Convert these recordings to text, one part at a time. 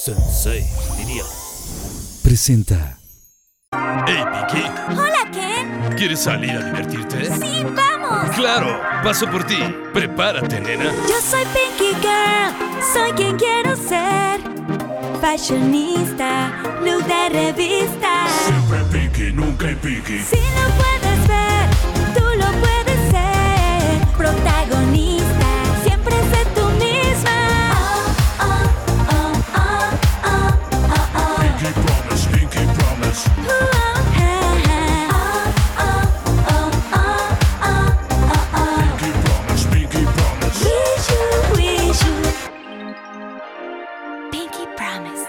Sensei, diría. presenta Hey, Vicky, ¡Hola, Ken! ¿quieres salir a divertirte? ¡Sí, vamos! Claro, paso por ti. Prepárate, nena. Yo soy Pinky Girl, soy quien quiero ser. Fashionista, look de revista. Siempre Vicky, nunca Vicky. Si lo puedes ver, tú lo puedes ser. Protagonista, siempre sé tú misma. Oh, oh, oh, oh, oh, oh, oh. Vicky promise, Vicky promise. Ooh, oh, ah, ah. Oh, oh, oh, oh, oh, oh, oh. Vicky promise, Vicky promise. Wish you, wish you. Pinky Promise.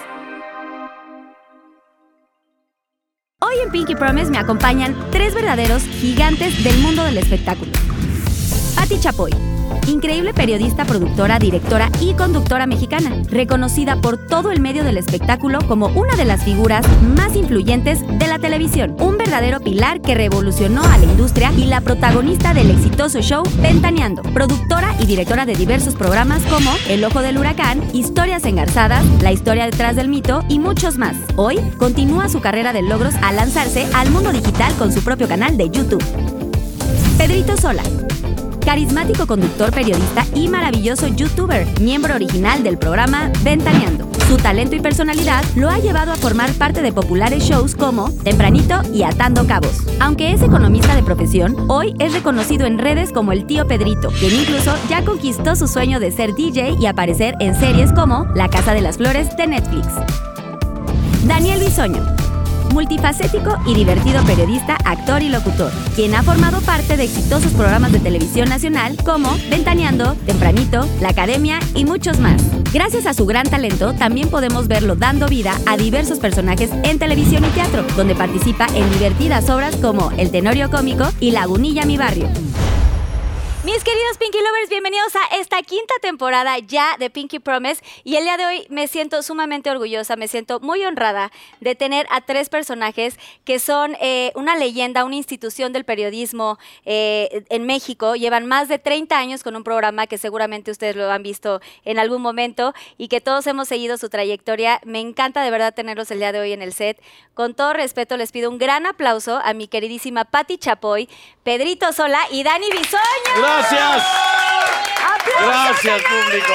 Hoy en Pinky Promise me acompañan tres verdaderos gigantes del mundo del espectáculo. Patti Chapoy, increíble periodista, productora, directora y conductora mexicana, reconocida por todo el medio del espectáculo como una de las figuras más influyentes de la televisión, un verdadero pilar que revolucionó a la industria y la protagonista del exitoso show Ventaneando, productora y directora de diversos programas como El Ojo del Huracán, Historias Engarzadas, La Historia detrás del mito y muchos más. Hoy continúa su carrera de logros al lanzarse al mundo digital con su propio canal de YouTube. Pedrito Sola. Carismático conductor, periodista y maravilloso youtuber, miembro original del programa Ventaneando. Su talento y personalidad lo ha llevado a formar parte de populares shows como Tempranito y Atando Cabos. Aunque es economista de profesión, hoy es reconocido en redes como el tío Pedrito, quien incluso ya conquistó su sueño de ser DJ y aparecer en series como La Casa de las Flores de Netflix. Daniel Bisoño. Multifacético y divertido periodista, actor y locutor, quien ha formado parte de exitosos programas de televisión nacional como Ventaneando, Tempranito, La Academia y muchos más. Gracias a su gran talento, también podemos verlo dando vida a diversos personajes en televisión y teatro, donde participa en divertidas obras como El Tenorio Cómico y Lagunilla Mi Barrio. Mis queridos Pinky Lovers, bienvenidos a esta quinta temporada ya de Pinky Promise. Y el día de hoy me siento sumamente orgullosa, me siento muy honrada de tener a tres personajes que son eh, una leyenda, una institución del periodismo eh, en México. Llevan más de 30 años con un programa que seguramente ustedes lo han visto en algún momento y que todos hemos seguido su trayectoria. Me encanta de verdad tenerlos el día de hoy en el set. Con todo respeto, les pido un gran aplauso a mi queridísima Patti Chapoy, Pedrito Sola y Dani Bisoño. Gracias, ¡Aplausos! gracias público.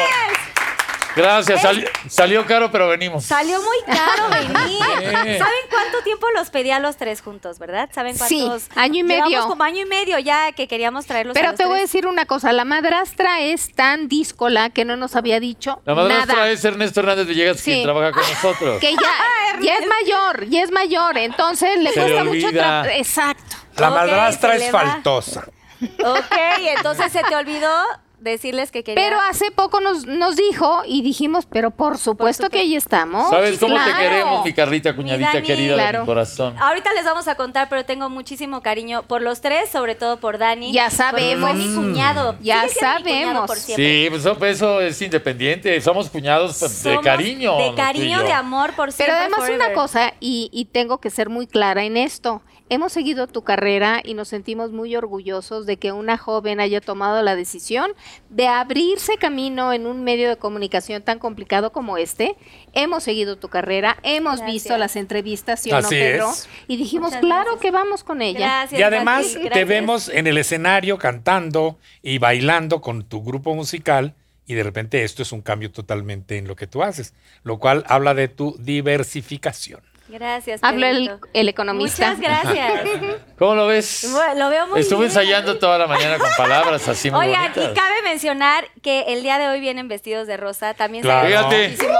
Gracias, sali- salió caro pero venimos. Salió muy caro venir. ¿Saben cuánto tiempo los pedí a los tres juntos, verdad? ¿Saben Sí, cuántos? año y medio. Llevamos como año y medio ya que queríamos traerlos a Pero los te voy a tres. decir una cosa, la madrastra es tan díscola que no nos había dicho La madrastra nada. es Ernesto Hernández Villegas, Sí. quien trabaja Ah, con nosotros. Que ya, ya es mayor, ya es mayor, entonces le Se le cuesta mucho olvida. trabajo. Exacto. La Ok, madrastra se es le va. faltosa. Ok, entonces se te olvidó decirles que quería. Pero hace poco nos, nos dijo y dijimos, pero por supuesto que ahí estamos. ¿Sabes Sí, cómo te claro. queremos, mi Carlita, cuñadita Dani, Ah, querida de claro. mi corazón? Ahorita les vamos a contar, pero tengo muchísimo cariño por los tres, sobre todo por Dani. Ya porque Fue sabemos. mi cuñado. Ya Sigue siendo mi cuñado sabemos. por siempre. Sí, pues eso- eso es independiente. Somos cuñados pues, de Somos cariño. De lo cariño, tuyo. de amor, por Pero siempre. además una forever. cosa, y, y tengo que ser muy clara en esto, hemos seguido tu carrera y nos sentimos muy orgullosos de que una joven haya tomado la decisión de abrirse camino en un medio de comunicación tan complicado como este. Hemos seguido tu carrera, hemos Gracias. visto las entrevistas, ¿sí o no, Así Pedro? es. Y dijimos, Muchas claro gracias. que vamos con ella. Gracias. Y además Pati, te gracias. vemos en el escenario cantando y bailando con tu grupo musical y de repente esto es un cambio totalmente en lo que tú haces, lo cual habla de tu diversificación. Gracias. Habló el, Pedrito. el economista. Muchas gracias. ¿Cómo lo ves? Bueno, lo veo muy Estuve bien. ensayando toda la mañana con palabras así muy Oigan, bonitas. y cabe mencionar que el día de hoy vienen vestidos de rosa. También se Claro. agradece Fíjate. muchísimo.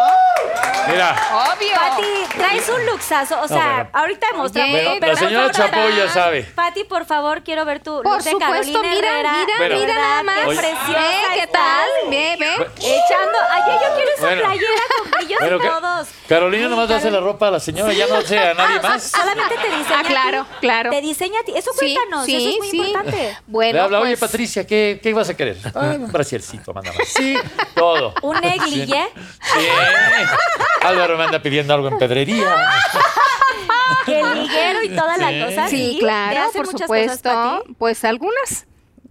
Ah, Mira, Pati, traes un luxazo. O sea, bueno. ahorita mostramos. Bueno, pero la señora por favor, Chapoy ya sabe. Pati, por favor, quiero ver tu Por luz de supuesto, Carolina mira, Herrera. mira, Bueno. mira ¿Verdad? nada más. Qué Oye. preciosa Ve, ¿Qué está. tal? Ve, ve. Echando. Ayer yo quiero esa Bueno. playera con brillos bueno, que- todos. Carolina nomás hace la ropa a la señora, ya no hace a Ah, nadie más. Solamente te diseña. Ah, claro, a ti. claro. Te diseña a ti. Eso Sí, cuéntanos. sí, eso es muy sí. importante. Bueno, Le habla, oye pues, Patricia, ¿qué, qué ibas a querer? Ah, un brasiercito, manda más. Sí, todo. Un negligé. Sí. Álvaro me anda pidiendo algo en pedrería. que liguero y toda la cosa. Sí, te claro, hace por muchas cosas, supuesto. Pati. pues algunas.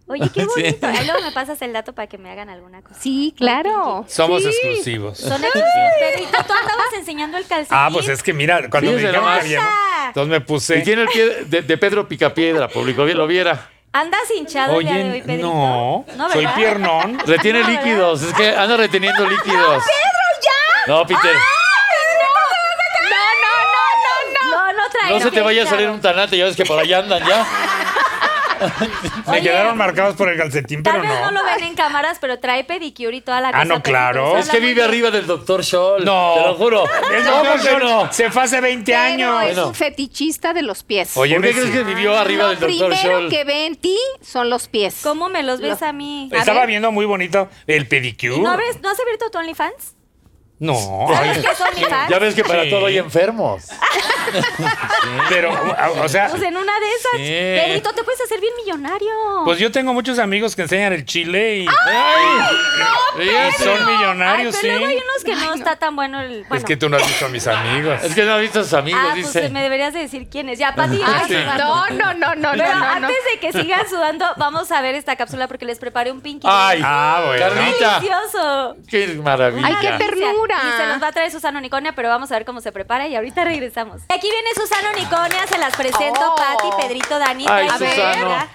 Oye, qué bonito. Ahí luego me pasas el dato para que me hagan alguna cosa. Sí, claro. Somos exclusivos. Son exclusivos, Pedrito. Tú andabas en enseñando el calcetín. Ah, pues es que mira, cuando me Fíjese dijeron que nomás. había, ¿no? entonces me puse. Y tiene el pie de, de Pedro Picapiedra, público, lo viera. ¿Andas hinchado el día de hoy, Oye, Pedrito? no, soy ¿verdad? piernón. Retiene No, ¿verdad? líquidos, es que anda reteniendo líquidos. ¡Pedro, ya! No, Peter, No, no, no, no. No, traes no se te pie vaya a salir hinchado. un tanate, ya ves que por allá andan ya. Me Oye, quedaron marcados por el calcetín, Tal pero vez no. no. lo ven en cámaras, pero trae pedicure y toda la Ah, cosa. no, claro. Pedrito, se Es que habla vive muy bien. arriba del doctor Scholl. No. Te lo juro. Es No, doctor ¿por qué Scholl, no? Se fue hace 20 Pero años. es un fetichista de los pies. Oye, ¿Por qué Messi. crees que vivió arriba del lo doctor primero Scholl? que ve en ti son los pies. ¿Cómo me los ves a mí? A Estaba ver, viendo muy bonito el pedicure. ¿No, abres- ¿No has abierto tu OnlyFans? No, ¿Sabes qué es OnlyFans? Ya ves que para Sí. todo hay enfermos. pero, o, o sea, Pues en una de esas. Sí. Pedrito, te puedes hacer bien millonario. pues yo tengo muchos amigos que enseñan el chile y, y son Eso. Ah, Ay, millonarios, pero sí. luego hay unos que no, está tan bueno el. Bueno. Es que tú no has visto a mis amigos. Es que no has visto a sus amigos, ah, pues dice. me deberías de decir quién es. Ya, Pati, ya está Sí. sudando. No, no, no, no, no, Ah, Pero no, no. antes de que sigan sudando, vamos a ver esta cápsula porque les preparé un pinky. Ay, Ah, bueno. Carlita. ¡Delicioso! Qué maravilla. Ay, qué ternura. Y se los va a traer Susana Unicornia, pero vamos a ver cómo se prepara y ahorita regresamos. Y aquí viene Susana Unicornia, se las presento, Oh. Pati, Pedrito, Dani. Ay, trae- Susano. Mira,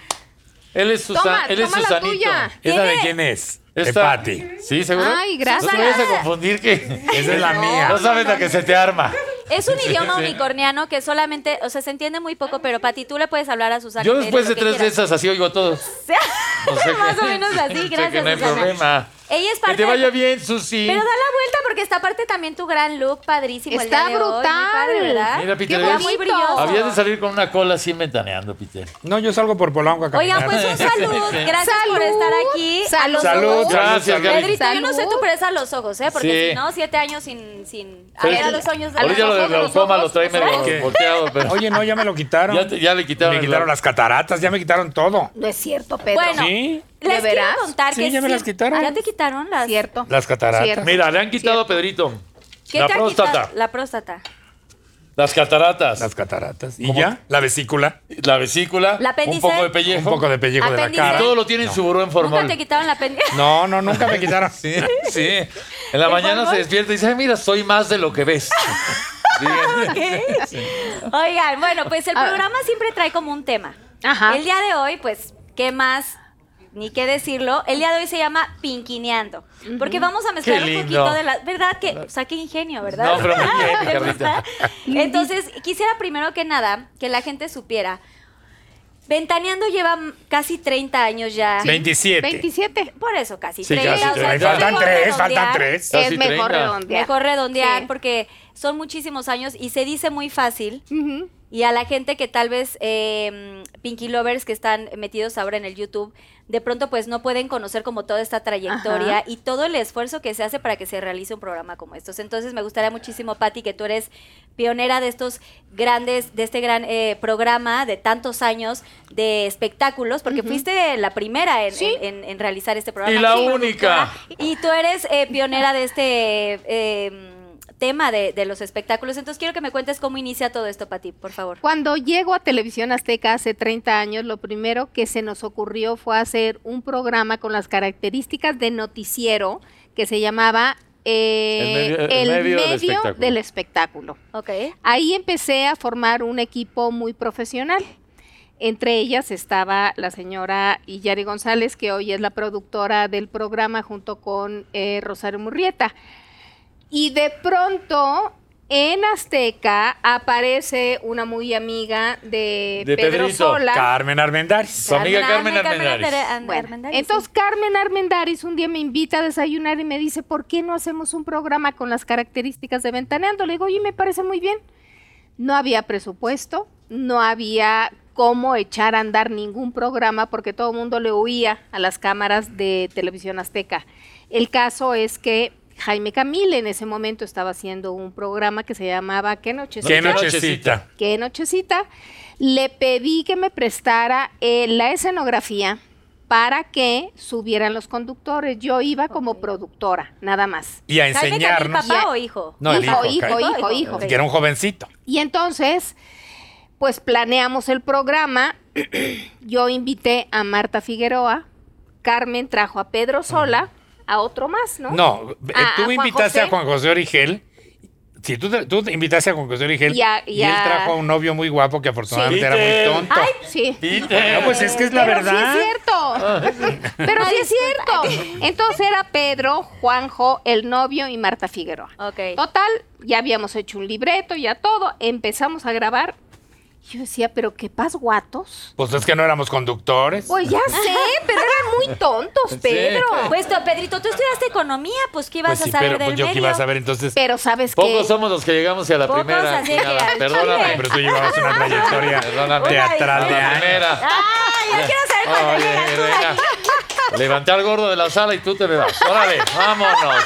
Él es Susan, Toma, él es toma la Susanito. tuya. ¿Esa de tiene- quién es? De Esta- Patty. Sí, seguro. Ay, gracias. No te vayas a confundir que Esa es la mía. No sabes la que se te arma. Es un idioma sí. unicorniano que solamente, o sea, se entiende muy poco, pero Pati, tú le puedes hablar a Susana. Yo y después de pedirle lo tres que de quieras. esas así oigo a todos. No sé Más qué- o menos no así, sé gracias, que no hay Susana. problema. Ella es Que parte te de- vaya bien, Susi. Pero da la vuelta porque está aparte también tu gran look padrísimo. el Está día de hoy, muy brutal. padre, ¿verdad? Mira, Peter, Qué habías- bonito. Muy brilloso. habías de salir con una cola así ventaneando, Peter. No, yo salgo por Polanco a caminar. Oigan, pues un salud. Gracias por Salud. estar aquí. A Salud. los Salud, ojos. salud, Gracias, salud. Gaby. Pedrito, yo no sé Salud. tú, pero es a los ojos, ¿eh? Porque Sí. si no, siete años sin. sin... A Pero ver, es a que los ojos. a Ahorita los lo del ojos, a los glaucoma ojos. lo trae medio ¿Qué? volteado, pero. Oye, no, ya me lo quitaron. Ya te- ya le quitaron Me el- quitaron las cataratas, ya me quitaron todo. No es cierto, Pedro. Bueno, ¿Sí? les ¿De veras? quiero contar Sí, que. ya me las quitaron. ¿Ya te quitaron las? cierto. Las cataratas. Cierto. Mira, le han quitado a Pedrito. ¿Qué la te ha próstata. quitado? La próstata. Las cataratas. Las cataratas. ¿Y ¿Cómo? ya? La vesícula. la vesícula. La un apéndice. poco de pellejo. Un poco de pellejo de la Apéndice. cara. Todo lo tiene en su buró en formol. Nunca te quitaron la pendiente. No, no, nunca me quitaron. Sí, sí. En la ¿El mañana formol? se despierta y dice, "Ay, mira, soy más de lo que ves. Sí. Oigan, bueno, pues el A ver. programa siempre trae como un tema. Ajá. El día de hoy, pues, ¿qué más? Ni qué decirlo. El día de hoy se llama Pinquineando. Porque vamos a mezclar Qué un lindo. poquito de la. ¿Verdad? Que, o sea, qué ingenio, ¿verdad? No, pero muy bien, ¿Te Carlita. gusta? Entonces, quisiera primero que nada que la gente supiera. Ventaneando lleva m- casi 30 años ya. 27. 27. Por eso, casi Sí, 30. casi o sea, 30. yo Faltan mejor tres, faltan redondear. tres. Casi es mejor 30. redondear. Mejor redondear Sí. porque son muchísimos años y se dice muy fácil. Ujú. Y a la gente que tal vez eh, Pinky Lovers que están metidos ahora en el YouTube, de pronto pues no pueden conocer como toda esta trayectoria Ajá. y todo el esfuerzo que se hace para que se realice un programa como estos. Entonces me gustaría muchísimo, Patti, que tú eres pionera de estos grandes, de este gran eh, programa de tantos años de espectáculos, porque fuiste la primera en, Sí. en- en- en realizar este programa. Y la Sí, única. productora. Y tú eres eh, pionera de este... eh, tema de, de los espectáculos. Entonces quiero que me cuentes cómo inicia todo esto, Pati, por favor. Cuando llego a Televisión Azteca hace 30 años, lo primero que se nos ocurrió fue hacer un programa con las características de noticiero que se llamaba eh, El medio- el medio del medio espectáculo. del espectáculo. Ok. Ahí empecé a formar un equipo muy profesional. Entre ellas estaba la señora Iyari González, que hoy es la productora del programa junto con eh, Rosario Murrieta. Y de pronto en Azteca aparece una muy amiga de, De Pedro Pedrito, Sola. Carmen Armendáriz. Su amiga Carmen Carmen Armendáriz. Armendariz. Bueno, Armendariz, entonces Carmen Armendáriz un día me invita a desayunar y me dice, ¿por qué no hacemos un programa con las características de Ventaneando? Le digo, oye, me parece muy bien. No había presupuesto, no había cómo echar a andar ningún programa porque todo el mundo le huía a las cámaras de televisión azteca. El caso es que Jaime Camille en ese momento estaba haciendo un programa que se llamaba ¿Qué noche? Qué Nochecita. nochecita. qué nochecita, le pedí que me prestara eh, la escenografía para que subieran los conductores. Yo iba como productora, nada más. Y a sí. ¿Jaime Camil, enseñarnos. papá Ya. o hijo? No, el hijo, hijo, Jaime. hijo, Hijo, hijo. hijo. Que era un jovencito. Y entonces, pues planeamos el programa. Yo invité a Marta Figueroa, Carmen trajo a Pedro Sola, a otro más, ¿no? No, eh, A- a tú Juan invitaste José. a Juan José Origel. Si tú, te- tú te invitaste a Concusión y Gel Y a- y él a- trajo a un novio muy guapo que afortunadamente Sí. era muy tonto. Ay, sí. Peter. No, pues es que es la Pero verdad. sí es cierto. Pero sí es cierto. Entonces era Pedro, Juanjo, el novio y Marta Figueroa. Ok. Total, ya habíamos hecho un libreto, ya todo. Empezamos a grabar. Y Yo decía, pero qué paz guatos. Pues es que no éramos conductores. Pues ya sé, pero eran muy tontos, Pedro. Pues, Pues tú, Pedrito, tú estudiaste economía, pues ¿qué ibas Pues sí, a saber pero del pues yo que medio? iba a saber entonces. pero sabes Pocos que somos los que llegamos a la Pocos, primera. así que cuñada. al Perdóname, chile. Pero tú llevabas una trayectoria Perdóname. teatral de la años. primera. Ay, Ah, yo quiero saber cuándo Oye, llegas tú venga. aquí. Levanté al gordo de la sala y tú te me vas. Órale, vámonos.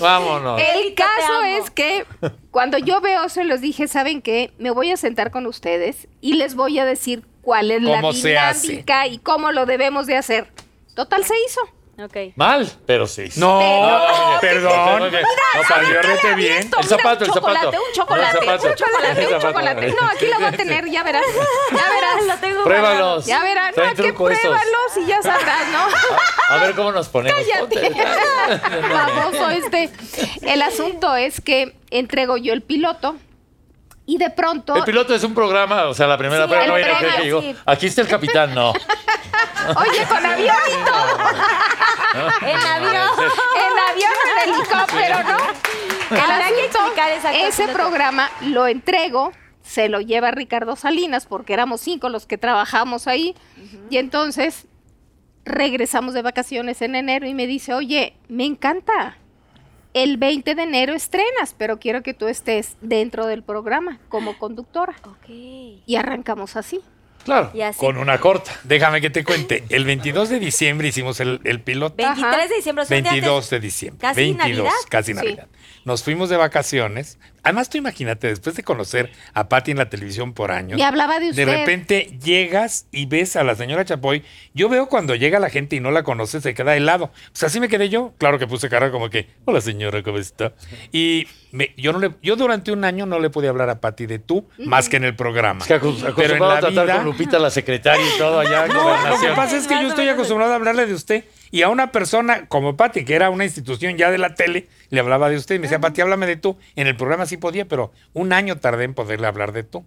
Vámonos. el Pedrito, te caso amo. es que cuando yo veo, se los dije, ¿saben qué? Me voy a sentar con ustedes y les voy a decir cuál es la Cómo se hace. dinámica y cómo lo debemos de hacer. Total, se hizo. Ok. Mal, pero sí. No, Pero- perdón. Mira, No, salió rete bien. Esto, El zapato, un el zapato. chocolate, Un chocolate, El zapato. un chocolate, El un zapato. chocolate. No, aquí lo voy a tener, ya verás. Ya verás. Lo tengo guardado. Pruébalos. Ya verás. No, Traen que truco esos. pruébalos y ya sabrás, ¿no? A ver cómo nos ponemos. Cállate. Baboso este. El asunto es que entrego yo el piloto y de pronto... El piloto es un programa, o sea, la primera Sí, prueba no el viene premio, que digo, sí. aquí está el capitán, no. Oye, con avión y todo. En Ah, avión. En avión, en helicóptero, ¿no? El Habrá que asunto, explicar exacto Ah, ese piloto. programa lo entrego, se lo lleva Ricardo Salinas, porque éramos cinco los que trabajamos ahí, y entonces regresamos de vacaciones en enero y me dice, oye, me encanta. El 20 de enero estrenas, pero quiero que tú estés dentro del programa como conductora. Ok. Y arrancamos así. Claro, Y así. con una corta. Déjame que te cuente. El 22 de diciembre hicimos el, el piloto. 23 de diciembre. o sea, un día antes. 22 de diciembre. Casi 22, Navidad. casi Navidad. Nos fuimos de vacaciones. Además, tú imagínate, después de conocer a Patti en la televisión por años, Me hablaba de usted. de repente llegas y ves a la señora Chapoy. Yo veo cuando llega la gente y no la conoce, se queda helado. Pues así me quedé yo. Claro que puse cara como que, hola señora, ¿cómo está? Y me- yo, no le, yo durante un año no le pude hablar a Pati de tú, más que en el programa. Es que acos- acostumbrado a tratar con Lupita, la secretaria y todo allá en No, lo que gobernación. pasa es que yo estoy acostumbrado a hablarle de usted y a una persona como Pati, que era una institución ya de la tele, le hablaba de usted y me decía, Pati, háblame de tú. En el programa sí podía, pero un año tardé en poderle hablar de tú.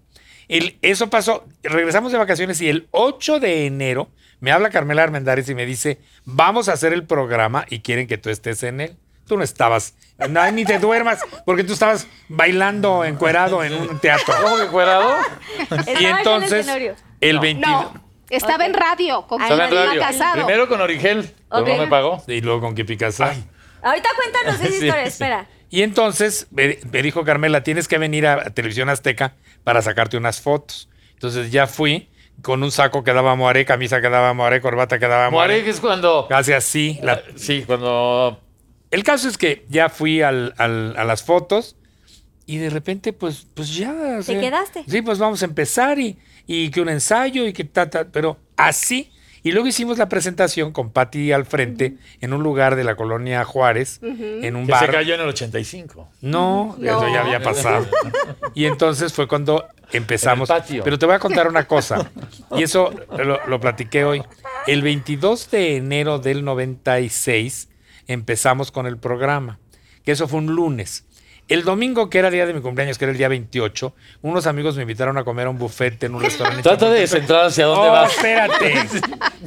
El- eso pasó, regresamos de vacaciones y el 8 de enero me habla Carmela Armendáriz y me dice, vamos a hacer el programa y quieren que tú estés en él. Tú no estabas, no, ni te duermas, porque tú estabas bailando encuerado en un teatro. ¿Cómo que encuerado? Estaba Y yo en el entonces, escenario. el 29... No, estaba en radio con Ahí Estaba en no, Carolina radio. Casado. Primero con Origel, pero Ok. no me pagó. Y luego con que picas. Ahorita cuéntanos esa Sí, historia, sí. espera. Y entonces me, me dijo Carmela, tienes que venir a Televisión Azteca para sacarte unas fotos. Entonces ya fui con un saco que daba Moaré, camisa que daba Moaré, corbata que daba Muareg Moaré. es cuando... Casi así. la- Sí, cuando... el caso es que ya fui al- al- a las fotos y de repente, pues, pues ya. o sea, quedaste? Sí, pues vamos a empezar y, y que un ensayo y que ta, ta, pero así. Y luego hicimos la presentación con Patti al frente en un lugar de la colonia Juárez, en un que bar. se cayó en el 85. No, eso ya había pasado. Y entonces fue cuando empezamos. En el patio. Pero te voy a contar una cosa, y eso lo, lo platiqué hoy. El 22 de enero del 96 empezamos con el programa, que eso fue un lunes. El domingo, que era día de mi cumpleaños, que era el día 28, unos amigos me invitaron a comer a un buffet en un restaurante. Trata de centrar hacia dónde Oh, vas. espérate.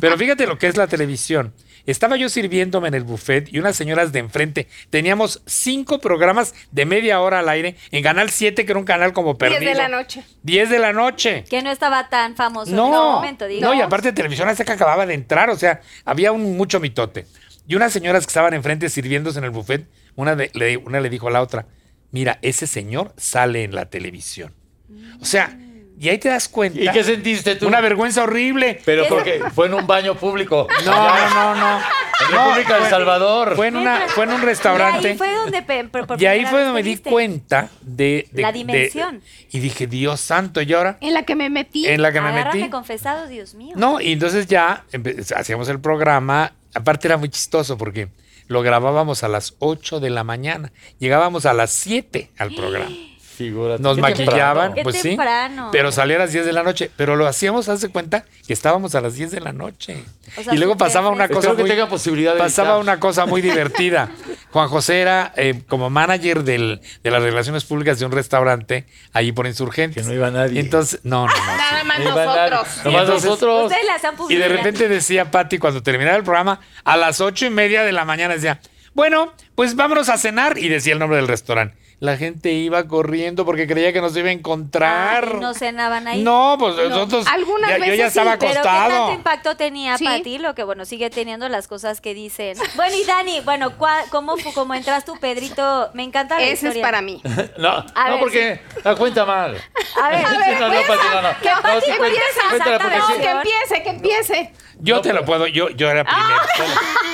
Pero fíjate lo que es la televisión. Estaba yo sirviéndome en el buffet y unas señoras de enfrente. Teníamos cinco programas de media hora al aire en Canal 7, que era un canal como perdido. 10 de la noche. 10 de la noche. Que no estaba tan famoso en ese No, momento, digo. no, y aparte Televisión Azteca acababa de entrar, o sea, había un mucho mitote. Y unas señoras que estaban enfrente sirviéndose en el buffet, una, de- le, una le dijo a la otra, mira, ese señor sale en la televisión. O sea, y ahí te das cuenta. ¿Y qué sentiste tú? Una vergüenza horrible. Pero porque fue en un baño público. No, Allá no, no, no. En No, República del fue- Salvador. Fue en, una, fue en un restaurante. Y ahí fue donde, pe- por- por Y ahí primera fue vez donde me te di viste. cuenta de, de- La de- dimensión. y dije, Dios santo, y ahora En la que me metí. en la que me Agárrame metí. confesado, Dios mío. No, y entonces ya empe- hacíamos el programa. Aparte era muy chistoso porque lo grabábamos a las 8 de la mañana. Llegábamos a las 7 al programa. Figúrate. Nos Qué maquillaban, Qué pues temprano. sí. Pero salía a las 10 de la noche. Pero lo hacíamos, hace cuenta, que estábamos a las 10 de la noche. O sea, y luego súper pasaba una fresco. cosa Espero que muy, tenga posibilidad de pasaba editar. una cosa muy divertida. Juan José era eh, como manager del, de las relaciones públicas de un restaurante ahí por Insurgentes. Que no iba nadie. Entonces, no, no, no. Nada más Ahí van a- nosotros. Nomás Entonces- nosotros. Ustedes las han Y de publicado. repente decía Patti, cuando terminaba el programa, a las ocho y media de la mañana decía, bueno, pues vámonos a cenar. Y decía el nombre del restaurante. La gente iba corriendo porque creía que nos iba a encontrar. Ah, no cenaban ahí. No, pues nosotros. Algunas ya- yo veces ya sí, estaba Pero qué acostado. tanto impacto tenía Sí. para ti, lo que bueno, sigue teniendo las cosas que dicen. Bueno, y Dani, bueno, ¿cuá- ¿cómo, fu- cómo entras tú, Pedrito? Me encanta la Ese es historia. para mí. No, A no ver, porque la cuenta mal. A ver, Sí, no, pues, no, Pati, no, no. que No, Pati sí, cuenta- empieza, cuéntala, saca- porque no, sí- que empiece, que empiece. Yo te lo puedo, yo, yo era primero. Ah.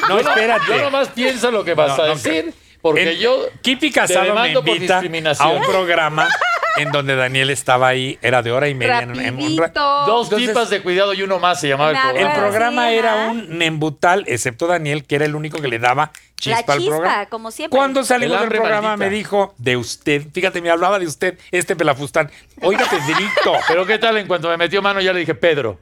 No, espérate. Yo nomás pienso lo que vas No, a no, decir, porque En- yo Kipi te Casado me demando por invita a discriminación. un programa en donde Daniel estaba ahí, era de hora y media en- en un ra- Rapidito. Dos Entonces- tipas de cuidado y uno más se llamaba el Me programa. El Bueno, programa sí, era ajá. un nembutal, excepto Daniel, que era el único que le daba chispa, al chispa, programa. como siempre. Cuando El salimos del hambre programa maldita. me dijo de usted, fíjate, me hablaba de usted, este pelafustán. Oiga, Pedrito. Pero qué tal, en cuanto me metió mano ya le dije, Pedro.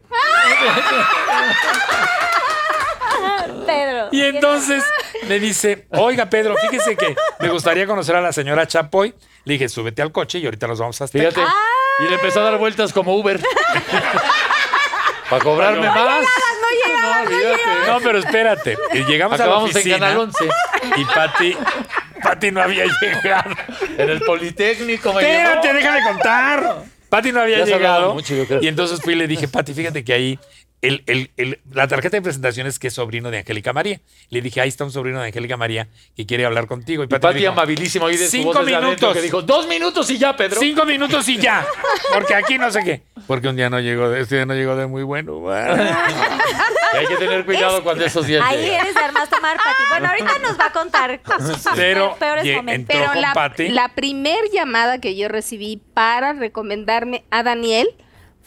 Pedro. Y entonces me dice, oiga, Pedro, fíjese que me gustaría conocer a la señora Chapoy. Le dije, súbete al coche y ahorita nos vamos a Azteca. Fíjate. Y le empezó a dar vueltas como Uber. Para cobrarme más. No llegaba, no, olvídate. No, pero espérate. Y Llegamos Acabamos a la en oficina Canal 11. y Pati, Pati no había llegado. En el Politécnico me Espérate, llegó. déjame contar. Pati no había Ya se hablaba llegado. mucho, yo creo. y entonces fui y le dije, Pati, fíjate que ahí el- el- el- la tarjeta de presentación es que es sobrino de Angélica María. Le dije, ahí está un sobrino de Angélica María que quiere hablar contigo. Y Pati, Pati dijo, amabilísimo oí de su Cinco voz desde adentro minutos. que dijo, dos minutos y ya, Pedro. Cinco minutos y ya. Porque aquí no sé qué. Porque un día no llegó, de- este día no llegó de muy bueno. humor. Y hay que tener cuidado cuando esos días Ahí llegan. eres de armas tomar, Pati. Bueno, ahorita nos va a contar sus Pero peores ye- momentos. entró Pero con la, Pati. la primer llamada que yo recibí para recomendarme a Daniel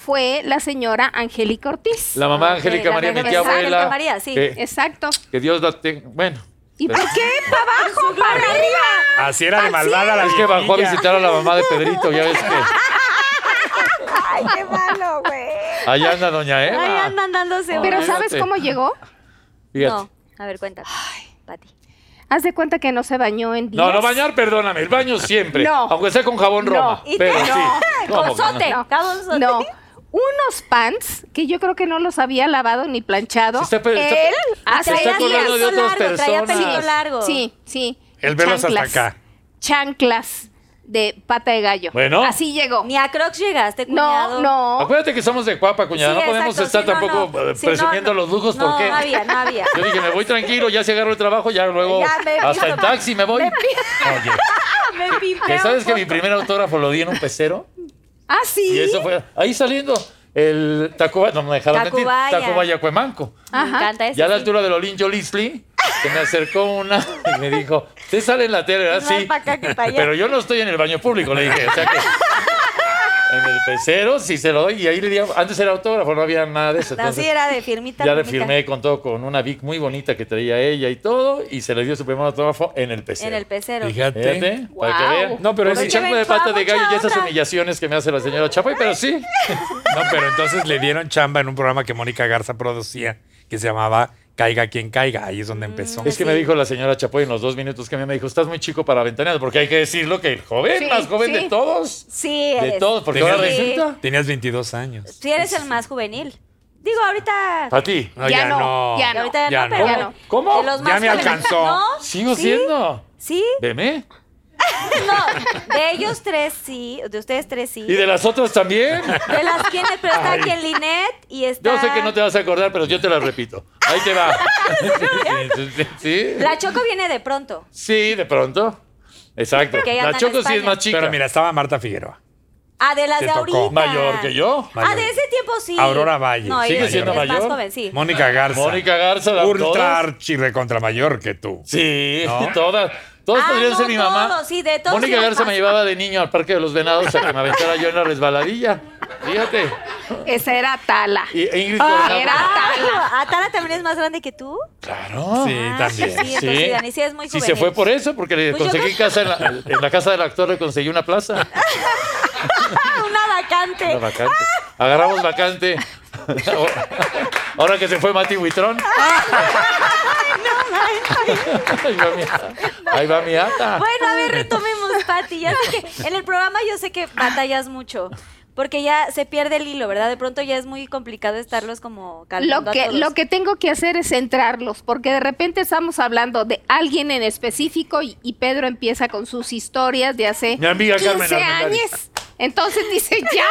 fue la señora Angélica Ortiz. La mamá de la Angélica María, mi mamá tía de Angélica abuela. María, sí. Que, Exacto. que Dios la tenga. Bueno. ¿Y por qué? ¿Para abajo? ¿Para arriba? Así era de malvada la Es que bajó a viejilla. visitar a la mamá de Pedrito, ya ves que. Ay, qué malo, güey. Allá anda doña Eva. Ahí andan dándose. No, Pero unos- ¿sabes Olvídate. cómo llegó? Ah. Fíjate. No, a ver, cuéntame, Pati. Haz de cuenta que no se bañó en días. No, no bañar, perdóname. El baño siempre. No. Aunque sea con jabón No. Roma. Y Pero te- sí. ¿Cómo que no? Cozote, cabonzote. No. Unos pants que yo creo que no los había lavado ni planchado. Se está pe- está- Él Se hace está Ah, Traía acordando días. de pelito otras largo, traía personas. pelito largo. Sí, sí. El velo hasta Chanclas. acá. Chanclas de pata de gallo. Bueno. Así llegó. Ni a Crocs llegaste, No, cuñado. no. Acuérdate que somos de cuapa, cuñada. Sí, no podemos exacto, estar sí, no, tampoco no. eh, Sí, no, presumiendo no. los lujos No, porque. no había, no había. Yo dije, me voy tranquilo, ya se agarro el trabajo, ya luego. Ya me hasta pido- en taxi me voy. Oye, Me pimpeo que sabes que mi un poco. primer autógrafo lo di en un pecero. Ah, sí. Y eso fue ahí saliendo el Tacubaya, no me dejaron Tacubaya. mentir, Tacubaya Cuemanco. Me encanta eso. Ya a la sí. altura del Olin Yolisli, que me acercó una y me dijo, usted sale en la tele, ¿verdad? Más Sí, pa' acá que pa' allá. pero yo no estoy en el baño público, le dije. O sea que en el pecero sí se lo doy. Y ahí le di, antes era autógrafo, no había nada de eso. Así entonces era de firmita. ya le firmita. firmé con todo, con una Vic muy bonita que traía ella y todo, y se le dio su primer autógrafo en el pecero. En el pecero. Fíjate. Fíjate, para que Guau. vean. No, pero Con es- el chango de pata de gallo y esas Chava, humillaciones que me hace la señora Chapoy, pero sí. No, pero entonces le dieron chamba en un programa que Mónica Garza producía que se llamaba Caiga quien caiga. Ahí es donde empezó. Mm, Es que me dijo la señora Chapoy en los dos minutos que me dijo, estás muy chico para ventanear, porque hay que decirlo que el joven, Sí, más joven sí. de todos. Sí, De eres. todos, porque Tenía ahora razón. resulta. Tenías 22 años. Sí, eres el más juvenil. Digo, ahorita. A ti. No, Ya no, ya no. Ahorita ya, ya no, no. pero. Ah, ¿Cómo? de los Ya más me jóvenes. alcanzó. ¿No? Sigo ¿Sí? siendo. ¿Sí? Veme. No, de ellos tres sí, de ustedes tres sí. Y de las otras también. De las quienes, pero está aquí en Linet y está. Yo sé que no te vas a acordar, pero yo te las repito. Ahí te va. ¿Sí? La Choco viene de pronto. Sí, de pronto. Exacto. Que ella anda La en Choco sí es España. más chica. Pero mira, estaba Marta Figueroa. Ah, de las Te de tocó. ahorita. Mayor que yo. Ah, de ese tiempo sí. Aurora Valle. No, ¿Sigue ella siendo es más mayor? joven, sí. Mónica Garza. Mónica Garza, la Ultra todas. archirre contra mayor que tú. Sí, ¿No? todas. Todas Ah, podrían no, ser mi mamá. todos, sí, de todos Mónica eran Garza me más. llevaba de niño al Parque de los Venados a que me aventara yo en la resbaladilla. Fíjate. Esa era Tala. Y- e Ingrid Coronado. Era Tala. Ah, Tala también es más grande que tú. Claro. Sí, Ah, también. Sí, entonces, Dani, sí es muy Sí, juvenil. se fue por eso, porque le Pues yo conseguí casa en la, en la casa del actor, le conseguí una plaza, Una vacante. una vacante. Agarramos vacante. Ahora que se fue Mati Buitrón. Ahí va mi ata. Ahí va mi ata. Bueno, a ver, retomemos, Pati. Ya sé que en el programa yo sé que batallas mucho. Porque ya se pierde el hilo, ¿verdad? De pronto ya es muy complicado estarlos como calmando Lo a que, todos. lo que tengo que hacer es centrarlos, porque de repente estamos hablando de alguien en específico y, y Pedro empieza con sus historias de hace Mi amiga Carmen 15 Armendariz. años. Entonces dice, ya.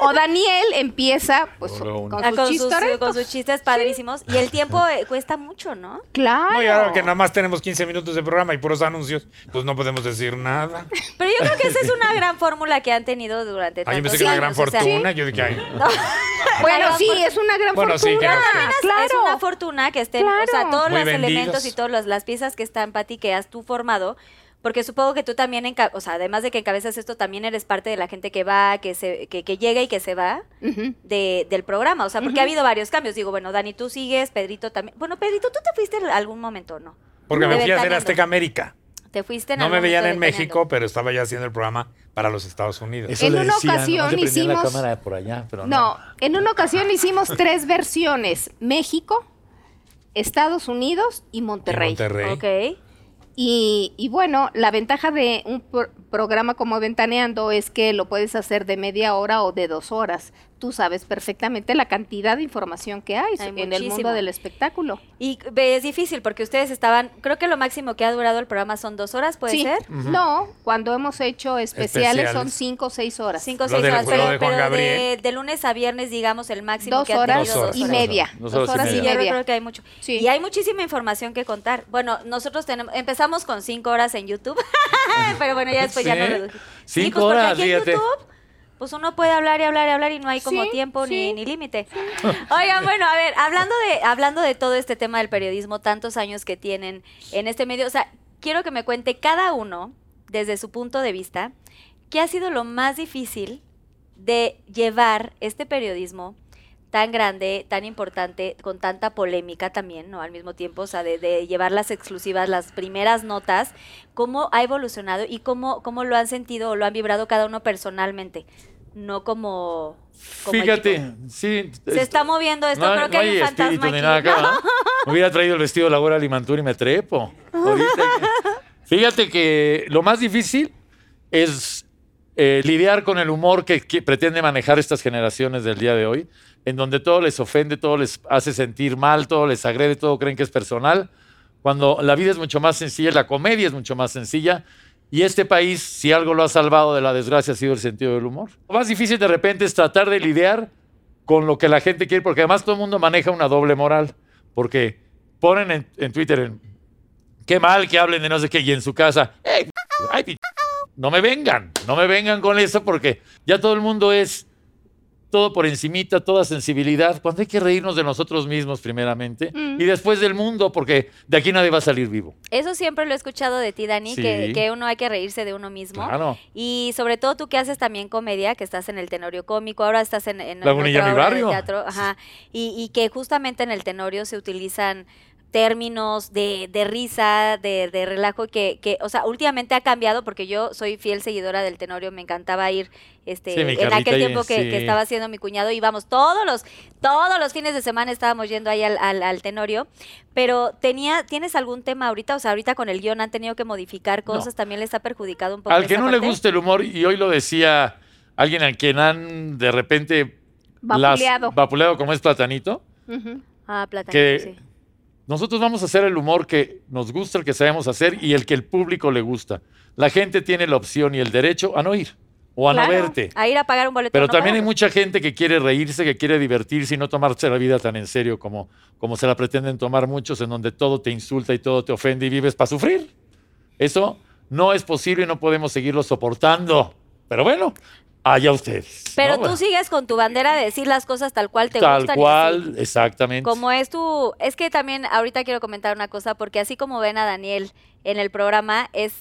O Daniel empieza pues, Por lo con uno. Ah, con, sus sus, chistoretos. con sus chistes padrísimos. Y el tiempo eh, cuesta mucho, ¿no? Claro. No, y ahora que nada más tenemos 15 minutos de programa y puros anuncios, pues no podemos decir nada. Pero yo creo que esa es una gran fórmula que han tenido durante Ay, tantos yo pensé que era una gran años, pues o sea, fortuna. Yo dije, ay, Bueno, sí, es una gran Bueno, sí, fortuna. claro, es- Es Claro. una fortuna que estén, o sea, Claro. todos Muy los vendidos. elementos y todas las- las piezas que están, Pati, que has tú formado, porque supongo que tú también, enca- o sea, además de que encabezas esto, también eres parte de la gente que va, que se, que, que llega y que se va Ujú. de- del programa, o sea, porque ha habido varios cambios. Digo, bueno, Dani, tú sigues, Pedrito también. Bueno, Pedrito, tú te fuiste en algún momento, ¿no? porque me De fui a hacer Ventaneando. Azteca América. Te fuiste en No me algún veían momento en de México, pero estaba ya haciendo el programa para los Estados Unidos. Eso En le una decía, nomás ocasión le prendían la hicimos- cámara por allá, pero No, en una ocasión hicimos tres versiones: México, Estados Unidos y Monterrey. En Monterrey. Teniendo. Ok. Y, y bueno, la ventaja de un pro- programa como Ventaneando es que lo puedes hacer de media hora o de dos horas. Tú sabes perfectamente la cantidad de información que hay, Hay en el muchísimo. mundo del espectáculo. Y ve, es difícil porque ustedes estaban, creo que lo máximo que ha durado el programa son dos horas, ¿puede Sí. ser? No, cuando hemos hecho especiales, son Especiales. cinco o seis horas. Cinco o Lo seis del horas, juego pero, de Juan pero de, Gabriel. de lunes a viernes, digamos, el máximo Dos que ha horas, tenido Dos y horas. media. Dos horas Sí, y media. yo creo que hay mucho. Sí. Y hay muchísima información que contar. Bueno, nosotros tenemos, empezamos con cinco horas en YouTube, pero bueno, ya después ya no ¿Sí? redujimos. Cinco pues, porque horas, aquí fíjate. en YouTube, pues uno puede hablar y hablar y hablar y no hay como Sí, tiempo ni, sí. ni límite. Oigan, bueno, a ver, hablando de, hablando de todo este tema del periodismo, tantos años que tienen en este medio, o sea, quiero que me cuente cada uno, desde su punto de vista, qué ha sido lo más difícil de llevar este periodismo tan grande, tan importante, con tanta polémica también, ¿no? Al mismo tiempo, o sea, de, de llevar las exclusivas, las primeras notas, cómo ha evolucionado y cómo, cómo lo han sentido o lo han vibrado cada uno personalmente, no como... como equipo. Fíjate, sí. Se está moviendo esto, creo que hay, un fantasma espíritu aquí. pues ni nada acá, ¿no? Me hubiera traído el vestido de la Laura Limantur y me trepo. Ahorita que- Fíjate que lo más difícil es eh, lidiar con el humor que, que pretende manejar estas generaciones del día de hoy, en donde todo les ofende, todo les hace sentir mal, todo les agrede, todo creen que es personal, cuando la vida es mucho más sencilla, la comedia es mucho más sencilla. Y este país, si algo lo ha salvado de la desgracia, ha sido el sentido del humor. Lo más difícil de repente es tratar de lidiar con lo que la gente quiere, porque además todo el mundo maneja una doble moral, porque ponen en, en Twitter, en, qué mal que hablen de no sé qué, y en su casa, "Ey, p- ay, p- no me vengan, no me vengan con eso, porque ya todo el mundo es todo por encimita, toda sensibilidad, cuando hay que reírnos de nosotros mismos primeramente, Mm. y después del mundo, porque de aquí nadie va a salir vivo. Eso siempre lo he escuchado de ti, Dani, que, Sí. que uno hay que reírse de uno mismo. Claro. Y sobre todo tú que haces también comedia, que estás en el Tenorio Cómico, ahora estás en, en La Bonilla, otra mi obra de barrio. teatro, ajá, y, y que justamente en el Tenorio se utilizan términos de, de risa, de, de relajo, que, que, o sea, últimamente ha cambiado porque yo soy fiel seguidora del Tenorio, me encantaba ir este, Sí, mi en Carlita, aquel tiempo que, sí. que estaba haciendo mi cuñado, íbamos todos los, todos los fines de semana estábamos yendo ahí al, al- al Tenorio, pero tenía, ¿tienes algún tema ahorita? O sea, ahorita con el guión han tenido que modificar cosas, también les ha perjudicado un poco. Al que esa no le parte? guste el humor, y hoy lo decía alguien a quien han de repente las- Vapuleado. vapuleado como es Platanito, Ujú. Ah, plata. que sí. nosotros vamos a hacer el humor que nos gusta, el que sabemos hacer y el que el público le gusta. La gente tiene la opción y el derecho a no ir o a no Claro. verte. A ir a pagar un boleto. Pero no también hay pagarlo. mucha gente que quiere reírse, que quiere divertirse y no tomarse la vida tan en serio como, como se la pretenden tomar muchos, en donde todo te insulta y todo te ofende y vives para sufrir. Eso no es posible y no podemos seguirlo soportando. Pero bueno, allá ustedes. Pero ¿no? tú sigues con tu bandera de decir las cosas tal cual te Tal gustan. y así. cual, exactamente. Como es tu... Es que también ahorita quiero comentar una cosa, porque así como ven a Daniel en el programa, es...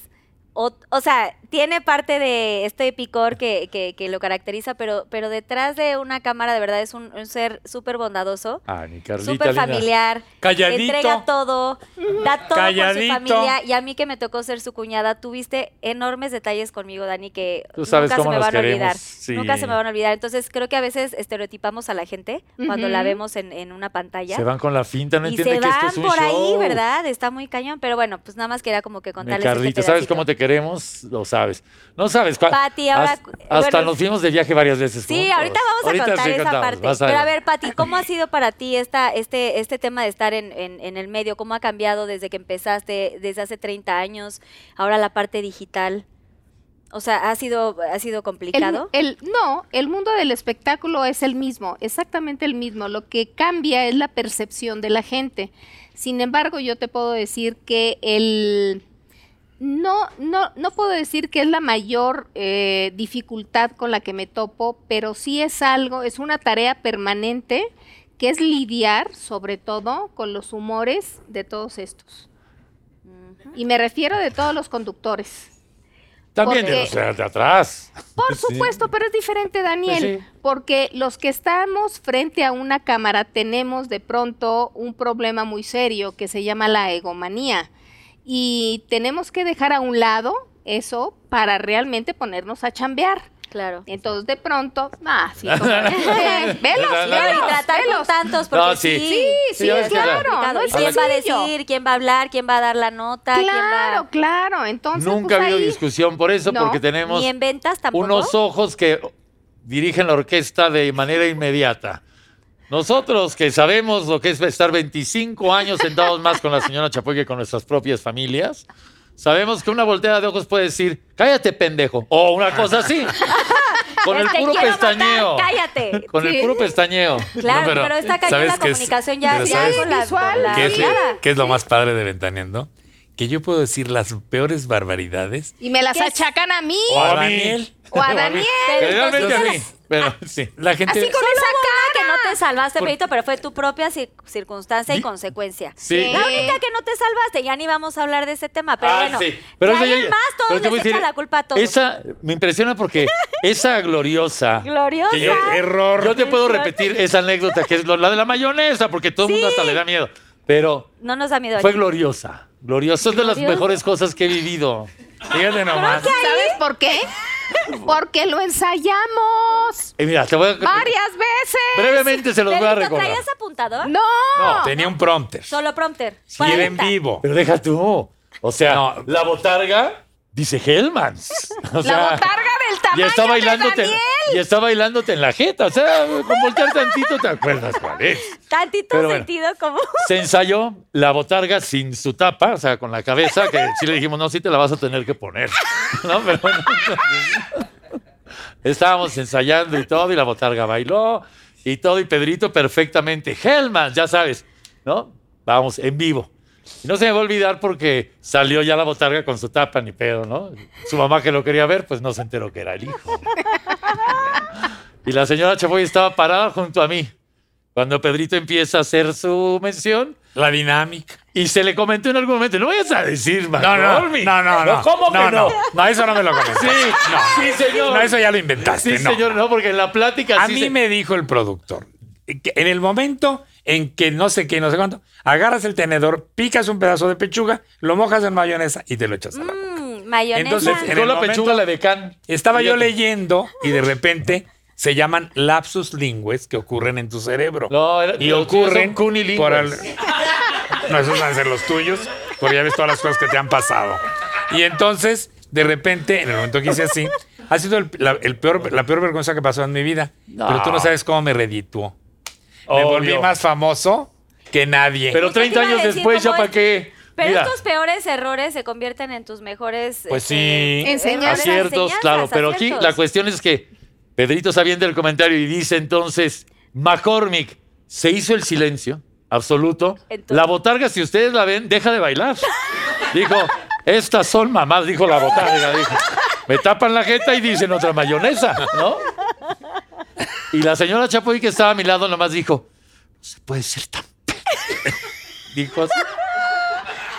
o, o sea, tiene parte de este picor que, que- que lo caracteriza, pero, pero detrás de una cámara de verdad es un, un ser súper bondadoso, Ah, mi Carlita. súper linda. familiar, Calladito. entrega todo, da todo Calladito. por su familia. Y a mí que me tocó ser su cuñada, tuviste enormes detalles conmigo, Dani, que Tú sabes nunca se cómo me nos van a queremos, olvidar. sí. Nunca se me van a olvidar. Entonces creo que a veces estereotipamos a la gente cuando la Ujú. vemos en, en una pantalla Se van con la finta, no y se entiende que van esto es un por show. ahí, ¿verdad? Está muy cañón, pero bueno, pues nada más quería como que Mi contarles. este Carlita, ¿sabes pedacito. cómo te queremos? Lo sabes. No sabes cuál. Pati, ahora- Has- hasta bueno, nos fuimos de viaje varias veces. Sí, juntos. ahorita vamos a Ahorita contar sí esa contamos, parte. vas Pero a ver. ver, Pati, ¿cómo ha sido para ti esta, este, este tema de estar en, en- en el medio? ¿Cómo ha cambiado desde que empezaste, desde hace 30 años? Ahora la parte digital. O sea, ¿ha sido, ha sido El- complicado? El, no, el mundo del espectáculo es el mismo, exactamente el mismo. Lo que cambia es la percepción de la gente. Sin embargo, yo te puedo decir que el... No, no, no puedo decir que es la mayor eh, dificultad con la que me topo, pero sí es algo, es una tarea permanente que es lidiar sobre todo con los humores de todos estos. Y me refiero de todos los conductores. También porque- de los de atrás. Por Sí. supuesto, pero es diferente, Daniel, Pues sí. porque los que estamos frente a una cámara tenemos de pronto un problema muy serio que se llama la egomanía y tenemos que dejar a un lado eso para realmente ponernos a chambear. claro. Entonces, de pronto, ah, sí, como- Eh, velos, No, Claro, no, y velos, tratar con velos. tantos, porque No, sí. sí. Sí, sí, ya ves que la- claro, complicado. no ¿Y es quién va a sencillo. decir? ¿Quién va a hablar? ¿Quién va a dar la nota? ¿Quién Claro, va- claro. Entonces, Nunca ha pues, habido ahí- discusión por eso, No, porque tenemos Ni en ventas tampoco. unos ojos que dirigen la orquesta de manera inmediata. Nosotros que sabemos lo que es estar 25 años sentados más con la señora Chapoy que con nuestras propias familias, sabemos que una volteada de ojos puede decir, cállate pendejo, o una cosa así. Con el Te puro quiero matar, pestañeo. cállate. Con el Sí. puro pestañeo. Claro, pero, está cañón ¿sabes la qué es- comunicación ya, pero ya ¿sabes con la, visual? con la ¿Qué es, lo- mirada. qué es lo más padre de Ventaneando? Que yo puedo decir las peores barbaridades. Y me las ¿Qué es? achacan a mí O a mí. Daniel. o a Daniel. Generalmente a mí. Pero sí. La gente. Así con Solo esa hubo cara. una que no te salvaste, Por- Pedrito, pero fue tu propia cir- circunstancia y consecuencia. Sí. Sí. La única que no te salvaste, ya ni vamos a hablar de ese tema, pero Ah, bueno. sí. Pero esa ya- más, pero todos te les voy a decir, echan la culpa a todos. Esa me impresiona porque esa gloriosa. Gloriosa. que yo- Error. Yo te puedo repetir esa anécdota que es lo- la de la mayonesa, porque todo el mundo hasta le da miedo. Pero No nos da miedo. fue aquí. gloriosa. Gloriosa es de las Gloriosa. mejores cosas que he vivido. Fíjate nomás. ¿Sabes por qué? Porque lo ensayamos Y mira, te voy a. varias veces. Brevemente se los voy a Pedrito, recordar. ¿traías apuntador? No. No, tenía un prompter. Solo prompter. Y era en 40. vivo. Pero deja tú. O sea, No. la botarga dice Hellmans. O sea, la botarga del Y tamaño está de bailándote. Daniel. Y está bailándote en la jeta. O sea, con voltear tantito te acuerdas cuál es. Tantito Pero bueno. sentido como. Se ensayó la botarga sin su tapa, o sea, con la cabeza, que sí le dijimos, no, sí te la vas a tener que poner. ¿No? Pero bueno, estábamos ensayando y todo, y la botarga bailó y todo, y Pedrito perfectamente. Helman, ya sabes, ¿no? Vamos, en vivo. Y no se me va a olvidar porque salió ya la botarga con su tapa, ni pedo, ¿no? Su mamá que lo quería ver, pues no se enteró que era el hijo. Y la señora Chapoy estaba parada junto a mí. Cuando Pedrito empieza a hacer su mención, La dinámica. y se le comentó en algún momento, no vayas a decir, No, no, no, McCormick. no, no. ¿Cómo que no? No, eso no me lo comenté. Sí, no. sí, señor. No, eso ya lo inventaste. Sí, Este, no. señor, no, porque en la plática A sí mí se- me dijo el productor, que en el momento en que no sé qué, no sé cuánto, agarras el tenedor, picas un pedazo de pechuga, lo mojas en mayonesa y te lo echas a la boca. Mm, mayonesa. Entonces, Yo en el la momento- pechuga la de can. Estaba yo Fíjate. leyendo y de repente se llaman lapsus lingües que ocurren en tu cerebro. No, era- y los tuyos ocurren son cunilingües. por al- No, esos van a ser los tuyos, porque ya ves todas las cosas que te han pasado. Y entonces, de repente, en el momento que hice así, ha sido el- la, el peor, la peor vergüenza que pasó en mi vida. Pero tú no sabes cómo me redituó. Me Obvio. volví más famoso que nadie. Pero Justo te 30 iba a años decir después, ¿ya cómo para es- qué? Pero Mira, estos peores errores se convierten en tus mejores. Pues sí. eh, Enseñanzas. errores, aciertos, claro. enseñanzas, Pero aquí aciertos. la cuestión es que Pedrito sabiendo el comentario y dice entonces, McCormick, se hizo el silencio absoluto. Entonces- la botarga, si ustedes la ven, deja de bailar. dijo, estas son mamás, dijo la botarga. dijo. Me tapan la jeta y dicen otra mayonesa, ¿no? Y la señora Chapoy que estaba a mi lado nomás dijo, no se puede ser tan... pe-". dijo así.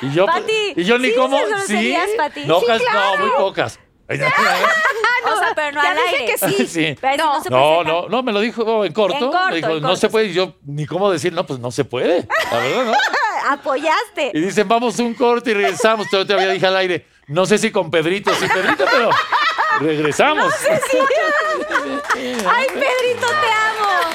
Y yo, Pati, y yo ni ¿sí como. dices Sí, groserías, Pati? no, Sí, casi- no, muy pocas. o sea, pero Ah, no ya al dije aire. que sí. Sí. Pero si No. se No, presenta- no, no, me lo dijo en corto. En corto, me dijo, en no se corto". puede. Y yo, ni cómo decir, no, pues no se puede. La verdad, ¿no? Apoyaste. Y dicen, vamos un corte y regresamos. Yo te había dije al aire, no sé si con Pedrito, sí, Pedrito, pero regresamos. Ay, Pedrito, te amo.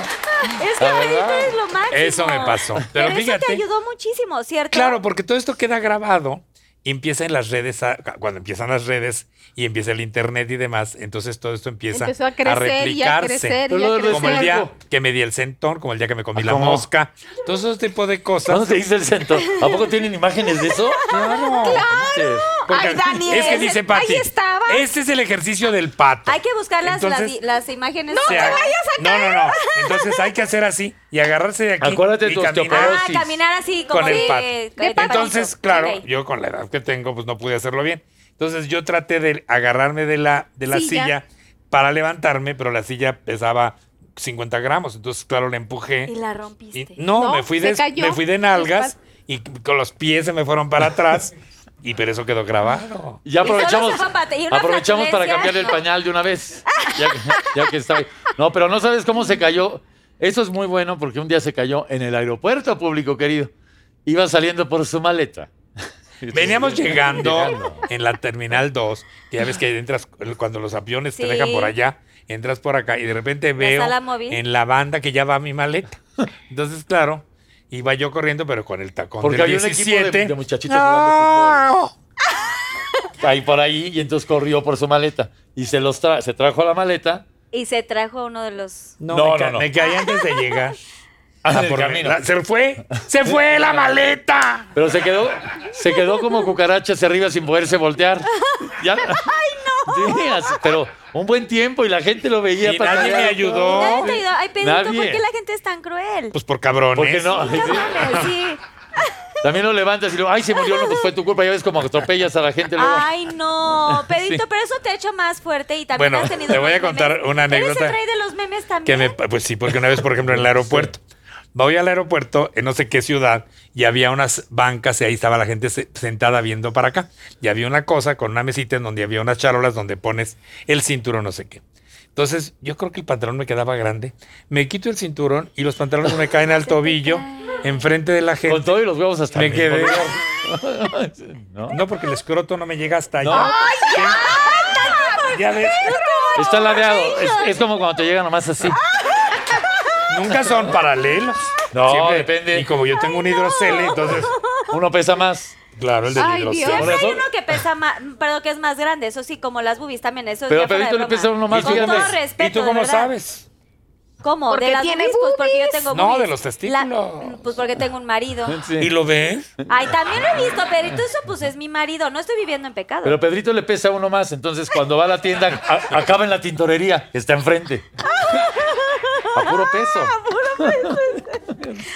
Es que La Pedrito verdad, es lo máximo. Eso me pasó. Pero Pero, eso fíjate. te ayudó muchísimo, ¿cierto? Claro, porque todo esto queda grabado y empieza en las redes, a- cuando empiezan las redes y empieza el internet y demás, entonces todo esto empieza Empezó a crecer y a replicarse. crecer y Lo a del Como el Cerco. crecer. día que me di el centón, como el día que me comí Ah, la ¿cómo? mosca. Todo ese tipo de ¿Cuándo cosas. te dice el centro? ¿A poco tienen imágenes de eso? Claro. Dices, Porque Ay, Dani, es que ese- dice Pati. ahí estaba. Este es el ejercicio del pato. Hay que buscar las, las- Entonces, las imágenes. Se ag- No, no, no. Entonces hay que hacer así y agarrarse de aquí. Acuérdate y de tu caminar. osteoporosis. Ah, caminar así como Con el de- pat. con el patito. Entonces, claro, Ok. yo con la edad que tengo, pues no pude hacerlo bien. Entonces yo traté de agarrarme de la, de la Silla. silla. para levantarme, pero la silla pesaba 50 gramos. Entonces, claro, la empujé. Y la rompiste. Y- no, No, me, fui se de, cayó. me fui de nalgas y con los pies se me fueron para atrás. y pero eso quedó grabado. Y ya Y solo aprovechamos, se fue a pate- y una aprovechamos para flatulencia. cambiarle el pañal de una vez. Ya que, ya que está ahí. No, pero no sabes cómo se cayó. Eso es muy bueno porque un día se cayó en el aeropuerto público, querido. Iba saliendo por su maleta. Veníamos llegando Llegando. en la terminal 2, que ya ves que entras cuando los aviones te Sí. dejan por allá, entras por acá y de repente veo sala móvil. en la banda que ya va mi maleta. Entonces, claro, iba yo corriendo pero con el tacón Porque del había un equipo 17. de, de muchachitos jugando fútbol. Ahí por ahí, y entonces corrió por su maleta. Y se los tra- se trajo a la maleta. Y se trajo uno de los. no, No, me, ca- no, no. me caí antes de llegar. Ah, Ah, del por- camino. la- se fue, se fue la maleta. Pero se quedó, se quedó como cucaracha hacia arriba sin poderse voltear. ¡Ay, no! pero un buen tiempo y la gente lo veía Y nadie me patalear. ayudó. Nadie te ayudó. Ay, Pedrito, ¿por Nadie. qué la gente es tan cruel? Pues por cabrones. ¿Por qué no? Cabrones, sí. También lo levantas y lo, ay, se murió, no, pues fue tu culpa. Ya ves como atropellas a la gente luego. Ay, no, Pedrito, pero eso te ha hecho más fuerte y también Bueno, has tenido te voy a buenos contar memes. una anécdota Eres el rey de los memes Que también. me, pa- pues sí, porque una vez, por ejemplo, en el aeropuerto, voy al aeropuerto, en no sé qué ciudad, y había unas bancas y ahí estaba la gente se- sentada viendo para acá. Y había una cosa con una mesita en donde había unas charolas donde pones el cinturón, no sé qué. Entonces, yo creo que el pantalón me quedaba grande. Me quito el cinturón y los pantalones me caen al tobillo, enfrente de la Con gente. todo y los huevos hasta Me mí, quedé. por Dios. ¿No? No, porque el escroto no me llega hasta allá. No. Sí. Ya ves, Está ladeado. Es, es como cuando te llegan nomás así. nunca son paralelos. No, depende. Y como yo tengo un hidrocele, entonces, Uno pesa más. claro, el del Ay, Dios. hidrocele. Siempre hay Corazón. uno que pesa más, perdón, que es más grande, eso sí, como las boobies también, eso Pero ya fuera de Pedrito le broma. pesa uno más, Con fíjate. todo respeto, ¿Y tú de cómo verdad. sabes? ¿Cómo? Porque ¿De las tiene boobies? Pues porque yo boobies. tengo No, boobies. de los testículos. La- pues porque tengo un marido. Sí. ¿Y lo ves? Ay, también lo he visto, Pedrito, eso pues es mi marido, no estoy viviendo en pecado. Pero Pedrito le pesa uno más, entonces cuando va a la tienda a- acaba en la tintorería, que está enfrente. A puro peso.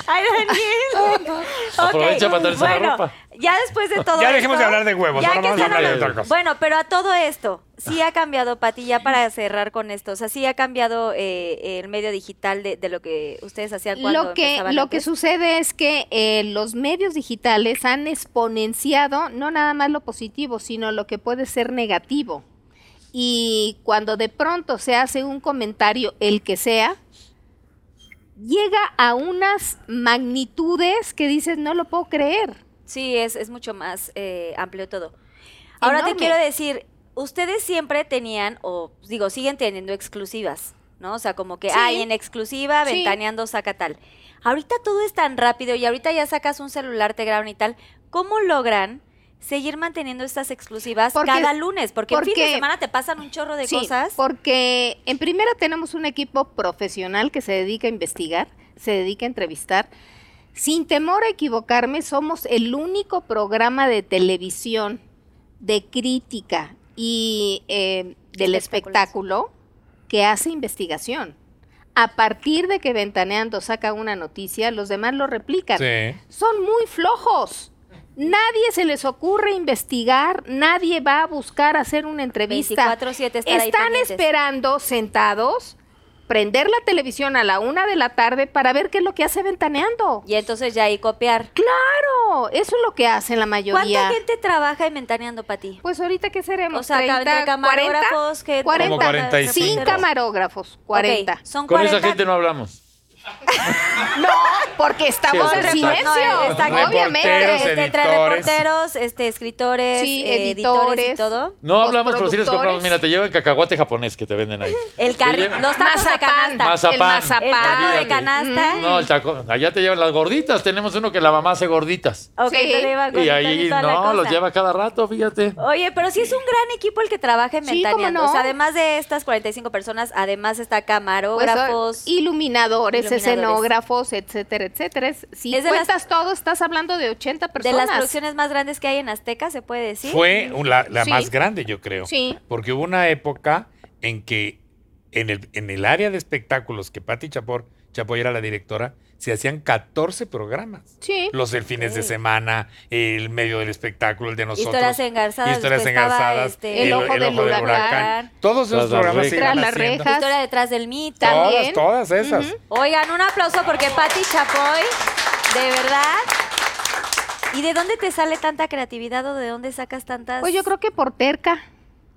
Ay, Daniel. Aprovecha para darse la bueno, ropa. Ya después de todo Ya dejemos esto, de hablar de huevos, ya ahora que vamos a están hablar de hablando- otra cosa. Bueno, pero a todo esto, sí ha cambiado, Pati, ya para cerrar con esto. O sea, sí ha cambiado eh, el medio digital de, de lo que ustedes hacían cuando Lo que, empezaban lo que antes. sucede es que eh, los medios digitales han exponenciado no nada más lo positivo, sino lo que puede ser negativo. Y cuando de pronto se hace un comentario, el que sea, llega a unas magnitudes que dices, no lo puedo creer. Sí, es, es mucho más eh, amplio todo. Ahora te Enorme. quiero decir, ustedes siempre tenían, o digo, siguen teniendo exclusivas, ¿no? O sea, como que, Sí. ay, en exclusiva, Sí. ventaneando, saca tal. Ahorita todo es tan rápido y ahorita ya sacas un celular, te graban y tal. ¿Cómo logran seguir manteniendo estas exclusivas Porque- cada lunes? Porque, en fin de porque- semana te pasan un chorro de Sí, cosas. Porque en primera tenemos un equipo profesional que se dedica a investigar, se dedica a entrevistar. Sin temor a equivocarme, somos el único programa de televisión de crítica y eh, del Espectáculos. espectáculo que hace investigación. A partir de que Ventaneando saca una noticia, los demás lo replican Sí. son muy flojos. Nadie se les ocurre investigar, nadie va a buscar hacer una entrevista. 24/7 estar ahí Están pendientes. esperando sentados prender la televisión a la una de la tarde para ver qué es lo que hace ventaneando. Y entonces ya ahí copiar. Claro, eso es lo que hacen la mayoría. ¿Cuánta gente trabaja en Ventaneando para ti? Pues ahorita qué seremos, O sea, acá 30, entre camarógrafos, 40, que- 40, Como 45. sin camarógrafos, 40. Ok, son Con 40. esa gente no hablamos. No, porque estamos Sí, en exacto. silencio. No, eh, exacto. Reporteros, obviamente. Este, entre editores. reporteros, este, escritores, Sí, eh, editores y editores. todo. No hablamos, pero sí les productores. compramos. Mira, te llevan cacahuate japonés que te venden ahí. El carri- Te llevan- los tacos de Mazapán. canasta. Mazapán. El mazapán. El taco de Olvídate. canasta. No, el taco. Allá te llevan las gorditas. Tenemos uno que la mamá hace gorditas. Ok, Sí. te lo iba con Y el ahí palito a la no, los cosa. lleva cada rato, fíjate. Oye, pero sí es un gran equipo el que trabaja en Sí, cómo Ventaneando. no. O sea, además de estas 45 personas, además está Pues, camarógrafos. ah, iluminadores, Iluminadores. escenógrafos, etcétera, etcétera. Es- Si Es de las- cuentas todo, estás hablando de 80 de personas. las producciones más grandes que hay en Azteca, se puede decir. Fue un- la, la Sí. más grande, yo creo. Sí. Porque hubo una época en que en el, en el área de espectáculos que Patti Chapor, Chapoy era la directora, se hacían 14 programas. Sí. Los del fines de Ok. semana, el medio del espectáculo, el de nosotros. Historias engarzadas, Historias que estaba, engarzadas. este, El ojo del huracán. Todos esos Tras las programas rejas. se iban Tras las haciendo. rejas. Historia detrás del mito. Todas, También. todas esas. Oigan, un aplauso porque Patti Chapoy, de verdad. ¿Y de dónde te sale tanta creatividad o de dónde sacas tantas? Pues yo creo que por terca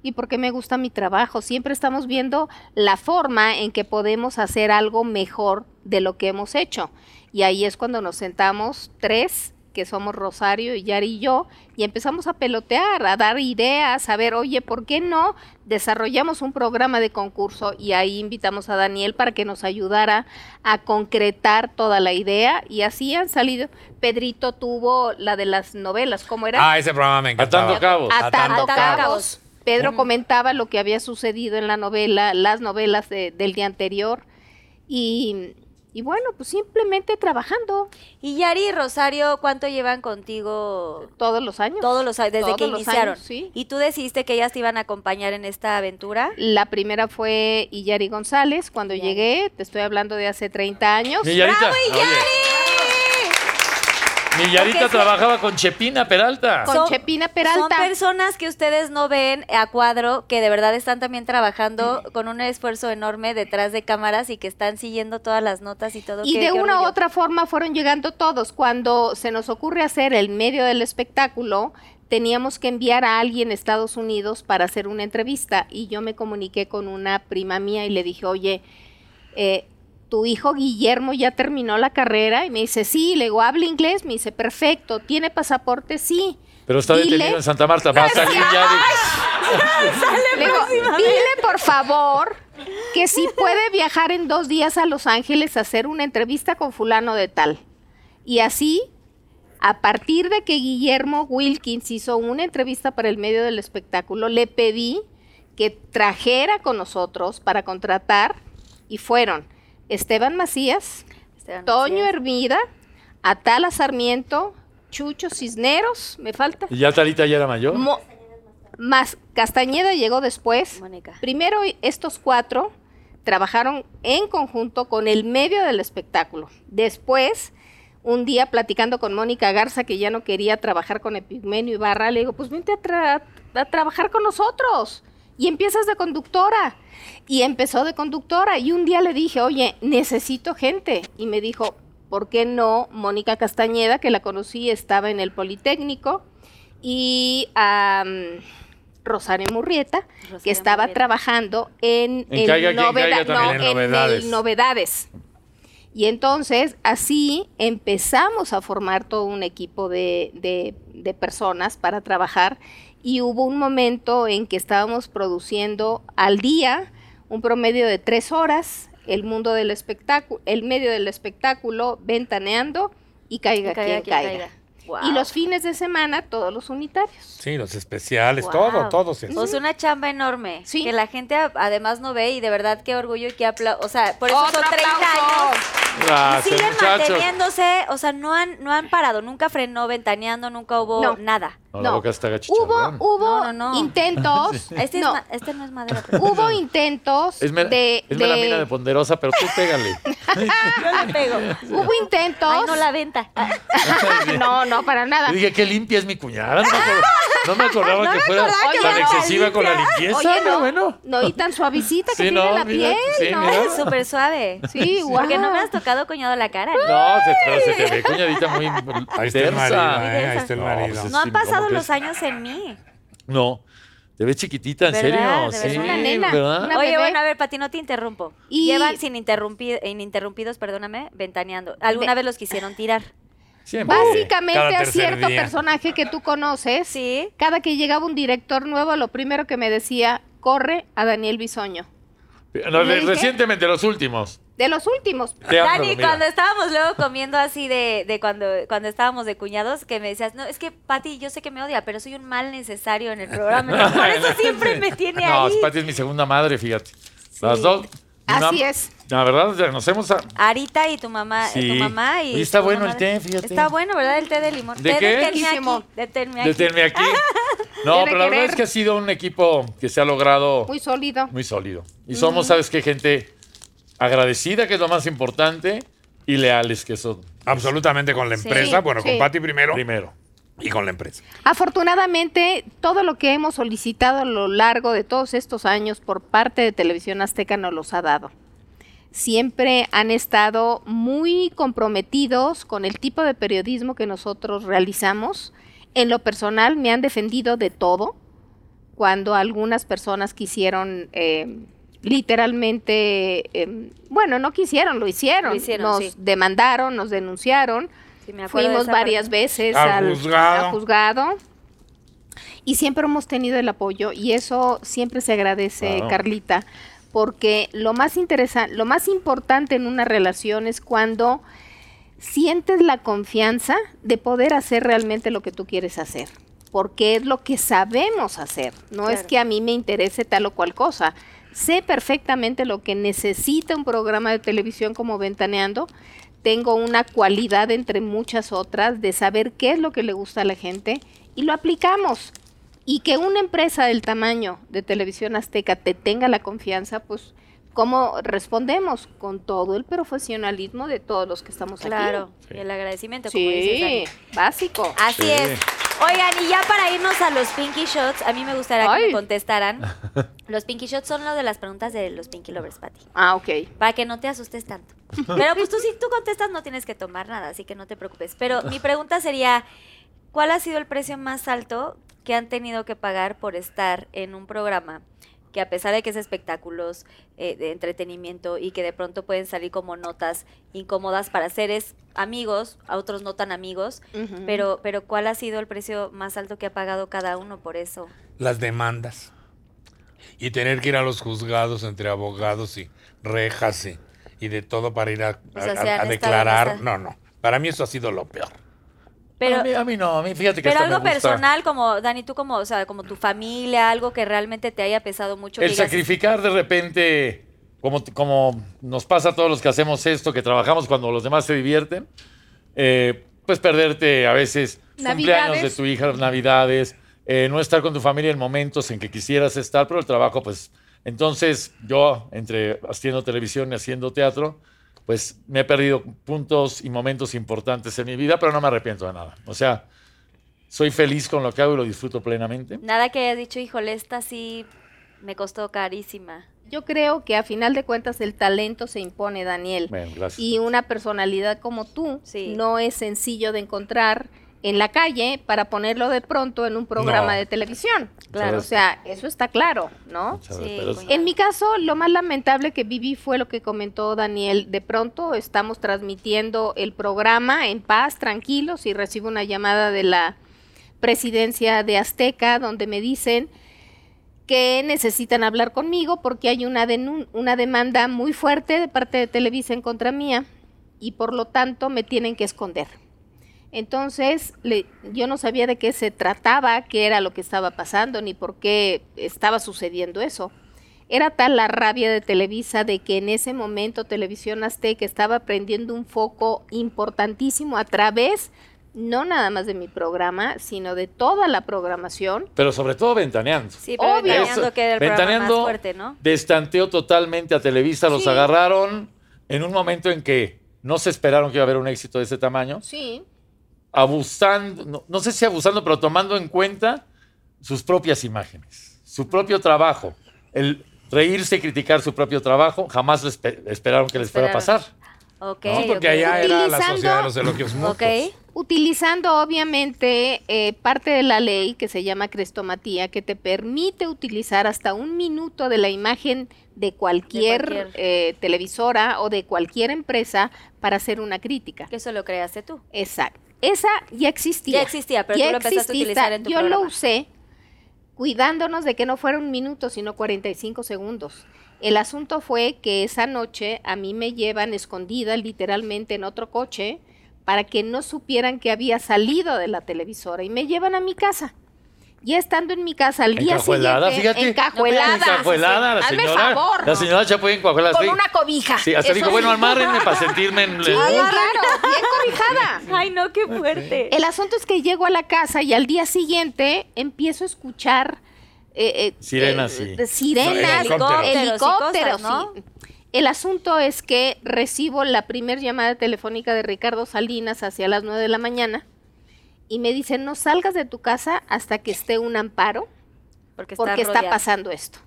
y porque me gusta mi trabajo. Siempre estamos viendo la forma en que podemos hacer algo mejor de lo que hemos hecho. Y ahí es cuando nos sentamos tres, que somos Rosario, Yari y yo, y empezamos a pelotear, a dar ideas, a ver, oye, ¿por qué no desarrollamos un programa de concurso? Y ahí invitamos a Daniel para que nos ayudara a concretar toda la idea. Y así han salido. Pedrito tuvo la de las novelas, ¿cómo era? Ah, ese programa me encantaba. Atando cabos. Atando Atando cabos. cabos. Pedro comentaba lo que había sucedido en la novela, las novelas de- del día anterior. Y, y bueno, pues simplemente trabajando Y Yari y Rosario, ¿cuánto llevan contigo? todos los años. Todos los años, desde Todos que los iniciaron. años, sí. Y tú decidiste que ellas te iban a acompañar en esta aventura. La primera fue Iyari González, cuando Iyari. llegué, te estoy hablando de hace 30 años. Mi Yarita, Ah, oye, mi Yarita Porque sí. trabajaba con Chepina Peralta. Con- Chepina Peralta. Son personas que ustedes no ven a cuadro, que de verdad están también trabajando con un esfuerzo enorme detrás de cámaras y que están siguiendo todas las notas y todo. Y Qué- de qué una u orgullo. otra forma fueron llegando todos. Cuando se nos ocurre hacer el medio del espectáculo, teníamos que enviar a alguien a Estados Unidos para hacer una entrevista. Y yo me comuniqué con una prima mía y le dije, oye, eh, tu hijo Guillermo ya terminó la carrera. Y me dice, sí, le digo, habla inglés. Me dice, perfecto, ¿tiene pasaporte? Sí. Pero está Dile- detenido en Santa Marta. Va a salir Yari. Le digo, dile por favor que si puede viajar en dos días a Los Ángeles a hacer una entrevista con fulano de tal. Y así, a partir de que Guillermo Wilkins hizo una entrevista para el medio del espectáculo, le pedí que trajera con nosotros para contratar y fueron Esteban Macías, Esteban Toño Macías. Hermida, Atala Sarmiento, Chucho Cisneros, me falta. Y ya Tarita ya era mayor. Mo- más Castañeda llegó después. Mónica. Primero estos cuatro trabajaron en conjunto con el medio del espectáculo. Después, un día platicando con Mónica Garza, que ya no quería trabajar con Epigmenio Ibarra, le digo, pues vente a, tra- a trabajar con nosotros. Y empiezas de conductora. Y empezó de conductora. Y un día le dije, oye, necesito gente. Y me dijo, ¿por qué no Mónica Castañeda, que la conocí, estaba en el Politécnico? Y am, Rosario Murrieta, que Rosario estaba Murrieta. trabajando en, En Caiga el Quien novela- Caiga también, no, en en el Novedades. novedades. Y entonces así empezamos a formar todo un equipo de, de- de personas para trabajar y hubo un momento en que estábamos produciendo al día un promedio de tres horas el mundo del espectáculo, el medio del espectáculo, ventaneando y caiga, Que caiga quien quien caiga. Guau. Y los fines de semana todos los unitarios. Sí, los especiales, Guau. Pues todo, todos O sea, esos. una chamba enorme. Sí. Que la gente a- además no ve y de verdad qué orgullo y qué aplauso. O sea, por eso ¡Otro son 30 aplauso! años. Y Gracias, siguen Ah, muchachos. manteniéndose, o sea, no han, no han parado, nunca frenó ventaneando, nunca hubo No. nada. No, la boca está Hubo, gachicharrón. hubo No, no, no. intentos. Este, no, Es ma- este no es madera. pero- hubo intentos Es, mel- de, es de- melamina de ponderosa, pero tú pégale. Apego. Hubo intentos. Ay, no la venta. Ah, no, no, para nada. Yo dije, qué limpia es mi cuñada. No me, acor- no me acordaba No que me fuera acordaba que tan era excesiva con la limpieza. Oye, no, no, bueno. no, y tan suavecita que Sí, tiene no, la mira, piel, sí, ¿no? mira. es súper suave. Sí, guau. Porque no me has tocado coñado la cara. ¿no? No, se, pero se te ve cuñadita muy Ahí está el marido, tersa. eh, ahí está el No, marido. pues No han Sí, ¿cómo pasado crees? los años en mí. No, te ves chiquitita, en ¿Verdad? serio. De Sí, verdad. Una nena, ¿verdad? una- Oye, bebé. bueno, a ver, Pati, no te interrumpo. Y- Llevan sin interrumpi- ininterrumpidos, perdóname, ventaneando. ¿Alguna Ve- vez los quisieron tirar? Siempre. Básicamente Cada a tercer cierto día. personaje que tú conoces, Sí. cada que llegaba un director nuevo, lo primero que me decía, corre a Daniel Bisoño. No, ¿Le re- dije? recientemente, los últimos. De los últimos. Te amo, Dani, mira. cuando estábamos luego comiendo así de, de cuando, cuando estábamos de cuñados, que me decías, no, es que Pati, yo sé que me odia, pero soy un mal necesario en el programa. Por eso siempre me tiene No, ahí. Pati es mi segunda madre, fíjate. Las dos. Así una- es. La verdad, nos hemos... a- Arita y tu mamá, eh, Sí. tu mamá y. Oye, está tu bueno mamá el de- té, fíjate. Está bueno, ¿verdad? El té de limón. ¿De té qué? De termiaki. Riquísimo. De termiaki. Deténme aquí. No, Tiene pero la verdad que ver. es que ha sido un equipo que se ha logrado Muy sólido. muy sólido. Y somos, ¿sabes qué? Gente agradecida, que es lo más importante, y leales, que eso Absolutamente con la empresa. Sí, bueno, sí. con Pati primero primero. y con la empresa. Afortunadamente, todo lo que hemos solicitado a lo largo de todos estos años por parte de Televisión Azteca nos los ha dado. Siempre han estado muy comprometidos con el tipo de periodismo que nosotros realizamos. En lo personal, me han defendido de todo. Cuando algunas personas quisieron eh, literalmente, eh, bueno, no quisieron, lo hicieron. Lo hicieron, nos sí. demandaron, nos denunciaron. Sí, me acuerdo de Fuimos esa varias parte. veces Al al juzgado. al juzgado. Y siempre hemos tenido el apoyo y eso siempre se agradece, Claro. Carlita, porque lo más interesante, lo más importante en una relación es cuando sientes la confianza de poder hacer realmente lo que tú quieres hacer, porque es lo que sabemos hacer. No es Claro. que a mí me interese tal o cual cosa. Sé perfectamente lo que necesita un programa de televisión como Ventaneando. Tengo una cualidad entre muchas otras de saber qué es lo que le gusta a la gente y lo aplicamos. Y que una empresa del tamaño de Televisión Azteca te tenga la confianza, pues, ¿cómo respondemos? Con todo el profesionalismo de todos los que estamos aquí. Claro. Y el agradecimiento, como dices, Dani. Ah. Sí, básico. Así Sí. es. Oigan, y ya para irnos a los Pinky Shots, a mí me gustaría que Ay. me contestaran. Los Pinky Shots son lo de las preguntas de los Pinky Lovers, Patty. Ah, ok. Para que no te asustes tanto. Pero pues tú si tú contestas no tienes que tomar nada, así que no te preocupes. Pero mi pregunta sería, ¿cuál ha sido el precio más alto que han tenido que pagar por estar en un programa que a pesar de que es espectáculos eh, de entretenimiento y que de pronto pueden salir como notas incómodas para seres amigos, a otros no tan amigos, Ujú. pero, pero ¿cuál ha sido el precio más alto que ha pagado cada uno por eso? Las demandas. Y tener que ir a los juzgados entre abogados y rejas y, y de todo para ir a, O sea, se a- Pues han a estado en declarar. esa- No, no. Para mí eso ha sido lo peor. a, Pero, mí, a mí no, a mí fíjate que pero hasta me algo gusta. personal como, Dani, tú como, o sea, como tu familia, algo que realmente te haya pesado mucho. que El digas, sacrificar de repente, como, como nos pasa a todos los que hacemos esto, que trabajamos cuando los demás se divierten, eh, pues perderte a veces cumpleaños de Navidades. tu hija, navidades, eh, no estar con tu familia en momentos en que quisieras estar, pero el trabajo, pues. Entonces, yo, entre haciendo televisión y haciendo teatro, pues me he perdido puntos y momentos importantes en mi vida, pero no me arrepiento de nada. O sea, soy feliz con lo que hago y lo disfruto plenamente. Nada que hayas dicho, híjole, esta sí me costó carísima. Yo creo que a final de cuentas el talento se impone, Daniel. Bueno, gracias. Y una personalidad como tú Sí. no es sencillo de encontrar en la calle para ponerlo de pronto en un programa No. de televisión. Claro. O sea, eso está claro, ¿no? Muchas Sí, gracias, pero es- coño. En mi caso, lo más lamentable que viví fue lo que comentó Daniel. De pronto estamos transmitiendo el programa en paz, tranquilos, y recibo una llamada de la presidencia de Azteca donde me dicen que necesitan hablar conmigo porque hay una, denun- una demanda muy fuerte de parte de Televisa en contra mía y por lo tanto me tienen que esconder. Entonces, le- yo no sabía de qué se trataba, qué era lo que estaba pasando, ni por qué estaba sucediendo eso. Era tal la rabia de Televisa de que en ese momento Televisión Azteca estaba prendiendo un foco importantísimo a través, no nada más de mi programa, sino de toda la programación. pero sobre todo ventaneando. Sí, pero Obvio. ventaneando Eso, que era el programa más Ventaneando fuerte, ¿no? destanteo totalmente a Televisa, los Sí. agarraron en un momento en que no se esperaron que iba a haber un éxito de ese tamaño, Sí. abusando, no, no sé si abusando, pero tomando en cuenta sus propias imágenes, su propio trabajo. El reírse y criticar su propio trabajo, jamás les pe- esperaron que les fuera a Esperaron. pasar. Ok. Sí, porque ok. allá era la Utilizando- sociedad de los elogios mutuos. Ok. Utilizando obviamente eh, parte de la ley que se llama crestomatía, que te permite utilizar hasta un minuto de la imagen de cualquier, cualquier. eh, televisora o de cualquier empresa para hacer una crítica. Que eso lo creaste tú. Exacto. Esa ya existía. Ya existía, pero tú lo empezaste a utilizar en tu Yo lo programa. usé cuidándonos de que no fuera un minuto, sino 45 segundos. El asunto fue que esa noche a mí me llevan escondida literalmente en otro coche para que no supieran que había salido de la televisora y me llevan a mi casa. Ya estando en mi casa al día Encajuelada, siguiente, fíjate. encajuelada, Encajuelada, la hazme señora. favor, La señora Chapoy encajuelada. con sí. una cobija. Sí, hasta Eso dijo, bueno, ¿eh?". sí. amárrenme para sentirme en... Sí, claro, bien cobijada. Ay, no, qué fuerte. El asunto es que llego a la casa y al día siguiente empiezo a escuchar eh, eh, Sirenas, eh, sí. sirenas, Helicópteros. helicópteros, Helicópteros y cosas, sí. El asunto es que recibo la primera llamada telefónica de Ricardo Salinas hacia las 9 de la mañana y me dice, no salgas de tu casa hasta que esté un amparo Porque está, porque está rodeado. pasando esto.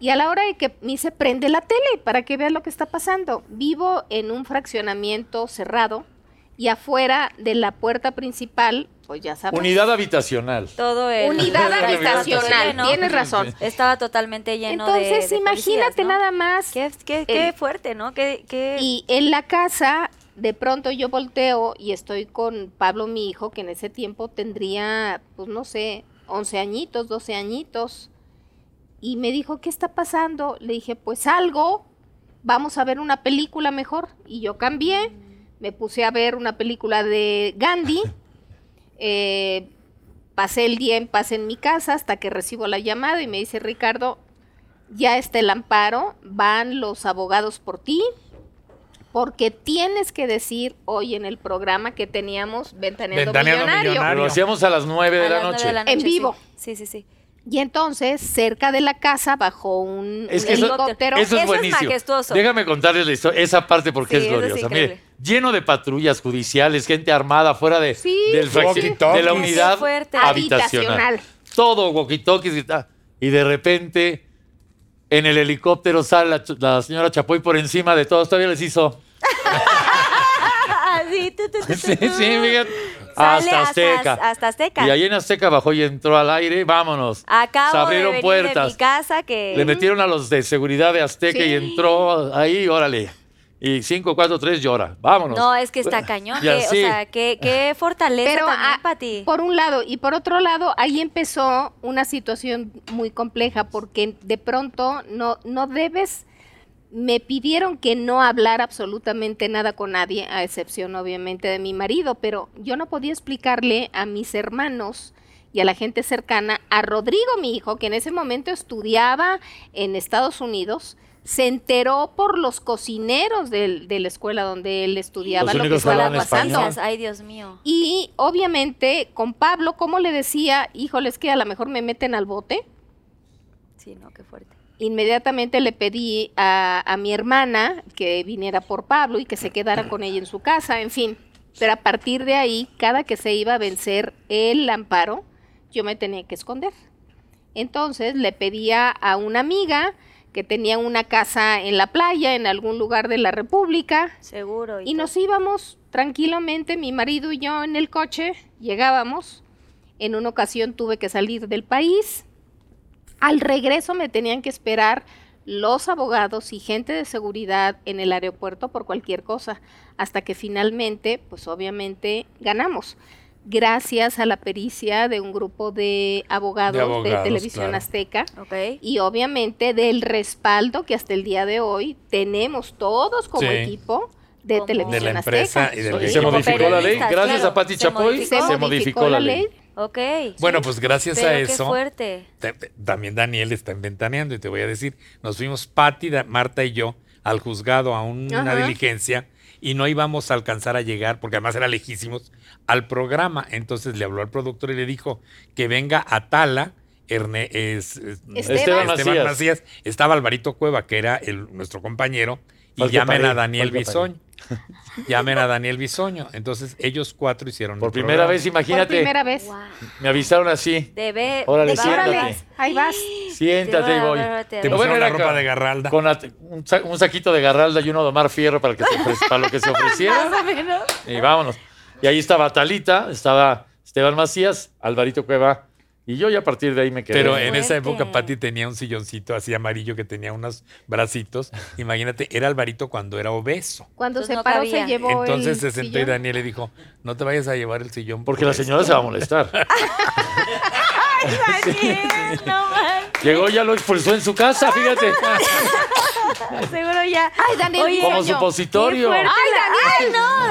Y a la hora de que me se prende la tele para que veas lo que está pasando. Vivo en un fraccionamiento cerrado y afuera de la puerta principal, pues ya sabes. Unidad habitacional. Todo el- Unidad el- habitacional, ¿no? tienes razón. Estaba totalmente lleno de- Entonces, de imagínate policías, ¿no? nada más. Qué, qué- Eh, qué fuerte, ¿no? Qué, qué- Y en la casa, de pronto yo volteo y estoy con Pablo, mi hijo, que en ese tiempo tendría, pues no sé, 11 añitos, 12 añitos. Y me dijo, ¿qué está pasando? Le dije, pues algo, vamos a ver una película mejor. Y yo cambié, me puse a ver una película de Gandhi. Eh, pasé el día en paz en mi casa hasta que recibo la llamada y me dice, Ricardo, ya está el amparo, van los abogados por ti, porque tienes que decir hoy en el programa que teníamos Ventaneando, Ventaneando Millonario. Millonario. Lo hacíamos a las nueve de, a la las nueve noche. de la noche, En sí. vivo. Sí, sí, sí. Y entonces, cerca de la casa, bajó un, Es un que eso- helicóptero. Eso es Eso es buenísimo. majestuoso. Déjame contarles la historia, esa parte porque Sí, es eso es gloriosa. increíble. Mire, lleno de patrullas judiciales, gente armada fuera de, Sí, del sí. fracci- de la Walkie-talkies. unidad Qué fuerte. habitacional. Todo walkie-talkies y tal. Y de repente, en el helicóptero sale la, ch- la señora Chapoy por encima de todos. Todavía les hizo. Ah, sí, tu, tu, tu, tu, Sí, tu. sí, fíjate. Sale Hasta Azteca. Hasta Azteca. Y ahí en Azteca bajó y entró al aire. Vámonos. Acabo Se abrieron de venir de puertas. mi casa que... Le metieron a los de seguridad de Azteca Sí. y entró ahí, órale. Y 5, 4, 3 llora. Vámonos. No, es que está cañón. Y que, o así. sea, qué, qué fortaleza Pero también, ah, Pati. por un lado, y por otro lado, ahí empezó una situación muy compleja porque de pronto no, no debes, me pidieron que no hablara absolutamente nada con nadie, a excepción obviamente de mi marido, pero yo no podía explicarle a mis hermanos y a la gente cercana, a Rodrigo, mi hijo, que en ese momento estudiaba en Estados Unidos, se enteró por los cocineros del- de la escuela donde él estudiaba Los lo que únicos que estaba hablaban pasando. español. Ay, Dios mío. Y obviamente con Pablo, como le decía, híjoles que a lo mejor me meten al bote, Sí, no, qué fuerte. inmediatamente le pedí a, a mi hermana que viniera por Pablo y que se quedara con ella en su casa, en fin. Pero a partir de ahí, cada que se iba a vencer el amparo, yo me tenía que esconder. Entonces le pedía a una amiga que tenía una casa en la playa, en algún lugar de la República, Seguro. y todo. nos íbamos tranquilamente, mi marido y yo en el coche, llegábamos. En una ocasión tuve que salir del país. Al regreso me tenían que esperar los abogados y gente de seguridad en el aeropuerto por cualquier cosa, hasta que finalmente, pues obviamente, ganamos. Gracias a la pericia de un grupo de abogados de, abogados, Televisión claro. Azteca Ok. y obviamente del respaldo que hasta el día de hoy tenemos todos como Sí. equipo de Como- De Televisión la empresa Azteca. y del Y medio. se modificó la ley. Periodistas, Gracias claro. a Pati Se Chapoy. modificó. Se modificó la ley. Ok. Bueno, pues gracias Pero a qué eso. fuerte. te- te- también Daniel está inventaneando y te voy a decir, nos fuimos Patti, Da- Marta y yo al juzgado a un- una Ajá. diligencia y no íbamos a alcanzar a llegar, porque además era lejísimos, al programa. Entonces le habló al productor y le dijo que venga a Tala Erne- es- es- Esteban. Macías. Macías, estaba Alvarito Cueva, que era el- nuestro compañero, y Falso llamen a parejo, Daniel falso Bisoño. Llamen a Daniel Bisoño. Entonces, ellos cuatro hicieron Por el primera programa. vez, Por imagínate, primera vez. me avisaron así. Debe. Órale, de- siéntate. Órale, ahí vas. Siéntate y voy. Te Lo pusieron bueno la era ropa con- de Garralda. Con at- un, sa- un saquito de garralda y uno de Omar Fierro para, el que se ofre- para lo que se ofreciera. Y vámonos. Y ahí estaba Talita, estaba Esteban Macías, Alvarito Cueva y yo, y a partir de ahí me quedé. Pero eh, Qué en esa época fuerte. Patti tenía un silloncito así amarillo que tenía unos bracitos. Imagínate, era Alvarito cuando era obeso. Cuando Entonces se no paró cabía. se llevó Entonces el se sentó y sillón. Daniel le dijo, no te vayas a llevar el sillón. porque la señora se va a molestar. Daniel, no manches, Llegó, ya lo expulsó en su casa, fíjate. seguro ya. Ay, Daniel, Como Bisoño. supositorio. ¡Ay, Daniel! ¡Ay, no,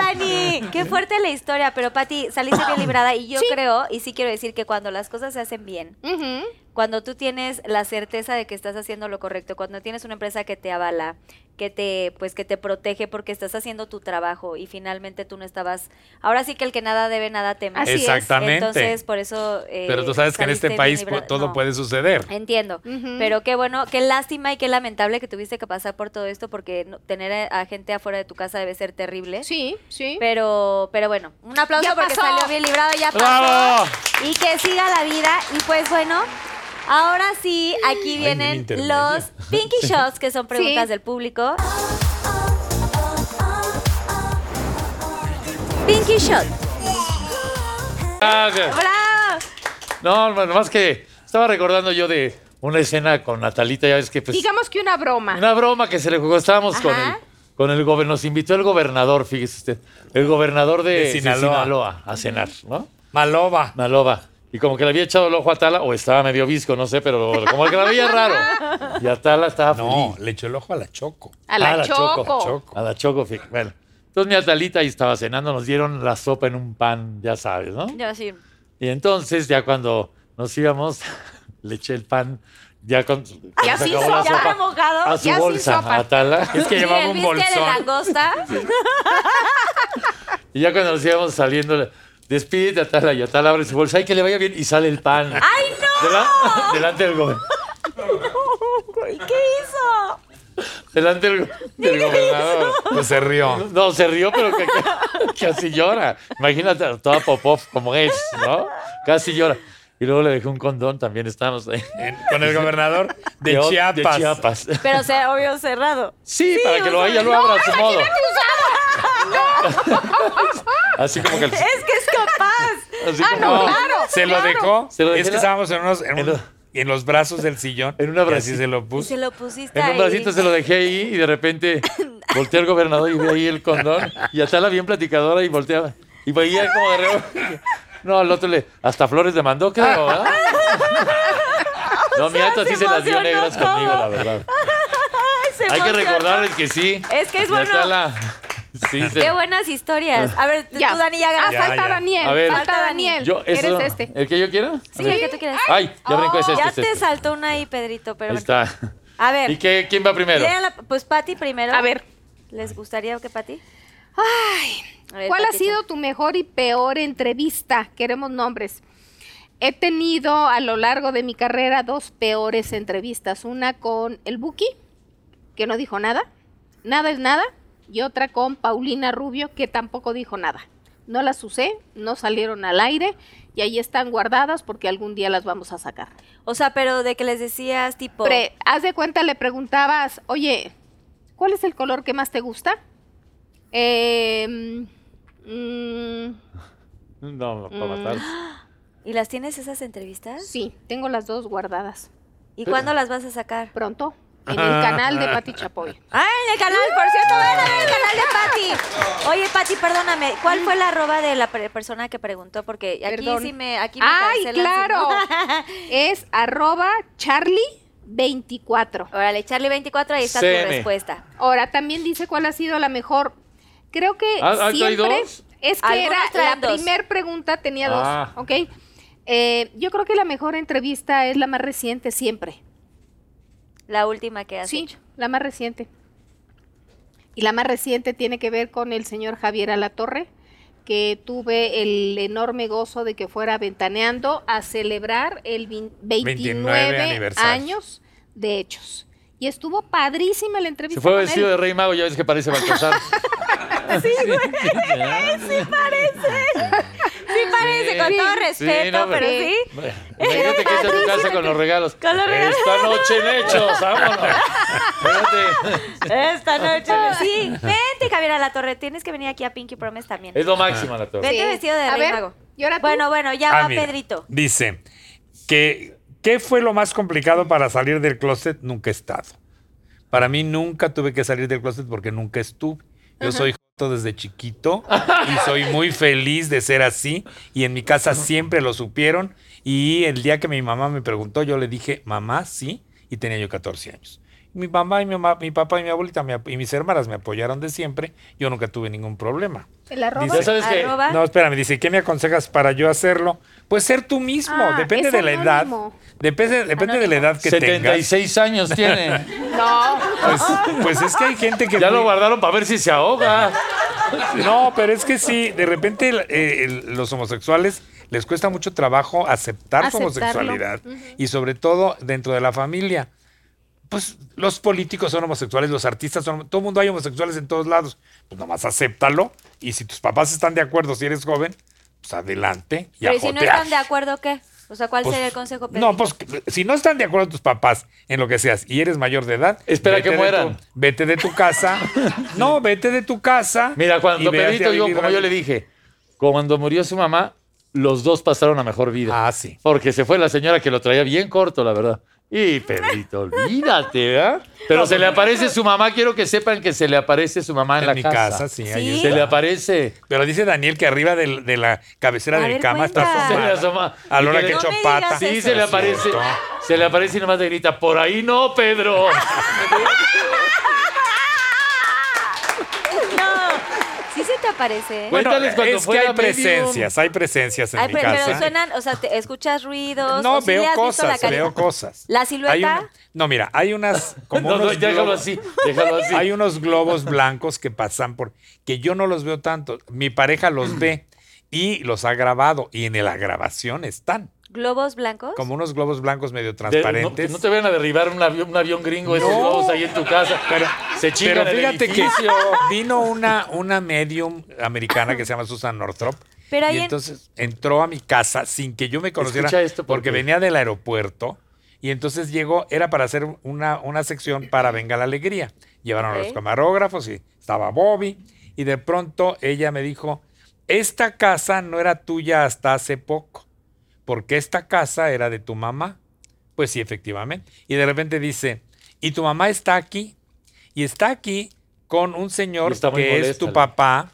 Dani! Qué fuerte la historia, pero Pati, saliste bien librada y yo creo, y sí quiero decir que cuando las cosas se hacen bien, Ujú. cuando tú tienes la certeza de que estás haciendo lo correcto, cuando tienes una empresa que te avala, que te, pues, que te protege porque estás haciendo tu trabajo y finalmente tú no estabas. Ahora sí que el que nada debe, nada teme. Así es. Exactamente. Entonces, por eso. eh, Pero tú sabes que en saliste este bien país librada. pu- todo No. puede suceder. Entiendo, Ujú. pero qué bueno, qué lástima y qué lamentable que tuviste que pasar por todo esto porque no- tener a a gente afuera de tu casa debe ser terrible. Sí, sí. pues Pero, pero bueno, un aplauso Ya porque pasó. salió bien librado, ya pasó. ¡Bravo! Y que siga la vida. Y pues bueno, ahora sí, aquí ni vienen intermedio. los Pinky Shots, que son preguntas Sí. del público. Pinky Shot. Gracias. ¡Bravo! Ah, No, hermano, más que estaba recordando yo de una escena con Natalita, ya ves que pues. Digamos que una broma. Una broma que se le jugó. Estábamos con el, Ajá. con el gober- Nos invitó el gobernador, fíjese usted. El gobernador de, De de Sinaloa. Sinaloa. a cenar, ¿no? Maloba. Maloba. Y como que le había echado el ojo a Tala, o estaba medio visco, no sé, pero como que la veía raro. Y a Tala estaba No, feliz. le echó el ojo a la Choco. A la, Ah, choco. Choco. A la Choco, fíjate. Bueno. Entonces mi Atalita ahí estaba cenando, nos dieron la sopa en un pan, ya sabes, ¿no? Yo sí. Y entonces ya cuando nos íbamos, le eché el pan, ya con... Ya se se acabó hizo, la ya sopa, remojado, A su ya se bolsa, hizo, pa. a ¿eh? Tala. Es que Y llevaba el un bistec de bolsón. langosta. Y ya cuando nos íbamos saliendo, le- despídete a Tala y a Tala abre su bolsa, ay, que le vaya bien, y sale el pan. ¡Ay, no! Delan- delante del gobernador. ¿Y qué hizo? Delante del, go- del gobernador. Pues se rió. No, se rió, pero que, que- casi llora. Imagínate toda Popov como es, ¿no? Casi llora. Y luego le dejé un condón, también estábamos ahí. En- Con el gobernador de, o- Chiapas. De Chiapas. Pero se obvio cerrado. Sí, para que lo haya lo abra a su modo. Así como que el- Es ah, que es capaz. así como- No, se lo dejó. Se lo es dejé que la- estábamos en, unos, en, en un- lo- en los brazos del sillón. En una y así bracita. se lo Y se puso. lo pusiste Pues, En un ahí. bracito se lo dejé ahí y de repente volteé al gobernador y vi ahí el condón y hasta la bien platicadora y volteaba. Y veía como de reo. No, al otro le. Hasta flores le mandó, creo, ¿verdad? No, mi alto se sí se las dio emocionó negras conmigo, todo. la verdad. Ay, se Hay que emocionó. recordarles que sí. Es que es mi bueno. Atala, sí, se- Qué buenas historias. A ver, Ya. tú, Dani, ya Ah, agarras. Ya, falta ya. Daniel. A ver. Falta Falta Daniel. Yo, Eres eso- este. ¿El que yo quiero? Sí, el que tú quieras. Ay, ya brinco, es este. ya es te este. saltó una ahí, Pedrito, pero Ahí bueno. está. A ver. ¿Y qué, quién va primero? Lea la- pues Pati primero. A ver. ¿Les gustaría que Pati? Ay, ¿Cuál ha sido tu mejor y peor entrevista? Queremos nombres. He tenido a lo largo de mi carrera dos peores entrevistas. Una con el Buki, que no dijo nada. Nada es nada. Y otra con Paulina Rubio, que tampoco dijo nada. No las usé, no salieron al aire y ahí están guardadas porque algún día las vamos a sacar. O sea, pero de que les decías, tipo. Pre- haz de cuenta, le preguntabas, oye, ¿cuál es el color que más te gusta? Eh, mm, No, no, para Mm. matar. ¿Y las tienes esas entrevistas? Sí, tengo las dos guardadas. ¿Y cuándo las vas a sacar? Pronto. En Ah. el canal de Pati Chapoy. Ah, en el canal, por cierto, vayan a ver el canal de Pati. Oye, Pati, perdóname, ¿cuál fue la arroba de la pre- persona que preguntó? Porque aquí Perdón. sí me, aquí me ¡Ay, cancelan si claro! no. Es arroba charlie24. Órale, Charlie24, ahí está CM. tu respuesta. Ahora, también dice cuál ha sido la mejor. Creo que ¿Ah, ah, trae siempre... dos? Es que Algunos era la traen dos. primera pregunta, tenía Ah. dos, ¿ok? Eh, yo creo que la mejor entrevista es la más reciente siempre. La última que has sí, hecho. la más reciente. Y la más reciente tiene que ver con el señor Javier Alatorre, que tuve el enorme gozo de que fuera ventaneando a celebrar el vin- 29 29 aniversario. años de hechos. Y estuvo padrísima la entrevista. Se fue con vestido él. de rey mago, ya ves que parece Baltasar. Sí parece, con Sí, todo sí, respeto, no, pero pero- sí. Bueno, Imagínate que está en tu casa con los regalos. Eh, Con los regalos. Esta noche en hechos, vámonos. Fíjate, Esta noche. Sí, vente, Javier, a la torre. Tienes que venir aquí a Pinky Promise también. Es lo máximo la torre. Vente Sí. vestido de A rey ver, mago. ¿y ahora tú? Bueno, bueno, ya Ah, va mira, Pedrito. Dice que ¿qué fue lo más complicado para salir del closet? Nunca he estado. Para mí nunca tuve que salir del closet porque nunca estuve. Yo soy joto desde chiquito y soy muy feliz de ser así y en mi casa siempre lo supieron y el día que mi mamá me preguntó yo le dije, "Mamá, sí", y tenía yo 14 años. Mi mamá y mi, mamá- mi papá y mi abuelita me ap- y mis hermanas me apoyaron de siempre. Yo nunca tuve ningún problema. El arroba. Dice- Ya sabes que Arroba. No, espérame, dice, ¿qué me aconsejas para yo hacerlo? Pues ser tú mismo, Ah, depende es de la edad. anónimo. Depende, depende de la edad que tengas. 76 años tiene. No, Pues, pues es que hay gente que... Ya lo muy- guardaron para ver si se ahoga. No, pero es que sí, de repente el- eh, el- los homosexuales les cuesta mucho trabajo aceptar su Aceptarlo. homosexualidad y sobre todo dentro de la familia. Pues los políticos son homosexuales, los artistas son, todo el mundo hay homosexuales en todos lados. Pues nomás acéptalo y si tus papás están de acuerdo, si eres joven, pues adelante y a Pero ¿y si no jotear. están de acuerdo, ¿qué? O sea, ¿cuál Pues, sería el consejo, Pedrito? No, pues que- si no están de acuerdo tus papás en lo que seas y eres mayor de edad, Espera que de mueran. tu- vete de tu casa. no, vete de tu casa. Mira, y cuando vete a Pedrito, yo, vivir como la- yo le dije, cuando murió su mamá, los dos pasaron a mejor vida. Ah, sí. Porque se fue la señora que lo traía bien corto, la verdad. Y Pedrito, olvídate, ¿verdad? Pero se le pues, aparece su mamá, quiero que sepan que se le aparece su mamá en, En la mi casa. casa, sí, ahí Se está. le aparece. Pero dice Daniel que arriba del- de, la cabecera A de mi ver, cama está cuenta. Se le asomada. asoma. A la hora que No echó me pata. digas Sí, eso. se le Ah, Es aparece. cierto. Se le aparece y nomás le grita, por ahí no, Pedro. Sí se te aparece. ¿eh? Bueno, Cuéntales cuando es fue que hay la medium. presencias, hay presencias en Ay, mi pero, pero casa. suenan, o sea, te- escuchas ruidos. no, o sí veo le has visto la cosas, carita. veo cosas. ¿La Hay una- silueta? no, mira, hay unas como No, no, unos déjalo globos- así, déjalo así. Hay unos globos blancos que pasan por que yo no los veo tanto. Mi pareja los ve y los ha grabado y en la grabación están ¿Globos blancos? como unos globos blancos medio De- transparentes. No, no te vayan a derribar un avión, un avión gringo esos No. globos ahí en tu casa. Pero, se chingan pero el fíjate que edificio. vino una, una medium americana que se llama Susan Northrop. Pero ahí y en- entonces entró a mi casa sin que yo me conociera. Escucha esto, porque porque- venía del aeropuerto. Y entonces llegó, era para hacer una, una sección para Venga la Alegría. Llevaron a los Ok. camarógrafos y estaba Bobby. Y de pronto ella me dijo: Esta casa no era tuya hasta hace poco, porque esta casa era de tu mamá. Pues sí, efectivamente. Y de repente dice, y tu mamá está aquí, y está aquí con un Y señor que está muy es molesta, tu la- papá,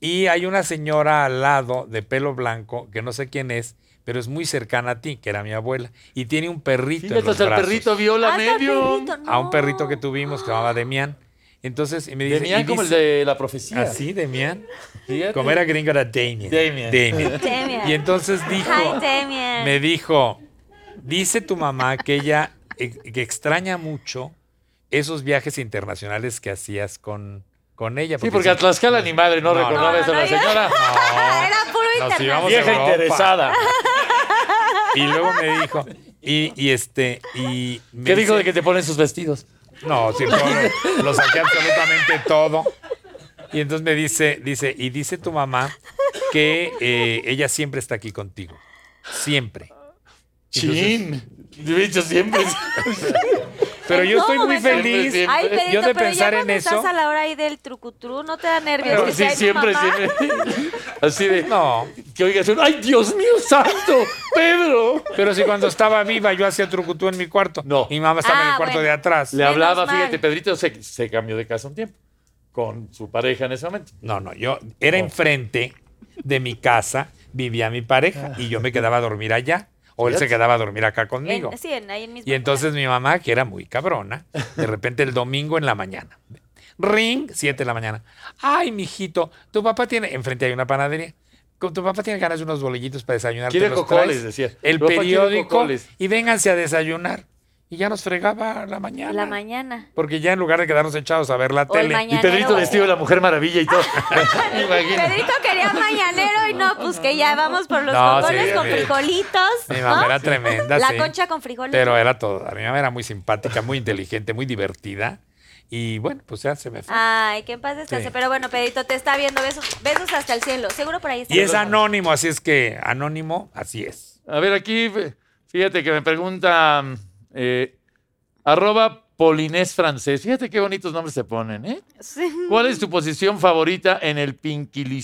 y hay una señora al lado de pelo blanco, que no sé quién es, pero es muy cercana a ti, que era mi abuela, y tiene un perrito. en Fíjate, los hasta el brazos, perrito vio la Hasta el medium. perrito, A un perrito que Ah, no. tuvimos que se llamaba Demian. Entonces, y me dice, Venía y como el dice- de la profecía. Así, Demian. Fíjate. Como era gringo, era Damien. Damien. Damien. Y entonces dijo, Hi, Damien. me dijo, dice tu mamá que ella ex- que extraña mucho esos viajes internacionales que hacías con, con ella. Sí, porque a Tlaxcala ni madre no, No, recordaba no, eso no, la yo- señora. Era puro Nos internet. íbamos Vieja a Europa. interesada. Y luego me dijo, y, y este, y... me ¿Qué dijo dice- de que te ponen sus vestidos? No, sí, todo. lo saqué absolutamente todo. Y entonces me dice, dice, y dice tu mamá que eh, ella siempre está aquí contigo. Siempre. Chin. De hecho, siempre. Pero ¿En yo todo estoy muy momento? feliz. Eh, Siempre, Ay, siempre. Pedrito, Yo de pero pensar ya en cuando estás eso- a la hora ahí del trucutrú, ¿no te da nervios? que sí, sea tu siempre, mamá? siempre. Así de. No. Que oigas, un, ¡ay, Dios mío santo! ¡Pedro! Pero si cuando estaba viva yo hacía trucutú en mi cuarto. No. Mi mamá estaba en Ah, el cuarto bueno. de atrás. Le hablaba, mal. fíjate, Pedrito se, se cambió de casa un tiempo con su pareja en ese momento. No, no, yo era No. enfrente de mi casa, vivía mi pareja y yo me quedaba a dormir allá. O él se Fíjate. quedaba a dormir acá En- conmigo. sí, en, ahí en mis Y entonces mi mamá, que era muy cabrona, de repente el domingo en la mañana. Ring, 7 de la mañana. Ay, mijito, tu papá tiene. Enfrente hay una panadería. "Con- Tu papá tiene ganas de unos bolillitos para desayunar. ¿te Quiere los cocoles, traes? decía. El Tu papá quiere periódico. cocoles. Y vénganse a desayunar. y ya nos fregaba la mañana. La mañana. Porque ya en lugar de quedarnos echados a ver la O el tele. Y mañanero, Pedrito güey. vestido de la Mujer Maravilla y todo. Me imagino. Pedrito quería mañanero y no, pues que ya vamos por los No, bombones sí, con sí. frijolitos. Mi mamá ¿no? era tremenda, ¿Ah? La sí. concha con frijoles. Pero era todo. Mi mamá era muy simpática, muy inteligente, muy divertida. Y bueno, pues ya se me fue. Ay, que en paz descanse. Sí. Pero bueno, Pedrito, te está viendo. Besos, besos hasta el cielo. Seguro por ahí está. y es anónimo, así es que anónimo, así es. A ver, aquí, fíjate que me pregunta eh, arroba polinés francés. Fíjate qué bonitos nombres se ponen, ¿eh? Sí. ¿Cuál es tu posición favorita en el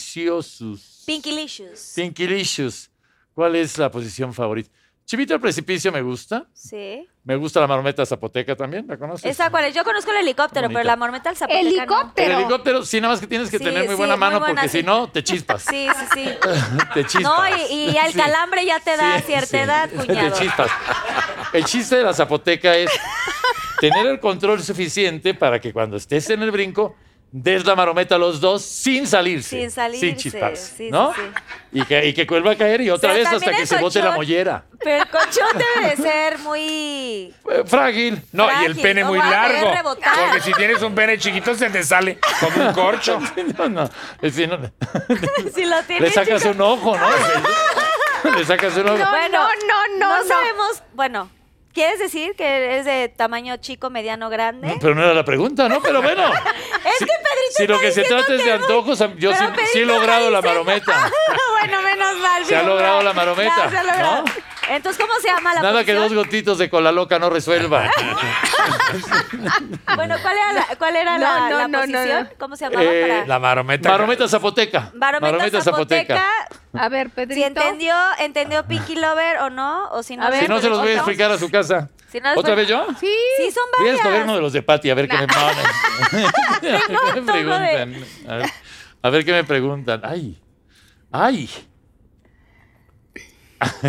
Pinkiliciosus? Pinkilicious. Pinkilicious. ¿Cuál es la posición favorita? Chivito al precipicio me gusta. Sí. Me gusta la marmeta zapoteca también, ¿la conoces? ¿Esa cuál es? Yo conozco el helicóptero, Bonita. pero la mormeta al zapoteca no. El Helicóptero. helicóptero, sí, nada más que tienes que Sí, tener muy sí, buena muy mano buena, porque sí. si no, te chispas. Sí, sí, sí. te chispas. No, y, y al Sí. calambre ya te da Sí, Este cierta sí. edad, cuñado. Te chispas. El chiste de la zapoteca es tener el control suficiente para que cuando estés en el brinco des la marometa a los dos sin salirse. Sin salirse, Sin chispas, sí, sí, ¿no? sí. Y que, y que vuelva a caer y otra Pero vez hasta también que el se bote la colchón. mollera. Pero el colchón debe de ser muy... Eh, Frágil. No, y el Frágil, pene no muy va a poder largo. rebotar. Porque si tienes un pene chiquito, se te sale como un corcho. No, no. Es decir, no- si lo Le tienes, sacas chicos. un ojo, ¿no? Le sacas un ojo. No, Bueno, no, no, no, no. sabemos... Bueno, ¿quieres decir que es de tamaño chico, mediano, grande? No, pero no era la pregunta, ¿no? Pero bueno. Es si, que Pedrito si lo está que se diciendo trata es que de no. antojos, yo Pero sí, sí he Pedrito está logrado la diciendo- Ah, marometa. bueno, menos mal. Se ha bien, logrado mal. la marometa, No, se ha logrado. ¿no? Entonces, ¿cómo se llama la Nada que dos posición? gotitos de cola loca no resuelva. Bueno, ¿cuál era la, cuál era No, la, no, la no, no, posición? no. ¿Cómo se llamaba? Eh, para... La marometa. Marometa zapoteca. Barometa, zapoteca. A ver, Si Pedrito. entendió, entendió Pinky Lover o no, o si no. A ver, Si no, se los voy a otra- explicar a su casa. Si no les ¿Otra voy- vez yo? Sí. Sí, son Voy a escoger varias. uno de los de Pati, a ver qué me Tengo preguntan. ¿Qué me otro de- preguntan? A ver, a ver qué me preguntan. Ay, ay.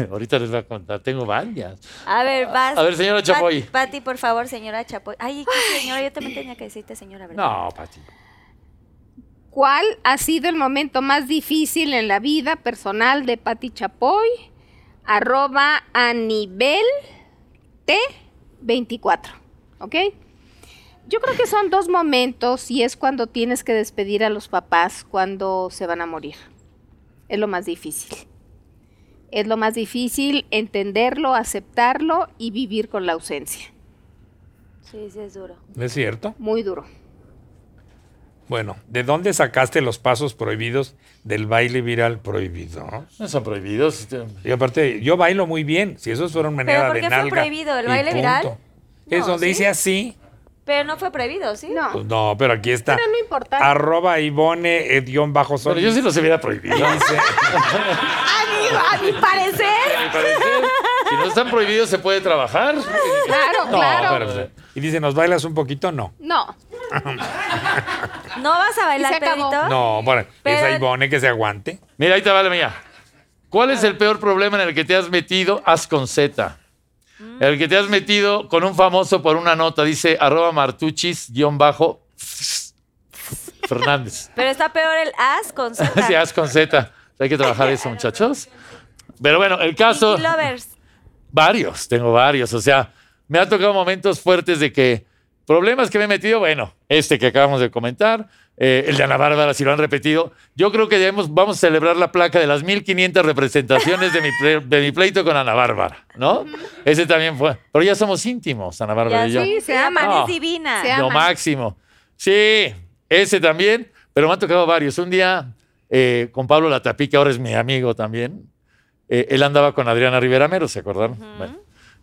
Ahorita les voy a contar, tengo varias. A ver, vas. A ver, señora Pat- Chapoy. Pati, por favor, señora Chapoy. Ay, qué señora, yo también tenía que decirte señora, ¿verdad? No, Pati. ¿Cuál ha sido el momento más difícil en la vida personal de Pati Chapoy? Arroba a nivel T24. ¿Ok? Yo creo que son dos momentos y es cuando tienes que despedir a los papás cuando se van a morir. Es lo más difícil. Es lo más difícil entenderlo, aceptarlo y vivir con la ausencia. Sí, sí, es duro. ¿No es cierto? Muy duro. Bueno, ¿de dónde sacaste los pasos prohibidos del baile viral prohibido? No son prohibidos. este, Y aparte, yo bailo muy bien. Si esos fueron manera ¿por de qué fue nalga. prohibido? ¿El y baile viral? punto. Es No, donde ¿sí? dice así. Pero no fue prohibido, ¿sí? No, Pues no, pero aquí está. pero no importa. Arroba Ivone eh, guión bajo Pero sol. yo sí los hubiera prohibido. Dice, A mi parecer. A mi parecer, si no están prohibidos, se puede trabajar. Claro, No, claro. pero- y dice, ¿nos bailas un poquito? No. No. ¿No vas a Y bailar, se acabó. Pedrito? No, bueno, Pero- es Ivone que se aguante. Mira, ahí te vale, mía. ¿Cuál es el peor problema en el que te has metido? Haz con Z. El que te has metido con un famoso por una nota, dice arroba martuchis guión bajo Fernández. Pero está peor el as con Z. Sí, haz con Z. Hay que trabajar eso, muchachos. Pero bueno, el caso... Pinky Lovers. Varios, tengo varios. O sea, me ha tocado momentos fuertes de que problemas que me he metido, bueno, este que acabamos de comentar, eh, el de Ana Bárbara, si lo han repetido. Yo creo que debemos, vamos a celebrar la placa de las 1500 representaciones de mi, ple- de mi pleito con Ana Bárbara, ¿no? Ese también fue. Pero ya somos íntimos, Ana Ya Bárbara y yo. sí, Sí, se se aman, No. es divina. Se Lo aman. máximo. Sí, ese también, pero me han tocado varios. Un día eh, con Pablo Latapí, que ahora es mi amigo también, eh, él andaba con Adriana Rivera Mero, ¿se acordaron? Bueno,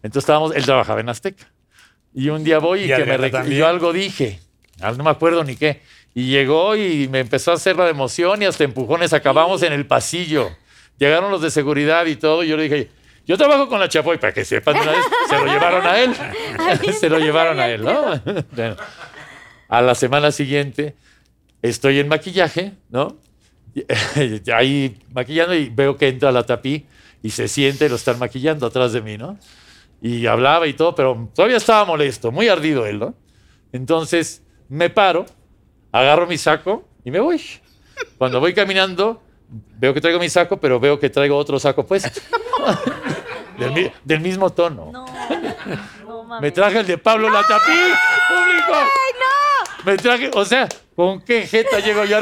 entonces estábamos, él trabajaba en Azteca. Y un día voy y, Y que me Adriana rec- y también. yo algo dije, ah, no me acuerdo ni qué. Y llegó y me empezó a hacer la de emoción y hasta empujones acabamos en el pasillo. Llegaron los de seguridad y todo, y yo le dije, yo trabajo con la Chapoy, para que sepan de una vez, se lo llevaron a él. se lo llevaron a él, ¿no? Bueno, a la semana siguiente estoy en maquillaje, ¿no? Y- Ahí maquillando y veo que entra la tapí y se siente, lo están maquillando atrás de mí, ¿no? Y hablaba y todo, pero todavía estaba molesto, muy ardido él, ¿no? Entonces me paro, agarro mi saco y me voy. Cuando voy caminando, veo que traigo mi saco, pero veo que traigo otro saco puesto. del, mi- del mismo tono. No, no mames. Me traje el de Pablo Latapí, público. ¡Ay, no! Me traje, o sea, ¿con qué jeta llego yo?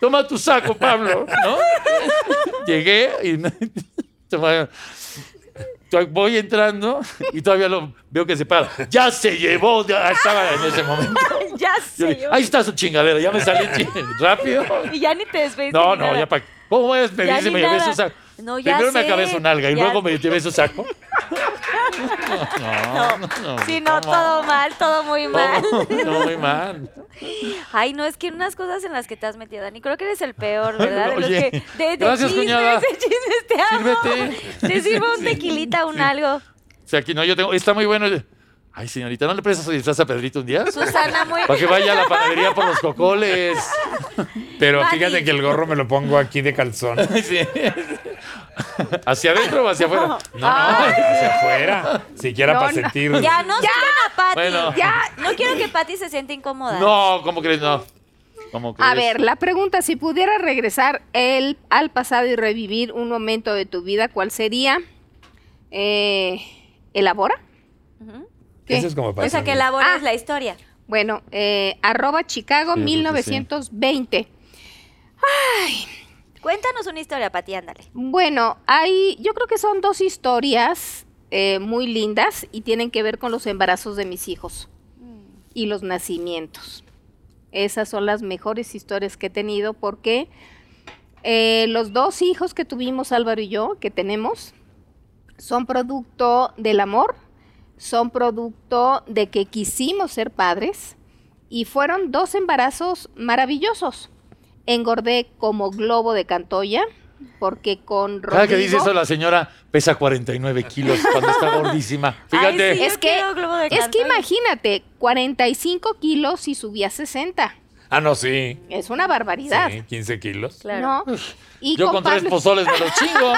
Toma tu saco, Pablo, ¿no? Llegué y no- toma- to- voy entrando y todavía lo veo que se para. Ya se llevó, ya estaba en ese momento. Ya Yo sé. dije, ahí está su chingadera, ya me salí ching- rápido. Y ya ni te despediste. No, ni no, nada. ya para. ¿Cómo es? Me Ya dice, ni me llevé nada. su saco. No, ya Primero me sé, acabé su nalga y ya luego me sé. llevé su saco. No. Sí, no, ¿cómo? todo mal, todo muy mal. No, muy mal. Ay, no, es que unas cosas en las que te has metido, Dani. Creo que eres el peor, ¿verdad? De los Oye, que- de, de gracias, chismes, cuñada. de chismes, te amo. Sírvete. Te sirvo un Sí, tequilita, un sí. algo. O sea, aquí no, yo tengo. Está muy bueno. Ay, señorita, ¿no le prestas su disfraz a Pedrito un día? Susana, muy... Para que vaya a la panadería por los cocoles. Pero Mari. fíjate que el gorro me lo pongo aquí de calzón. Sí. ¿Hacia adentro o hacia afuera? No, no. Hacia afuera. Siquiera No, para no. sentir. Ya, no ya. a Pati. Bueno. Ya. No quiero que Pati se sienta incómoda. No, ¿cómo crees? No. ¿Cómo crees? A ver, la pregunta, si pudieras regresar el, al pasado y revivir un momento de tu vida, ¿cuál sería? Eh, ¿Elabora? ¿Qué? Eso es como para O sea, que sentir. elabores Ah. la historia. Bueno, eh, arroba Chicago Sí, creo que sí. 1920. Cuéntanos una historia, Pati, ándale. Bueno, hay, yo creo que son dos historias eh, muy lindas y tienen que ver con los embarazos de mis hijos y los nacimientos. Esas son las mejores historias que he tenido porque eh, los dos hijos que tuvimos Álvaro y yo, que tenemos, son producto del amor, son producto de que quisimos ser padres y fueron dos embarazos maravillosos. Engordé como globo de Cantoya porque con Rodrigo... Cada que dice eso la señora pesa 49 kilos cuando está gordísima. Fíjate. Ay, sí. Es Yo que, quiero globo de es que Cantoya. imagínate, 45 kilos si subía 60. Ah, no, sí. Es una barbaridad. Sí, 15 kilos. Claro. ¿no? Y Yo con tres Pablo- pozoles me los chingo.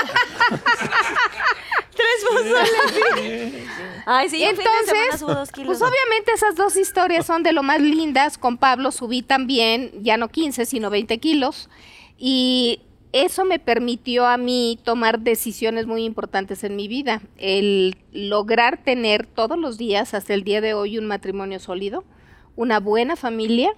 Ay, sí, yo un fin de semana Entonces, subo dos kilos. pues obviamente esas dos historias son de lo más lindas. Con Pablo subí también, ya no 15, sino 20 kilos. Y eso me permitió a mí tomar decisiones muy importantes en mi vida. El lograr tener todos los días, hasta el día de hoy, un matrimonio sólido, una buena familia.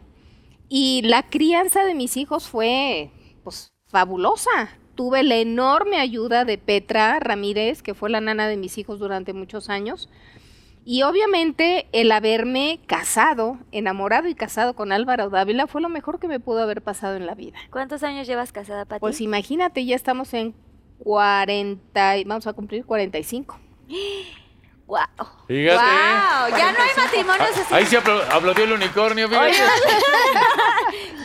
Y la crianza de mis hijos fue, pues, fabulosa. Tuve la enorme ayuda de Petra Ramírez, que fue la nana de mis hijos durante muchos años. Y obviamente el haberme casado, enamorado y casado con Álvaro Dávila fue lo mejor que me pudo haber pasado en la vida. ¿Cuántos años llevas casada, Pati? Pues imagínate, ya estamos en 40, y- vamos a cumplir 45. Wow. Fíjate. Ah, Ya no hay matrimonios así. Ahí se apl- aplaudió el unicornio, fíjate.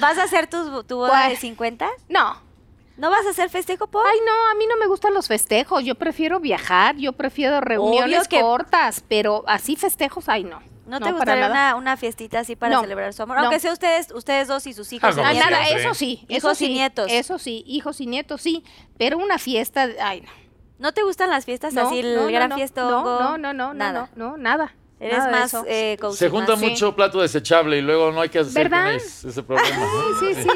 ¿Vas a hacer tu, tu boda ¿Cuál? de 50? No, ¿No vas a hacer festejo por? ay no, a mí no me gustan los festejos, yo prefiero viajar, yo prefiero reuniones que- cortas, pero así festejos, ay no. ¿No te para gustaría nada. una, una fiestita así para No, celebrar su amor? no. Aunque sea ustedes, ustedes dos y sus hijos. Ah, y como Ah, nietos. nada, siempre. eso sí, Hijos eso y sí, nietos. Eso sí, hijos y nietos sí, pero una fiesta, ay no. ¿No te gustan las fiestas así, el no, gran no, fiestongo? No, no, no, no, Nada. no, no, nada. Eres nada de más eso. eh, cozy, Se junta más- mucho plato desechable y luego no hay que hacer ¿Verdad? con es- ese problema. Sí, sí, sí.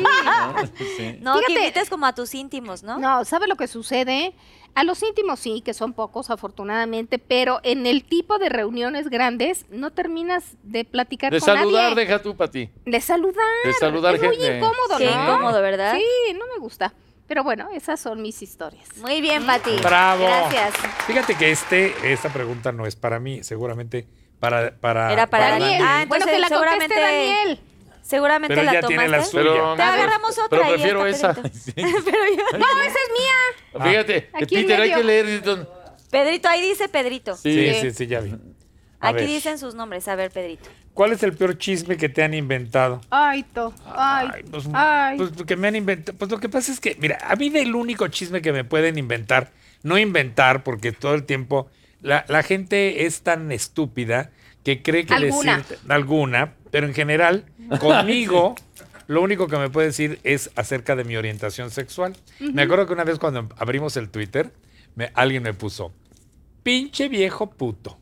Sí. No, que Fíjate. invites como a tus íntimos, ¿no? No, ¿sabe lo que sucede? A los íntimos sí, que son pocos afortunadamente, pero en el tipo de reuniones grandes no terminas de platicar De con saludar, nadie. deja tú para ti. De saludar. De saludar es muy gente. incómodo, Qué ¿no? incómodo, ¿verdad? Sí, no me gusta. Pero bueno, esas son mis historias. Muy bien, Pati. Bravo. Gracias. Fíjate que este, esta pregunta no es para mí, seguramente para. para Era para Daniel, Ah, bueno que la entonces conteste seguramente- Daniel. Seguramente Pero la ya tomaste. tiene la suya. Pero, Te agarramos otra Pero y prefiero esta, esa. Pedrito. Sí. Ah. Pero yo- No, esa es mía. Fíjate, Aquí en Peter, hay medio. que leer. Edison. Pedrito, ahí dice Pedrito. Sí, Sí, sí. sí, sí, ya vi. A Aquí ver, dicen sus nombres. A ver, Pedrito. ¿Cuál es el peor chisme que te han inventado? Ay, to. Ay, Ay, pues, ay. pues, que me han inventado. Pues lo que pasa es que, mira, a mí del único chisme que me pueden inventar, no inventar, porque todo el tiempo la, la gente es tan estúpida que cree que Alguna. decir alguna, pero en general, conmigo, lo único que me puede decir es acerca de mi orientación sexual. Me acuerdo que una vez cuando abrimos el Twitter, me- alguien me puso, pinche viejo puto.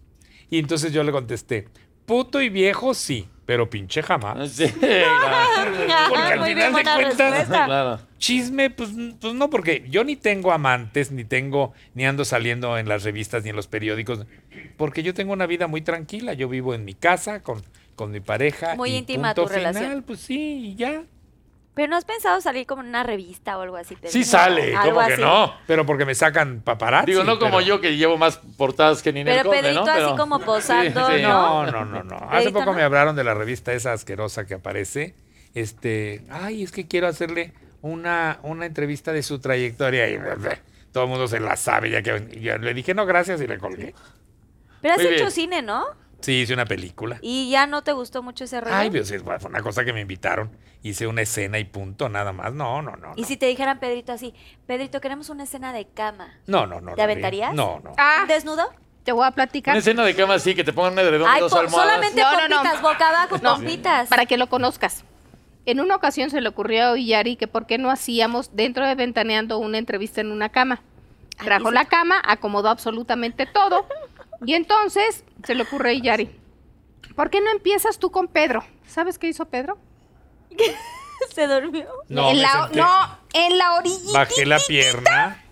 Y entonces yo le contesté, puto y viejo sí, pero pinche jamás. Ah, Sí, claro. Porque al Muy bien, final de buena cuentas- respuesta. Claro. Chisme, pues, n- pues no, porque yo ni tengo amantes, ni tengo, ni ando saliendo en las revistas ni en los periódicos, porque yo tengo una vida muy tranquila. Yo vivo en mi casa con, con mi pareja. Muy y íntima punto tu final, relación. Pues sí, y ya. Pero no has pensado salir como en una revista o algo así. te Sí digo? sale, Algo ¿cómo que así. no? Pero porque me sacan paparazzi. Digo, no como pero- yo que llevo más portadas que Ninel Pero Conde, Pedrito ¿no? Pero- así como posando, Sí, sí. ¿no? No, no, no, no. Hace Edito, poco ¿no? me hablaron de la revista esa asquerosa que aparece. Este, ay, es que quiero hacerle una, una entrevista de su trayectoria y bla, bla. todo el mundo se la sabe. Ya que y yo le dije no, gracias y le colgué. Pero has Muy hecho bien. cine, ¿no? Sí, hice una película. Y ya no te gustó mucho ese rollo. Ay, pero sí, fue una cosa que me invitaron. Hice una escena y punto, nada más. No, no, no. y no. si te dijeran Pedrito así, Pedrito, queremos una escena de cama. no, no, no. ¿Te no, aventarías? No, no. Ah, ¿Un desnudo? te voy a Una platicar. escena de cama así, que te pongan un edredón y Ay, dos po- almohadas. solamente No, no, no. pompitas, boca abajo, No. pompitas. Para que lo conozcas. En una ocasión se le ocurrió a Yari que por qué no hacíamos dentro de Ventaneando una entrevista en una cama. Trajo la cama, acomodó absolutamente todo. Y entonces se le ocurre a Yari. ¿Por qué no empiezas tú con Pedro? ¿Sabes qué hizo Pedro? ¿Se durmió? No, en me la, senté. no, en la orillita, Bajé la pierna.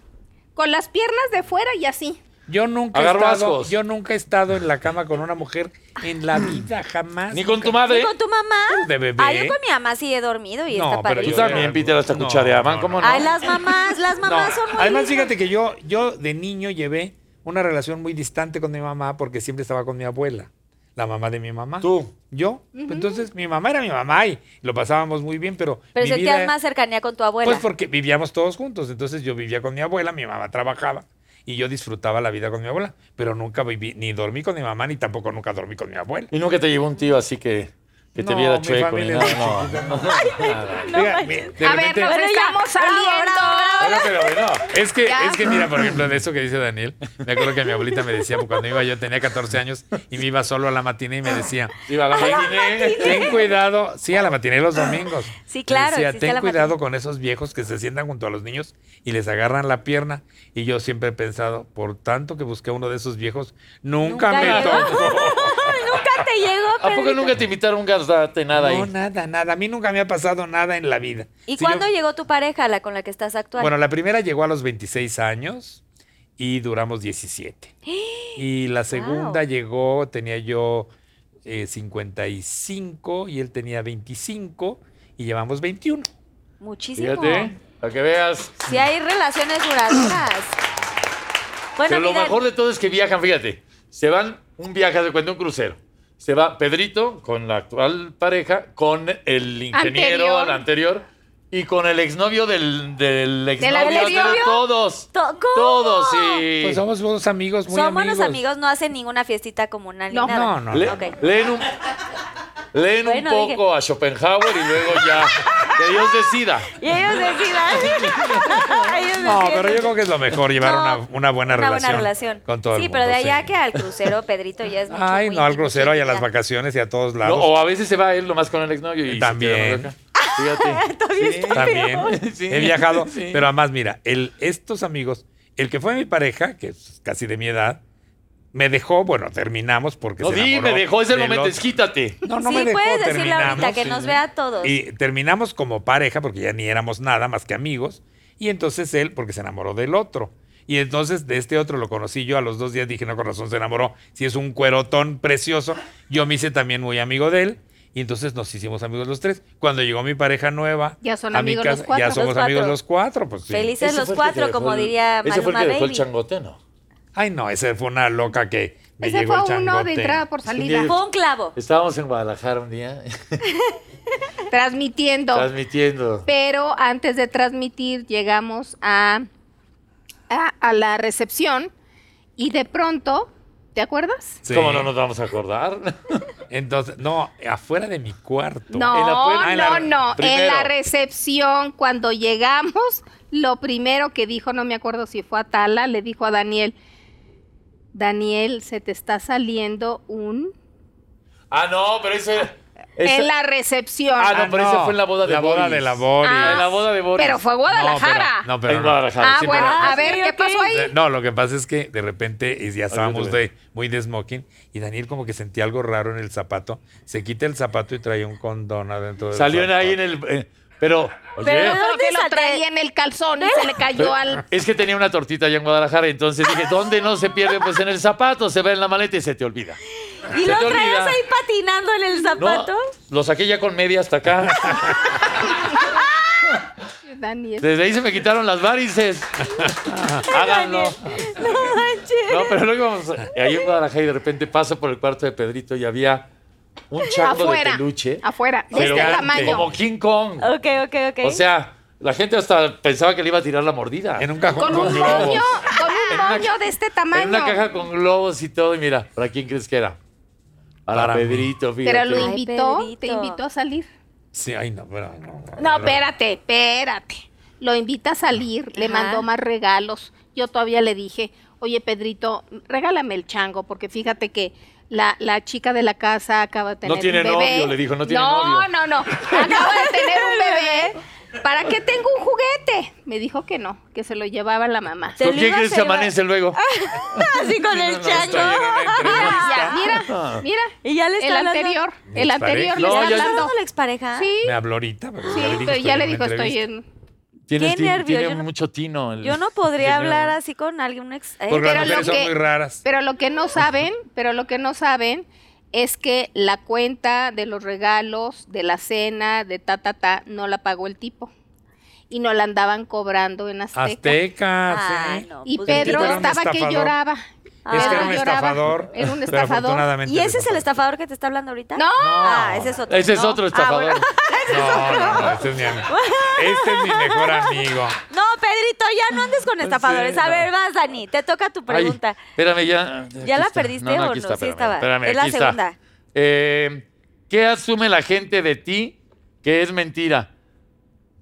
con las piernas de fuera y así. Yo nunca, he Agarro estado, ascos. yo nunca he estado en la cama con una mujer en la vida, jamás. Ni con tu nunca. ¿Y madre. con tu mamá? De bebé. Ay, yo con mi mamá sí he dormido y está pero Tú padrísimo. yo también, era- Peter, hasta cuchareaban, ¿cómo no? Ay, las mamás, las mamás No. Ah, son muy... Además, fíjate que yo, yo de niño llevé una relación muy distante con mi mamá porque siempre estaba con mi abuela, la mamá de mi mamá. Tú. Yo. Entonces, mi mamá era mi mamá y lo pasábamos muy bien, pero. Pero mi sentías vida- más cercanía con tu abuela. Pues porque vivíamos todos juntos. Entonces, yo vivía con mi abuela, mi mamá trabajaba y yo disfrutaba la vida con mi abuela, pero nunca viví, ni dormí con mi mamá, ni tampoco nunca dormí con mi abuela. Y nunca te llegó un tío así que, que te No, viera mi chueco. ni familia nada, es muy no, chiquita, no. Oiga, mi- de a repente- ver, nos Bueno, ya. estamos Bravo, saliendo. Bueno, pero bueno, es que, Ya. es que mira, por ejemplo, de eso que dice Daniel, me acuerdo que mi abuelita me decía, porque cuando iba yo tenía 14 años y me iba solo a la matina y me decía, Iba a la maquiné. ten cuidado, sí, a la matina y los domingos. Sí, claro, Me decía, sí, sí, a ten la cuidado con esos viejos que se sientan junto a los niños y les agarran la pierna. Y yo siempre he pensado, por tanto que busqué a uno de esos viejos, Nunca nunca, me llegó. tocó. Nunca te llegó, ¿A poco Pedrito? nunca te invitaron un gasdate, nada No, ahí? nada, nada. A mí nunca me ha pasado nada en la vida. ¿Y Si yo- cuándo llegó tu pareja, la con la que estás actuando? Bueno, la primera llegó a los 26 años y duramos 17. ¡Eh! Y la segunda Wow. llegó, tenía yo eh, 55 y él tenía 25 y llevamos 21. Muchísimo. Fíjate, para que veas. Si hay relaciones duraderas. Bueno, Pero lo mira, mejor de todo es que viajan, fíjate. Se van un viaje, haz de cuenta, un crucero. Se va Pedrito con la actual pareja, con el ingeniero, Anterior. el anterior, y con el exnovio del, del exnovio de, anterior? todos. To- ¿cómo? Todos, sí. Pues somos unos amigos muy son amigos. buenos amigos, no hacen ninguna fiestita comunal ni No, nada. no, no, Le- Ok. Leen un, leen Bueno, un poco a Schopenhauer y luego ya. Que Dios decida. Y ellos decidan. Ellos No, pero yo deciden. creo que es lo mejor llevar No, una, una buena relación. relación. Con todo el sí, pero de mundo, allá sí. que al crucero, Pedrito ya es mucho. Ay, muy no, al íntimo, crucero y a las chiquita. vacaciones y a todos No, lados. o a veces se va él nomás con el exnovio y se También. queda acá. Fíjate. Sí. También Sí. he viajado, Sí. pero además, mira, el, estos amigos, el que fue mi pareja, que es casi de mi edad, me dejó, bueno, terminamos porque No, se di, enamoró me dejó ese del momento, otro. esquítate. No, no sí, me dejó, puedes decirle ahorita terminamos. que nos vea a todos. ¿eh? Y terminamos como pareja porque ya ni éramos nada más que amigos. Y entonces él, porque se enamoró del otro. Y entonces de este otro lo conocí yo a los dos días. Dije, no, con razón se enamoró. Si es un cuerotón precioso. Yo me hice también muy amigo de él. Y entonces nos hicimos amigos los tres. Cuando llegó mi pareja nueva. Ya son a mi amigos los cuatro. Ya Los somos cuatro. amigos los cuatro. Pues, sí. Felices Ese los fue el que te cuatro, dejó como el- diría Ese fue el que Maluma dejó el Baby. changote, ¿no? Ay, no, esa fue una loca que me Ese llegó fue el uno de changote. entrada por salida. Sí. Fue un clavo. Estábamos en Guadalajara un día Transmitiendo. transmitiendo. Pero antes de transmitir llegamos a, a, a la recepción y de pronto, ¿te acuerdas? Sí. ¿Cómo no nos vamos a acordar? Entonces, no, afuera de mi cuarto. No, En la puerta- ah, en no, la- no. En la primero. recepción, cuando llegamos, lo primero que dijo, no me acuerdo si fue a Tala, le dijo a Daniel, Daniel, se te está saliendo un... ah, no, pero ese. Esa- En la recepción. Ah, Ah, no, pero esa fue en la boda de La boda Boris. de la Boris. en la boda de Boris. Pero fue a Guadalajara. En No, pero, no, pero no. Guadalajara. ah, sí, bueno, pero- a Ah, Ah, ver, sí, ¿qué ok. pasó ahí? Eh, No, lo que pasa es que de repente y ya estábamos Ayúdame. de, muy de smoking y Daniel como que sentía algo raro en el zapato. Se quita el zapato y traía un condón adentro del Salió en zapato. ahí en el. eh, pero. Pero- oye, Yo creo que ¿Dónde lo traía saca- en el calzón y se le cayó al. Es que tenía una tortita allá en Guadalajara, entonces dije, ¿dónde no se pierde? Pues en el zapato, se ve en la maleta y se te olvida. ¿Y Se lo te traías olvida. ahí patinando en el No, zapato? lo saqué ya con media hasta acá. Daniel. Desde ahí se me quitaron las varices. Háganlo. No, manches. No, pero luego íbamos ahí en Guadalajara y de repente paso por el cuarto de Pedrito y había un charco de Afuera. peluche. Afuera. De pero este tamaño. Como King Kong. Ok, ok, ok. O sea, la gente hasta pensaba que le iba a tirar la mordida. En un cajón Con con, un globos. moño, con un En una moño ca- de este tamaño. En una caja con globos y todo. Y mira, ¿para quién crees que era? Para, Para mí. Pedrito, fíjate. Pero lo Ay, invitó, te Pedrito. invitó a salir. Sí, ay, no, pero no. No, espérate, espérate. Lo invita a salir, le Ajá. mandó más regalos. Yo todavía le dije, oye Pedrito, regálame el chango, porque fíjate que la, la chica de la casa acaba de tener No tiene un bebé. novio, le dijo, no tiene novio. No, no, no. Acaba de tener un bebé. ¿Para qué tengo un juguete? Me dijo que no, que se lo llevaba la mamá. Te ¿Con lo quién ibas crees a que llevar- amanece luego? Ah, Así con el chango. Mira, mira, mira. Y ya le está el hablando- anterior, el anterior le No, está ya- hablando. la expareja? Sí, Me habló ahorita. Pero sí, ya le dije, pero ya estoy le en dijo, una estoy entrevista. en... Tienes Qué ti- nervio, tiene yo no- mucho tino. el- Yo no podría Tiene- hablar así con alguien, un ex. eh, Porque Pero las lo mujeres son que- muy raras. Pero lo que no saben, pero lo que no saben es que la cuenta de los regalos, de la cena, de ta ta ta, no la pagó el tipo. Y no la andaban cobrando en Azteca. Aztecas. ¿eh? Ay, no, Y pues, Pedro Era un estaba que estafador. lloraba. Es que Pedro era un lloraba. estafador. Era un pero estafador. afortunadamente ¿Y ese es desapareció. el estafador que te está hablando ahorita? No. Ah, ese es otro. Ese es No. otro Ah, estafador. bueno. No, no, no, este es mi amigo. Este es mi mejor amigo. No, Pedrito, ya no andes con estafadores. A ver, vas, Dani, te toca tu Ay, pregunta. espérame, ya. ¿Ya aquí la está. perdiste o aquí no? Sí espérame, estaba. espérame, Es la aquí está. segunda. Eh, ¿Qué asume la gente de ti que es mentira?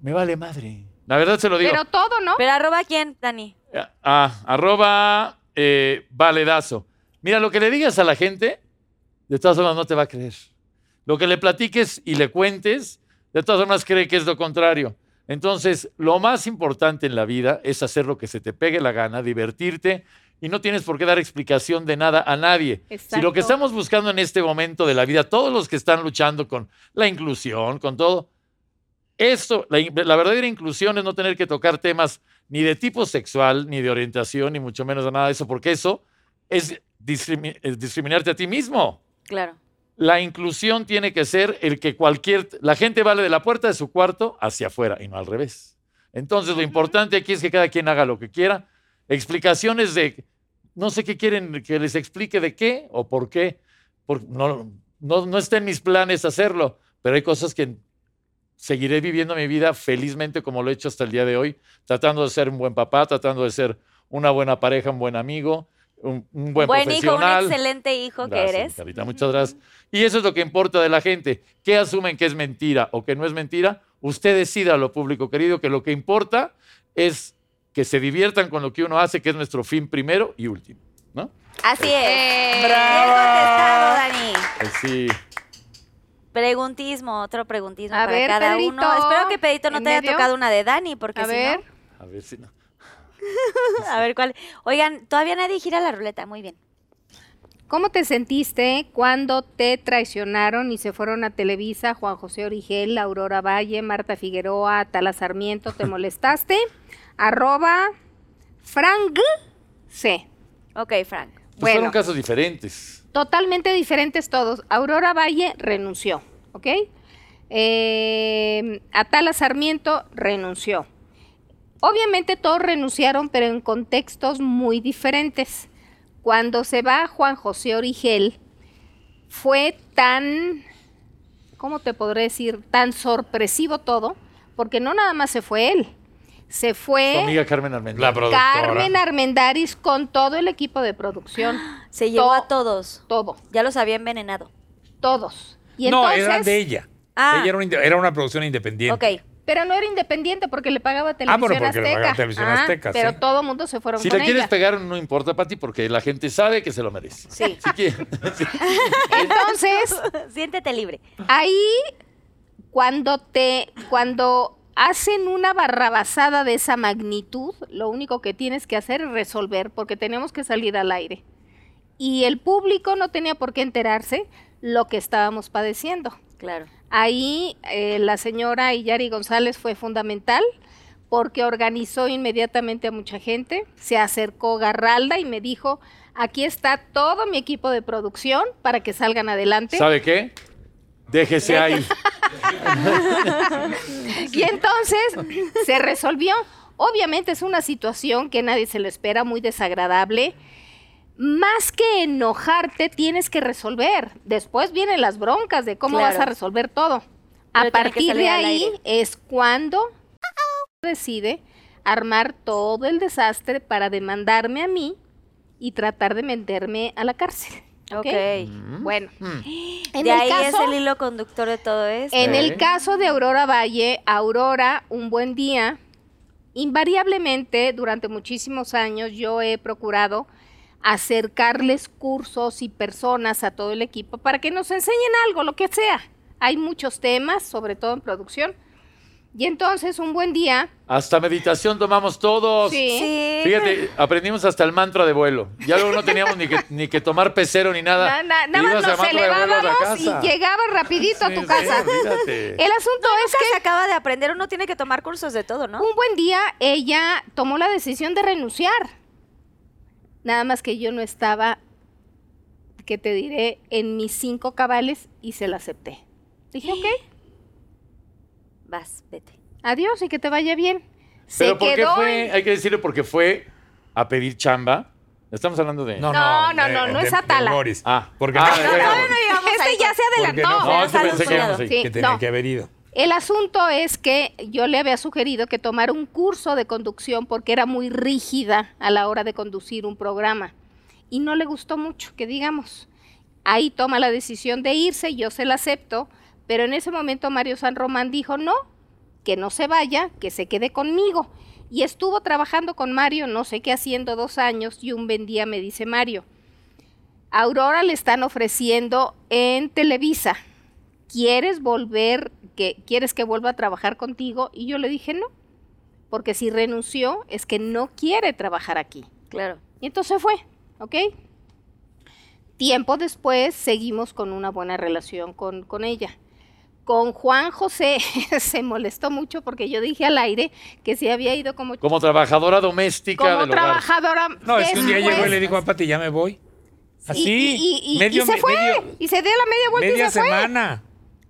Me vale madre. La verdad se lo digo. Pero todo, ¿no? Pero arroba quién, Dani. Ah, arroba eh, valedazo. Mira, lo que le digas a la gente, de todas formas no te va a creer. Lo que le platiques y le cuentes, de todas formas cree que es lo contrario. Entonces, lo más importante en la vida es hacer lo que se te pegue la gana, divertirte y no tienes por qué dar explicación de nada a nadie. Si lo Exacto. que estamos buscando en este momento de la vida, todos los que están luchando con la inclusión, con todo, esto, la, in- la verdadera inclusión es no tener que tocar temas ni de tipo sexual, ni de orientación, ni mucho menos de nada de eso, porque eso es, discrimi- es discriminarte a ti mismo. Claro. La inclusión tiene que ser el que cualquier, la gente vale de la puerta de su cuarto hacia afuera y no al revés. Entonces, lo importante aquí es que cada quien haga lo que quiera. Explicaciones de, no sé qué quieren que les explique de qué o por qué. por- no, no, no está en mis planes hacerlo, pero hay cosas que seguiré viviendo mi vida felizmente como lo he hecho hasta el día de hoy, tratando de ser un buen papá, tratando de ser una buena pareja, un buen amigo, un, un buen, Buen hijo, un profesional. excelente hijo Gracias, que eres. Carita, muchas gracias. Y eso es lo que importa de la gente. ¿Qué asumen que es mentira o que no es mentira? Usted decida, lo público querido, que lo que importa es que se diviertan con lo que uno hace, que es nuestro fin primero y último. ¿No? Así es. Eh, ¡Bravo! Bien contestado, Dani. Pues sí. Preguntismo, otro preguntismo A para ver, cada Pedrito, uno. Espero que Pedrito no ¿en te haya medio? tocado una de Dani, porque A si ver, A ver si no. Pues no, a ver cuál. Oigan, todavía nadie gira la ruleta, muy bien. ¿cómo te sentiste cuando te traicionaron y se fueron a Televisa, Juan José Origel, Aurora Valle, Marta Figueroa, Tala Sarmiento? ¿Te molestaste? Arroba Frank C. Ok, Frank. Pues Bueno. fueron casos diferentes. Totalmente diferentes todos. Aurora Valle renunció, ¿ok? Eh, Atala Sarmiento renunció. Obviamente todos renunciaron, pero en contextos muy diferentes. Cuando se va Juan José Origel, fue tan, ¿cómo te podré decir? Tan sorpresivo todo, porque no nada más se fue él, se Su fue amiga Carmen Armendariz. La productora. Carmen Armendaris con todo el equipo de producción, Se llevó To- a todos. todo. Ya los había envenenado. Todos. Y no, entonces, eran de ella. Ah. Ella era una, inde- era una producción independiente. Ok. Pero no era independiente porque le pagaba Televisión Ah, bueno, porque le Azteca. pagaba Televisión Ah, Azteca, Pero sí. todo mundo se fueron Si con le quieres ella. pegar, no importa, Pati, porque la gente sabe que se lo merece. Sí. Si quiere- sí. Entonces, Siéntete libre. ahí cuando te cuando hacen una barrabasada de esa magnitud, lo único que tienes que hacer es resolver porque tenemos que salir al aire. Y el público no tenía por qué enterarse lo que estábamos padeciendo. Claro. Ahí eh, la señora Iyari González fue fundamental porque organizó inmediatamente a mucha gente, se acercó Garralda y me dijo, aquí está todo mi equipo de producción para que salgan adelante. ¿Sabe qué? Déjese ahí. Y entonces se resolvió. Obviamente es una situación que nadie se lo espera, muy desagradable. Más que enojarte, tienes que resolver. Después vienen las broncas de cómo Claro. vas a resolver todo. A Pero tiene que partir salir de al ahí aire. es cuando decide armar todo el desastre para demandarme a mí y tratar de meterme a la cárcel. Ok. ¿ok? Mm. Bueno, en de el ahí caso- es el hilo conductor de todo esto. en Ok. el caso de Aurora Valle, Aurora, un buen día, invariablemente durante muchísimos años yo he procurado acercarles cursos y personas a todo el equipo para que nos enseñen algo, lo que sea. Hay muchos temas, sobre todo en producción. Y entonces un buen día, Hasta meditación tomamos todos. sí, Sí. Fíjate, aprendimos hasta el mantra de vuelo. Ya luego no teníamos ni que, ni que tomar pecero ni nada. na- na- nada más Ibas al nos mantra de vuelo a la elevábamos y casa. llegabas rapidito a tu Sí, casa. sí, olvídate. El asunto es Nunca que Uh. se acaba de aprender, uno tiene que tomar cursos de todo, ¿no? Un buen día ella tomó la decisión de renunciar. Nada más que yo no estaba, que te diré, en mis cinco cabales y se la acepté. Dije, ok, Vas, vete. adiós y que te vaya bien. Se Pero ¿por qué quedó fue? en- Hay que decirle porque fue a pedir chamba. Estamos hablando de. No, no, no, no es Atala. Boris. Ah, porque ah, no, de- no, no, Este ya se Porque adelantó. no fue- No, es que pensé que íbamos Sí, ahí. Sí, que tenía no. que haber ido. El asunto es que yo le había sugerido que tomara un curso de conducción porque era muy rígida a la hora de conducir un programa y no le gustó mucho, que digamos. Ahí toma la decisión de irse, yo se la acepto, pero en ese momento Mario San Román dijo no, que no se vaya, que se quede conmigo. Y estuvo trabajando con Mario, no sé qué haciendo, dos años, y un buen día me dice Mario, Aurora le están ofreciendo en Televisa, ¿quieres volver, que, quieres que vuelva a trabajar contigo? Y yo le dije no, porque si renunció es que no quiere trabajar aquí. Claro. Y entonces fue, ¿ok? Tiempo después seguimos con una buena relación con, con ella. Con Juan José se molestó mucho porque yo dije al aire que se había ido como, Como trabajadora doméstica como del hogar. trabajadora. No, es que un día después. llegó y le dijo a Pati, ya me voy. Así. Y, y- y- medio- y se fue. medio- y se dio la media vuelta media y se fue. semana.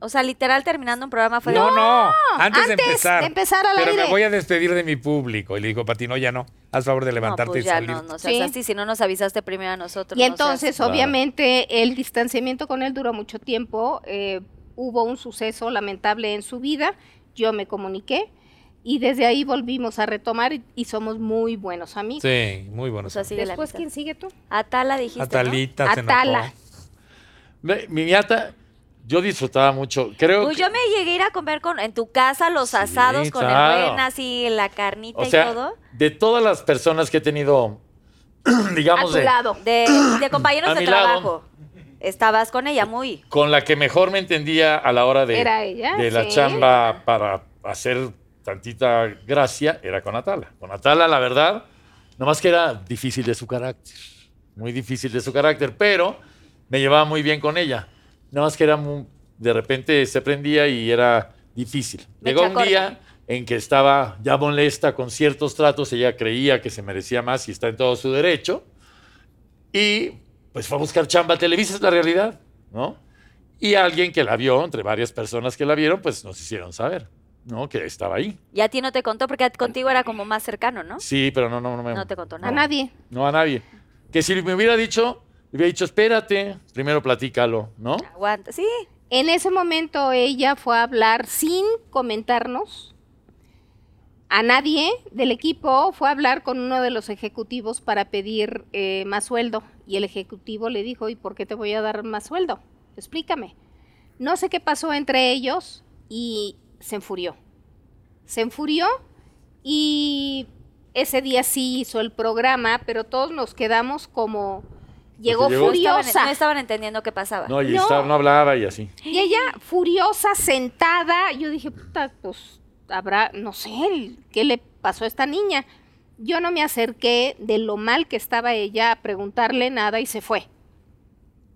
O sea, literal terminando un programa fue No, no. Antes, de antes empezar. de empezar al Pero aire. me voy a despedir de mi público. Y le dijo, Pati, no, ya no. Haz favor de No, levantarte pues y ya salir. no, no Sí. seas así, si no nos avisaste primero a nosotros. Y no seas- entonces, obviamente, el distanciamiento con él duró mucho tiempo. eh, hubo un suceso lamentable en su vida. Yo me comuniqué y desde ahí volvimos a retomar y, y somos muy buenos amigos. Sí, muy bueno. O Pues sea, sigue la Después, amistad. ¿quién sigue tú? Atala dijiste, ¿no? Atalita se Atala. enojó. Me- Mi niata, yo disfrutaba mucho. Creo Pues que- yo me llegué a ir a comer con, en tu casa los Sí, asados con claro. el buen, así, la carnita o sea, y todo. de todas las personas que he tenido, A digamos, tu de- lado. De, de compañeros A de mi lado. trabajo. Estabas con ella muy. con la que mejor me entendía a la hora de, Era ella, de la sí. chamba para hacer tantita gracia, era con Atala. Con Atala, la verdad, nomás que era difícil de su carácter, muy difícil de su carácter, pero me llevaba muy bien con ella. Nomás que era muy- de repente se prendía y era difícil. Mecha Llegó un corta. día en que estaba ya molesta con ciertos tratos, ella creía que se merecía más y está en todo su derecho. Y pues fue a buscar chamba. a Televisa es la realidad, ¿no? Y alguien que la vio, entre varias personas que la vieron, pues nos hicieron saber, ¿no? Que estaba ahí. Y a ti no te contó porque contigo era como más cercano, ¿no? Sí, pero no, no, no me. No te contó A nada. nadie. No, a nadie. Que si me hubiera dicho, le hubiera dicho, espérate, primero platícalo, ¿no? Aguanta. Sí, En ese momento ella fue a hablar sin comentarnos a nadie del equipo, fue a hablar con uno de los ejecutivos para pedir eh, más sueldo y el ejecutivo le dijo, ¿y por qué te voy a dar más sueldo? Explícame. No sé qué pasó entre ellos y se enfurió. se enfurió y ese día sí hizo el programa, pero todos nos quedamos como llegó Estaban- llegó- furiosa. no estaban entendiendo qué pasaba. No, y No. estaba- no hablaba y así. Y ella furiosa, sentada, yo dije, puta, pues habrá, no sé, el- ¿qué le pasó a esta niña? Yo no me acerqué de lo mal que estaba ella a preguntarle nada y se fue.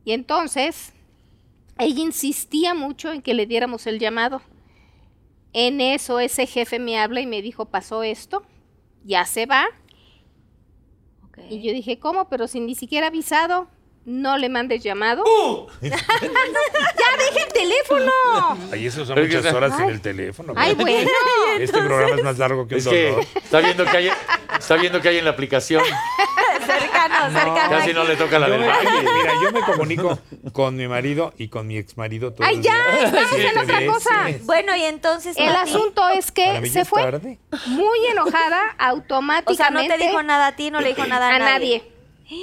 Y entonces, ella insistía mucho en que le diéramos el llamado. En eso ese jefe me habla y me dijo, pasó esto, ya se va. Ok. Y yo dije, ¿cómo? Pero sin ni siquiera avisado, no le mandes llamado. ¡Ya deje el teléfono! Ahí eso son Es que muchas se- horas en Ay. el teléfono. Ay, güey. bueno. Este programa es más largo que un Es que dolor. está viendo que hay, está viendo que hay en la aplicación. cercano, cercano. Casi no le toca la Yo del me- baile. mira, yo me comunico con mi marido y con mi exmarido todos Ay, los ya, días. estamos en Siete otra cosa. veces. Bueno, y entonces. El Mati, asunto es Para que mí ya ¿Eh? se es fue tarde. muy enojada automáticamente. O sea, no te dijo nada a ti, no le dijo nada a, a nadie.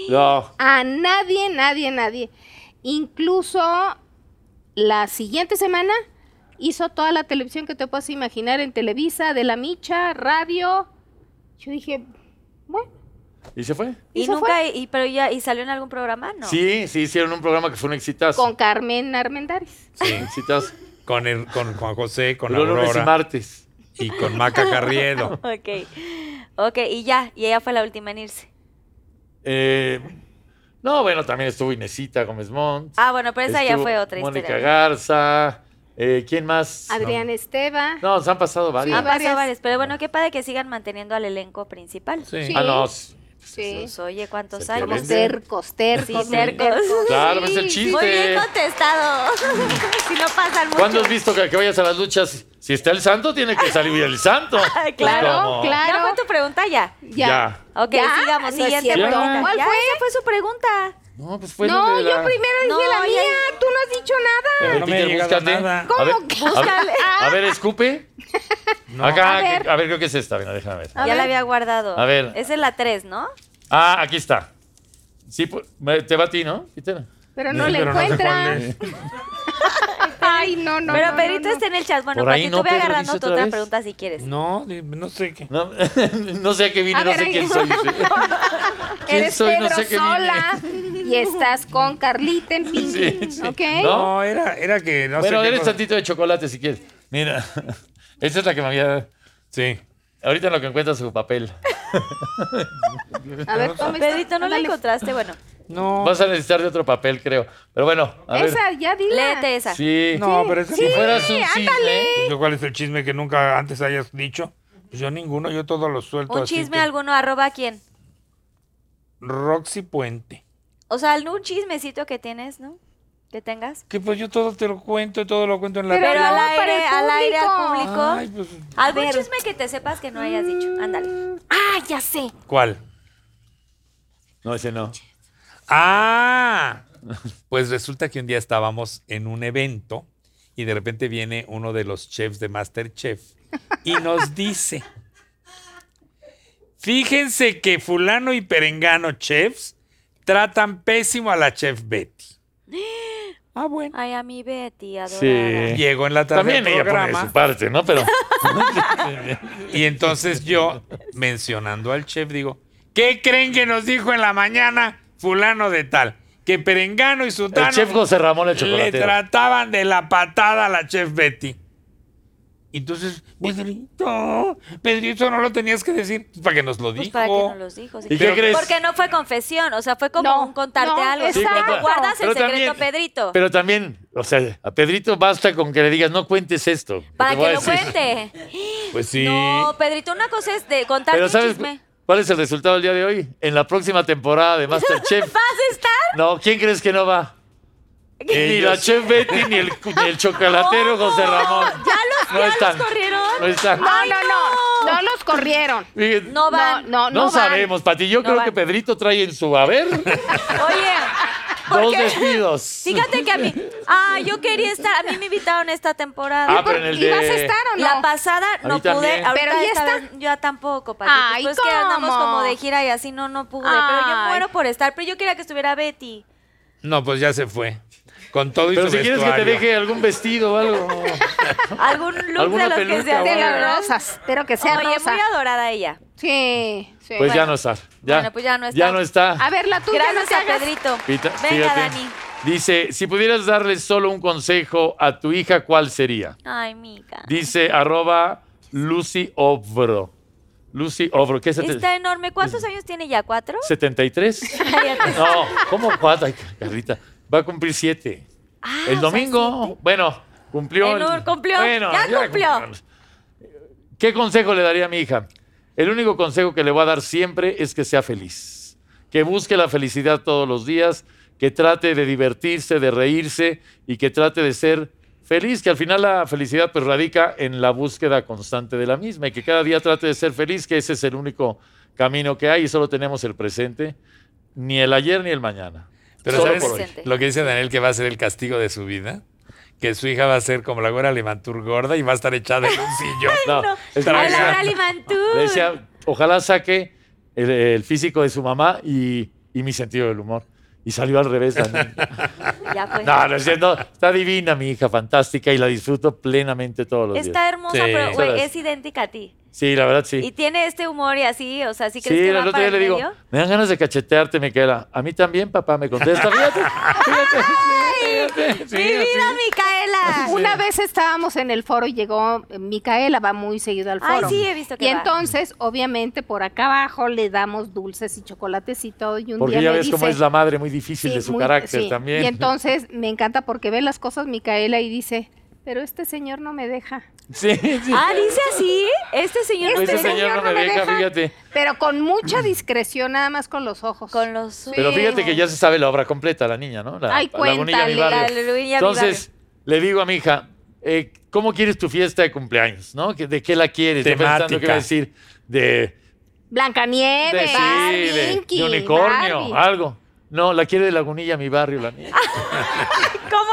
No, A nadie, nadie, nadie. Incluso la siguiente semana hizo toda la televisión que te puedas imaginar en Televisa, de la Micha, radio. Yo dije, bueno, ¿y se fue? Y, Y se nunca, y, pero ya, ¿y salió en algún programa? No. Sí, sí, hicieron un programa que fue un exitazo. con Carmen Armendaris. Sí, un exitazo. Con, el, con Juan José, con Duró lunes y Aurora martes. y, con Maca Carriedo. Ok. Ok, y ya, y ella fue la última en irse. Eh, no, bueno, también estuvo Inesita Gómez Montt. Ah, bueno, pero esa ya estuvo fue otra Mónica historia. Garza. eh, ¿Quién más? Adrián Esteban. No, se han pasado varios. Han Sí, pasado varias. varias, pero bueno, qué padre que sigan manteniendo al elenco principal. Sí. Ah, no. s- Sí. Pues, oye, ¿cuántos Se años? Como Excelente. tercos, tercos. Sí, tercos. Claro, es el chiste. Muy bien contestado. si no pasan mucho. ¿Cuándo has visto que, que vayas a las luchas? Si está el santo, tiene que salir el santo. Ay, Pues, Claro, ¿cómo? ¿Ya claro. fue tu pregunta ya? Ya. Ok, Ya, no sigamos. es Siguiente cierto. pregunta. ¿Cuál Ya, fue? Esa fue su pregunta. No, pues fue no, donde la- yo primero dije No, la ya- mía. Tú no has dicho nada. Eh, No me ha Peter, llegado búscate. nada. A ver, ¿Cómo que? a ver- Búscale. A ver, escupe. No. Acá, A que- a ver. ver. creo que es esta. Mira, déjame ver. ya la había guardado. A ver. Esa es la 3, ¿no? Ah, aquí está. Sí, pu- me- te va a ti, ¿no? Peter? Pero no Sí, la pero no sé encuentran. cuál es. Ay, no, no. Pero no, Pedrito no, no. está en el chat. Bueno, Por para ahí ti no, tú ve Pedro, agarrando dice tu otra otra vez. pregunta si quieres. No, de- no sé qué. No, no sé a qué vine, A no ver, sé ahí. quién soy. ¿Quién Eres soy? No Pedro sé qué vine. sola y estás con Carlita en Pinky, Sí, sí. ¿ok? No. No, era, era que no bueno, sé. qué eres cosa. tantito de chocolate si quieres. Mira, esta es la que me había... Sí. Ahorita en lo que encuentra su papel. A ver, toma esta. Pedrito, Pues ¿no la Ándale. encontraste? Bueno, No, Vas a necesitar de otro papel, creo. Pero bueno, a ver. Esa, ya dila. léete esa. Sí. no, pues, pero es que Si fueras un cisne... pues, Yo, ¿Cuál es el chisme que nunca antes hayas dicho? Pues yo ninguno, yo todos los suelto. Un así chisme que- alguno, arroba a quién. Roxy Puente. O sea, algún chismecito que tienes, ¿no? Que tengas. Que pues yo todo te lo cuento, todo lo cuento en la Pero Pero al radio. no, para aire, el al aire, al público. público. Ay, pues, Algún chisme que te sepas que no hayas dicho. Ándale. Ah, ya sé. ¿Cuál? No, ese no. Ah, pues resulta que un día estábamos en un evento y de repente viene uno de los chefs de Masterchef y nos dice, fíjense que fulano y perengano chefs tratan pésimo a la chef Betty. Ah, bueno. Ay, a mi Betty, adorada. Sí. Llegó en la tarde También del ella pone de programa su parte, ¿no? Pero y entonces yo, mencionando al chef, digo, ¿qué creen que nos dijo en la mañana fulano de tal? Que perengano y sutano... el chef José Ramón el Le chocolatero. trataban de la patada a la chef Betty. Y Entonces, Pedrito, Pedrito, no lo tenías que decir para que nos lo Pues dijo. para que no los dijo. sí. ¿Y qué crees? Porque no fue confesión, o sea, fue como No, un contarte no, algo. Sí, Te exacto. guardas el Pero secreto, también- Pedrito. Pero también, o sea, a Pedrito basta con que le digas, no cuentes esto. para Te voy que a lo decir. cuente. Pues sí. No, Pedrito, una cosa es de contar Pero un ¿sabes chisme. cuál es el resultado del día de hoy? En la próxima temporada de Masterchef. ¿Vas a estar? No, ¿quién crees que no va? Ni la chef Betty, ni el, ni el chocolatero José Ramón. Ya los, No ya los están. corrieron. No están. No, no, no. No los corrieron. Fíjate, No van. no No, no, no. van. sabemos, Pati. Yo No creo van. que Pedrito trae en su haber Oye, ¿por dos qué? despidos. Fíjate que a mí, ah, yo quería estar, a mí me invitaron esta temporada. Ah, pero en el ¿Y vas a de- estar o no? La pasada mí no pude, también. ahorita Pero ya esta está. vez ya tampoco, Pati. Pues, Ay, pues que andamos ¿cómo? como de gira y así no no pude, pero yo Ay. muero por estar, pero yo quería que estuviera Betty. No, pues ya se fue. Con todo y Pero su si quieres que te vestuario. deje algún vestido o algo. Algún look Alguna de los que peluca sea. o De algo. las rosas, pero que sea Oye, rosa. muy adorada ella. Sí, sí. Pues ya Bueno. no está. Ya, Bueno, pues ya no está. Ya no está. A ver, la tuya. no te Gracias a hagas- Pedrito. Pita- Venga, fíjate. Dani. Dice, si pudieras darle solo un consejo a tu hija, ¿cuál sería? Ay, mica. Dice arroba Lucy Ovro. Lucy Ovro, ¿qué es? sete- Está enorme. ¿Cuántos años tiene ya? ¿Cuatro? Ah, ¿73? No, ¿cómo cuatro? Ay, Carlita, va a cumplir siete. Ah, El o sea, domingo, bueno, cumplió. En un- el- cumplió, ya cumplió. ¿Qué consejo le daría a mi hija? El único consejo que le voy a dar siempre es que sea feliz, que busque la felicidad todos los días, que trate de divertirse, de reírse y que trate de ser feliz, que al final la felicidad pues radica en la búsqueda constante de la misma y que cada día trate de ser feliz, que ese es el único camino que hay y solo tenemos el presente, ni el ayer ni el mañana. Pero Solo ¿sabes por hoy. presente. lo que dice Daniel que va a ser el castigo de su vida? Que su hija va a ser como la güera Limantur gorda y va a estar echada en un sillón. No, es que Hola, Exacto. Brali Mantú. Le decía, ojalá saque el, el físico de su mamá y, y mi sentido del humor. Y salió al revés, Dani. Ya, pues. No, no es cierto. Está divina mi hija, fantástica, y la disfruto plenamente todos los días. Está hermosa, Sí. pero güey, Todas. es idéntica a ti. Sí, la verdad, Y sí. tiene este humor y así, o sea, sí crees Sí, que el va otro para día el le digo, medio? me dan ganas de cachetearte, Micaela. A mí también, papá, me contesta. Fíjate, fíjate, fíjate, sí, ¡Mi vida, Micaela! Una vez estábamos en el foro y llegó eh, Micaela, va muy seguido al Ay, foro. sí, he visto que Y va. entonces, obviamente, por acá abajo le damos dulces y chocolates y todo. Y un Porque día ya me ves cómo dice- es la madre, muy difícil Sí, de su muy- carácter sí. también. Y entonces me encanta porque ve las cosas Micaela y dice, pero este señor no me deja. sí, sí. Ah, dice así. Este señor Este está- señor no me deja, fíjate. Pero con mucha discreción, nada más con los ojos. con los Pero fíjate que ya se sabe la obra completa, la niña, ¿no? La, Ay, la bonilla cuéntale, mi barrio. la Luña, mi Entonces, le digo a mi hija, eh, ¿cómo quieres tu fiesta de cumpleaños? ¿No? ¿Que- ¿De qué la quieres? Yo pensando que iba a Temática. decir de, de, Blancanieves, sí, Barbie, de- de Pinky, unicornio, Barbie. algo. No, la quiere de Lagunilla, mi barrio, la niña. Ah.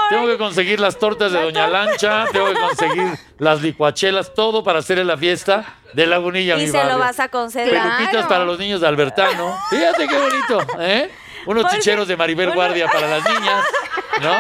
Tengo que conseguir las tortas de Doña Lancha, tengo que conseguir las licuachelas, todo para hacerle la fiesta de Lagunilla, mi Y se barrio. lo vas a conceder. Claro. Peluquitas para los niños de Albertano. Fíjate qué bonito, ¿eh? Unos Porque- chicheros de Maribel uno- Guardia para las niñas, ¿no?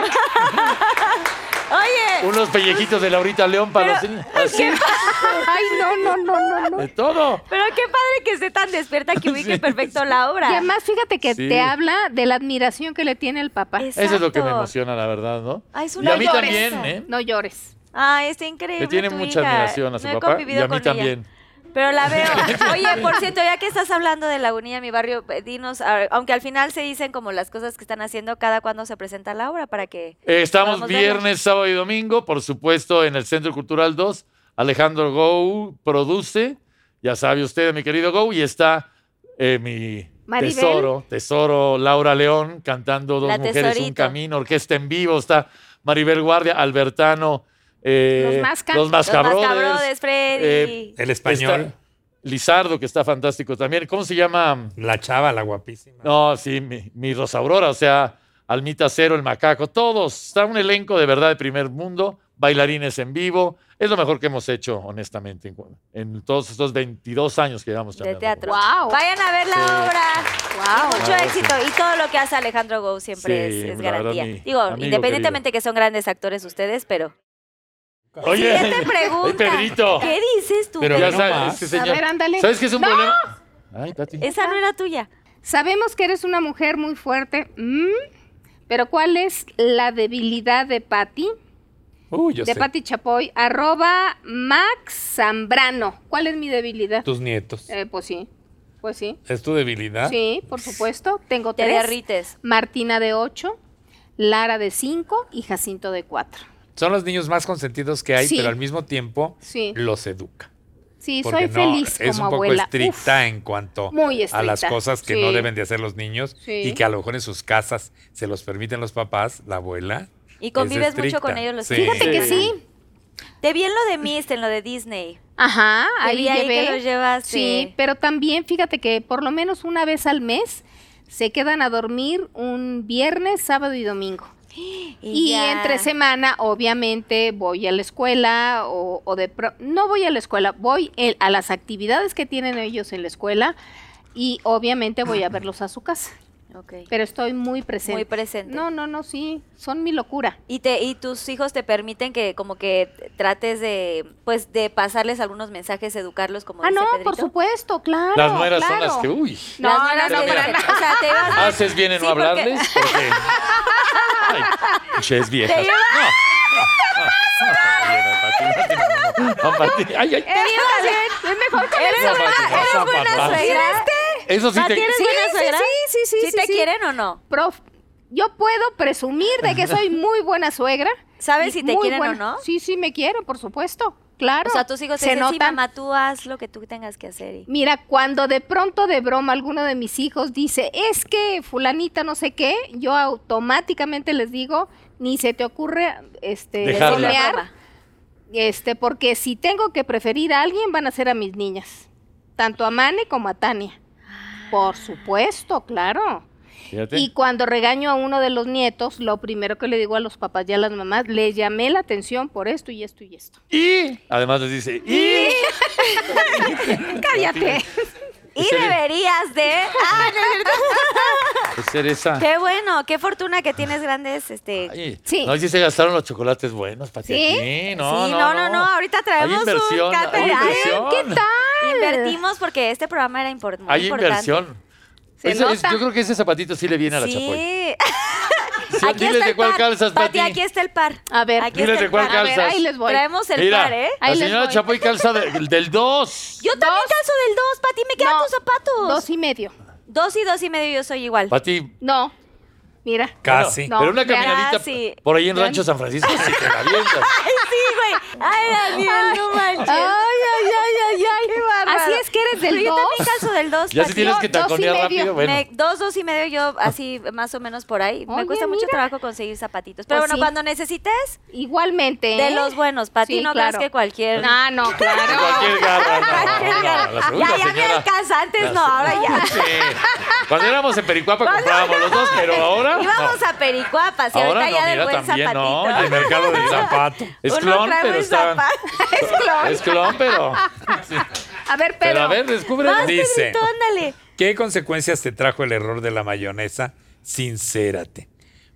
Oye, Unos pellejitos de Laurita León para los niños. Así, Ay, no, no, no, no, no. de todo. pero qué padre que esté tan despierta que ubique perfecto la obra. Y además, fíjate que Sí. te habla de la admiración que le tiene el papá. Eso es lo que me Exacto. emociona, la verdad, ¿no? Ay, es y una a mí lloreza. también, ¿eh? No llores. Ay, está increíble. Le tiene tu mucha hija. admiración a su No he papá y convivido a mí con también. ella. Pero la veo. Oye, por cierto, ya que estás hablando de Lagunilla, mi barrio, eh, dinos, a- aunque al final se dicen como las cosas que están haciendo cada cuando se presenta la obra para que... Eh, Estamos Podamos viernes, verla. sábado y domingo, por supuesto, en el Centro Cultural 2. Alejandro Gou produce, ya sabe usted, mi querido Gou, y está eh, mi Maribel. tesoro, tesoro Laura León, cantando Dos La Mujeres, Un tesorito. Camino, orquesta en vivo, está Maribel Guardia, Albertano, eh, Los Masca. los eh, Los Masca Brothers, Mascabrodes, Freddy. El español, está Lizardo, que está fantástico también. ¿Cómo se llama? la chava, la guapísima. No, sí, mi, mi Rosa Aurora, o sea, Almita Cero, el Macaco, todos. Está un elenco de verdad de primer mundo, bailarines en vivo. Es lo mejor que hemos hecho, honestamente, en, cu- en todos estos 22 años que llevamos de chambeando teatro. juntos. Wow. Vayan a ver la Sí. obra. Wow. Y mucho Claro, éxito. Y todo lo que hace Alejandro Gou siempre Sí, pues, es, es la verdad, garantía. mi Digo, amigo independientemente que son grandes actores ustedes, pero. Oye, Siguiente ay, pregunta. Pedrito. ¿Qué dices tú? Pero Ya Pedro? no sabes, más. este A señor- ver, ándale. ¿Sabes qué es un ¡No! problema? Ay, Tati. Esa no era tuya. Sabemos que eres una mujer muy fuerte, mm, pero ¿cuál es la debilidad de Patty? Uy, yo de sé. Pati Chapoy, arroba Max Zambrano. ¿Cuál es mi debilidad? Tus nietos. Eh, pues sí, pues sí. ¿Es tu debilidad? Sí, por supuesto. Tengo Te tres. derrites. Martina de ocho, Lara de cinco y Jacinto de cuatro. Son los niños más consentidos que hay, Sí. pero al mismo tiempo Sí. los educa. Sí, Porque soy no, feliz es como un poco abuela. Uf, estricta en cuanto Muy a las estricta, cosas que no sí. deben de hacer los niños Sí. y que a lo mejor en sus casas se los permiten los papás, la abuela. Y es convives mucho estricta. con ellos los Sí. fines de Fíjate que semana. sí. Te vi en lo de Mist, en lo de Disney. Ajá, Te ahí vi ahí llevé. que los llevaste. Sí, pero también fíjate que por lo menos una vez al mes se quedan a dormir un viernes, sábado y domingo. Y ya. entre semana, obviamente, voy a la escuela o, o de pro- no voy a la escuela, voy el- a las actividades que tienen ellos en la escuela y obviamente voy a verlos a su casa. Ok. pero estoy muy presente. Muy presente. No, no, no, sí, son mi locura. Y, te, y tus hijos te permiten que como que trates de, pues, de pasarles algunos mensajes, educarlos, como ah, dice no, Pedrito. por supuesto, claro. Las nueras claro. son las que, uy, No, Las nueras no, de- para O sea, te ibas a- haces bien en Sí, no porque- hablarles porque... Ay, pinches viejas. Te iba- No, no, no, no, no, no, no, no, no, Pati, ay, ay. Te iba a decir, Es mejor que ¿Eres No, buena, Pati, no, eres no, buena Pati. suegra? Eso sí Ah, Pati, te... ¿eres buena sí, suegra? sí, sí, sí, te sí. quieren o no? Prof, yo puedo presumir de que soy muy buena suegra. ¿Sabes y si te muy quieren o buena- no? Sí, sí, me quieren, por supuesto. Claro. O sea, tus hijos te se dicen, notan. sí, mamá, tú haz lo que tú tengas que hacer. y- Mira, cuando de pronto de broma alguno de mis hijos dice, es que fulanita no sé qué, yo automáticamente les digo, ni se te ocurre este Dejarla. bromear, Broma. este, porque si tengo que preferir a alguien, van a ser a mis niñas, tanto a Mane como a Tania. Por supuesto, claro. Fíjate. Y cuando regaño a uno de los nietos, lo primero que le digo a los papás y a las mamás, les llamé la atención por esto y esto y esto. Y además les dice, y Cállate. Y Ese- deberías de... Ah, no, ser esa. ¡Qué bueno! ¡Qué fortuna que tienes grandes este, Ay, Sí. No, y sí se gastaron los chocolates buenos, Pati. ¿Sí? aquí. No, Sí, no, no, no, no, ahorita traemos un hay inversión, catering. Hay Ay, inversión. ¿Qué tal? Invertimos porque este programa era import- muy Hay importante. inversión. Se Ese- es- nota. yo creo que ese zapatito sí le viene a la chapoy. Sí. Sí, diles de cuál calzas, Pati. aquí está el par. A ver. aquí Diles está de el cuál par. A ver, calzas. ahí les voy. Traemos el Mira, par, ¿eh? la Ahí les señora voy. Chapoy calza de- del 2. Yo también Dos. calzo del 2, Pati, me quedan No, tus zapatos. Dos y medio. Dos y dos y medio, yo soy igual. Pati, No. Mira. Casi. No, pero una ya, caminadita sí. por ahí en Ya. Rancho San Francisco sí te la avientas. Ay, sí, güey. Ay, Daniel, no manches. ay, ay, ay, ay. Qué bárbaro. Así es que eres del Yo dos. también calzo del 2, Ya si Pati. tienes que Yo dos y taconear medio. rápido, bueno. Me- dos, dos y medio, yo así más o menos por ahí. me Oye, cuesta mucho mira. trabajo conseguir zapatitos. Pero Pues bueno, sí. cuando necesites, Igualmente. de ¿eh? los buenos, Pati, Sí, no claro. creas que cualquier... No, no, claro. Cualquier garra, no, Cualquier no, garra. no, Ah, la segunda ya, ya me señora- alcanza. Antes la no, ahora ya. Sí. Cuando éramos en Pericuapa comprábamos los dos, pero ahora. no. Íbamos a Pericuapas y Ahora ahorita ya no, del mira buen también, no. zapatito. y el mercado del zapato. Es Uno clon, trae pero buen está. zapato. Es clon. Es clon, pero. A ver, Pedro. Pero a ver, descubre. Vas, Dice. Pedrito, ándale. ¿Qué consecuencias te trajo el error de la mayonesa? Sincérate.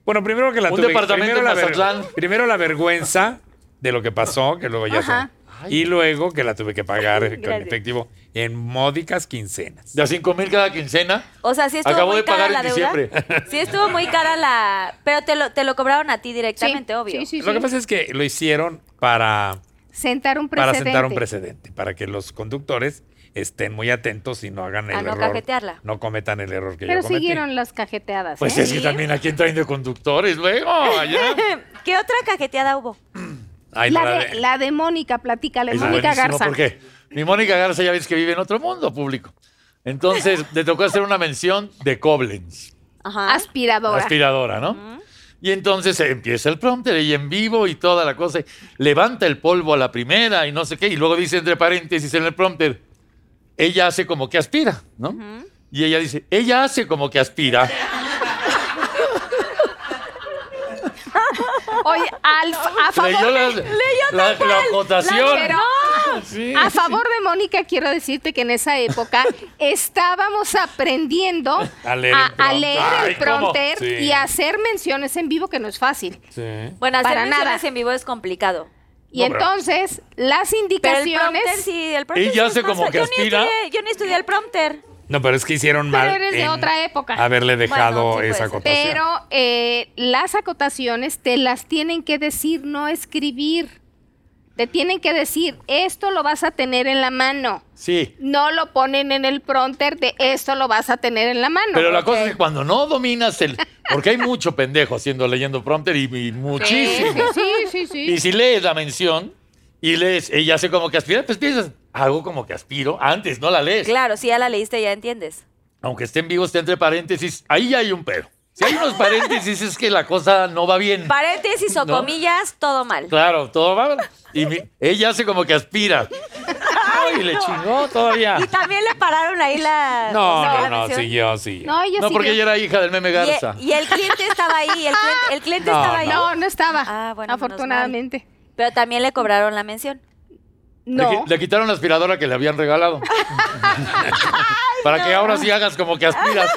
Bueno, primero que la Un tuve- departamento primero, en la ver- Mazatlán. primero la vergüenza de lo que pasó, que luego ya Ajá. se- Y luego que la tuve que pagar con Gracias. efectivo en módicas quincenas. De a 5 mil cada quincena. O sea, sí estuvo Acabo muy de cara pagar en la deuda. diciembre. Sí estuvo muy cara la... Pero te lo, te lo cobraron a ti Sí, directamente, obvio. Sí, sí, Lo sí. que pasa es que lo hicieron para, sentar un para precedente. sentar un precedente, para que los conductores estén muy atentos y no hagan el A no error. cajetearla. No cometan el error que Pero yo cometí. siguieron las cajeteadas. Pues ¿eh? es que también aquí traen de conductores luego. Allá. ¿Qué otra cajeteada hubo? Ay, la, no, la de, de- la de Mónica, platícale, Es Mónica buenísimo, Garza. porque Mi Mónica Garza ya ves que vive en otro mundo público. Entonces, le tocó hacer una mención de Koblenz, Ajá. la Ah, Aspiradora. aspiradora, ¿no? Y entonces eh, empieza el prompter y en vivo y toda la cosa. y Levanta el polvo a la primera y no sé qué. Y luego dice entre paréntesis en el prompter, ella hace como que aspira, ¿no? Y ella dice, ella hace como que aspira. Oye, al- a Leyó favor, la, la- la acotación. pero- Sí. a favor de Mónica, quiero decirte que en esa época estábamos aprendiendo A leer el prompter. leer Ay, el ¿cómo? prompter Sí. y hacer menciones en vivo, que no es fácil. Sí. Bueno, hacer Para misiones nada. en vivo es complicado. Y No, pero- entonces, las Pero el prompter indicaciones. sí, el prompter Y ya sí es hace más como fa- que yo ni aspira. estudié- yo ni estudié el prompter. No, pero es que hicieron Pero mal. eres de en otra época. Haberle dejado Bueno, sí puede esa ser. acotación. Pero eh, las acotaciones te las tienen que decir, no escribir. Te tienen que decir, esto lo vas a tener en la mano. Sí. No lo ponen en el prompter de esto lo vas a tener en la mano. Pero la cosa porque- es que cuando no dominas el. Porque hay mucho pendejo haciendo leyendo prompter y, y muchísimo. Sí, sí, sí, sí. Y si lees la mención y lees, ella hace como que aspira, pues piensas, hago como que aspiro. Antes no la lees. Claro, si ya la leíste, ya entiendes. Aunque esté en vivo, esté entre paréntesis, ahí ya hay un pero. Si hay unos paréntesis, es que la cosa no va bien. Paréntesis o ¿No? comillas, todo mal. Claro, todo va. Y mi- ella hace como que aspira. Ay, le chingó todavía. Y también le pararon ahí la. o No, sea, la no, no, mención. siguió, siguió. No, ella No, porque siguió. ella era hija del meme Y e- Garza. Y, el cliente estaba ahí, el cliente, el cliente No, estaba ahí. No, no estaba. Ah, bueno, menos mal. afortunadamente. Pero también le cobraron la mención. Le No. qui- Le, quitaron la aspiradora que le habían regalado. Para que ahora sí hagas como que aspiras.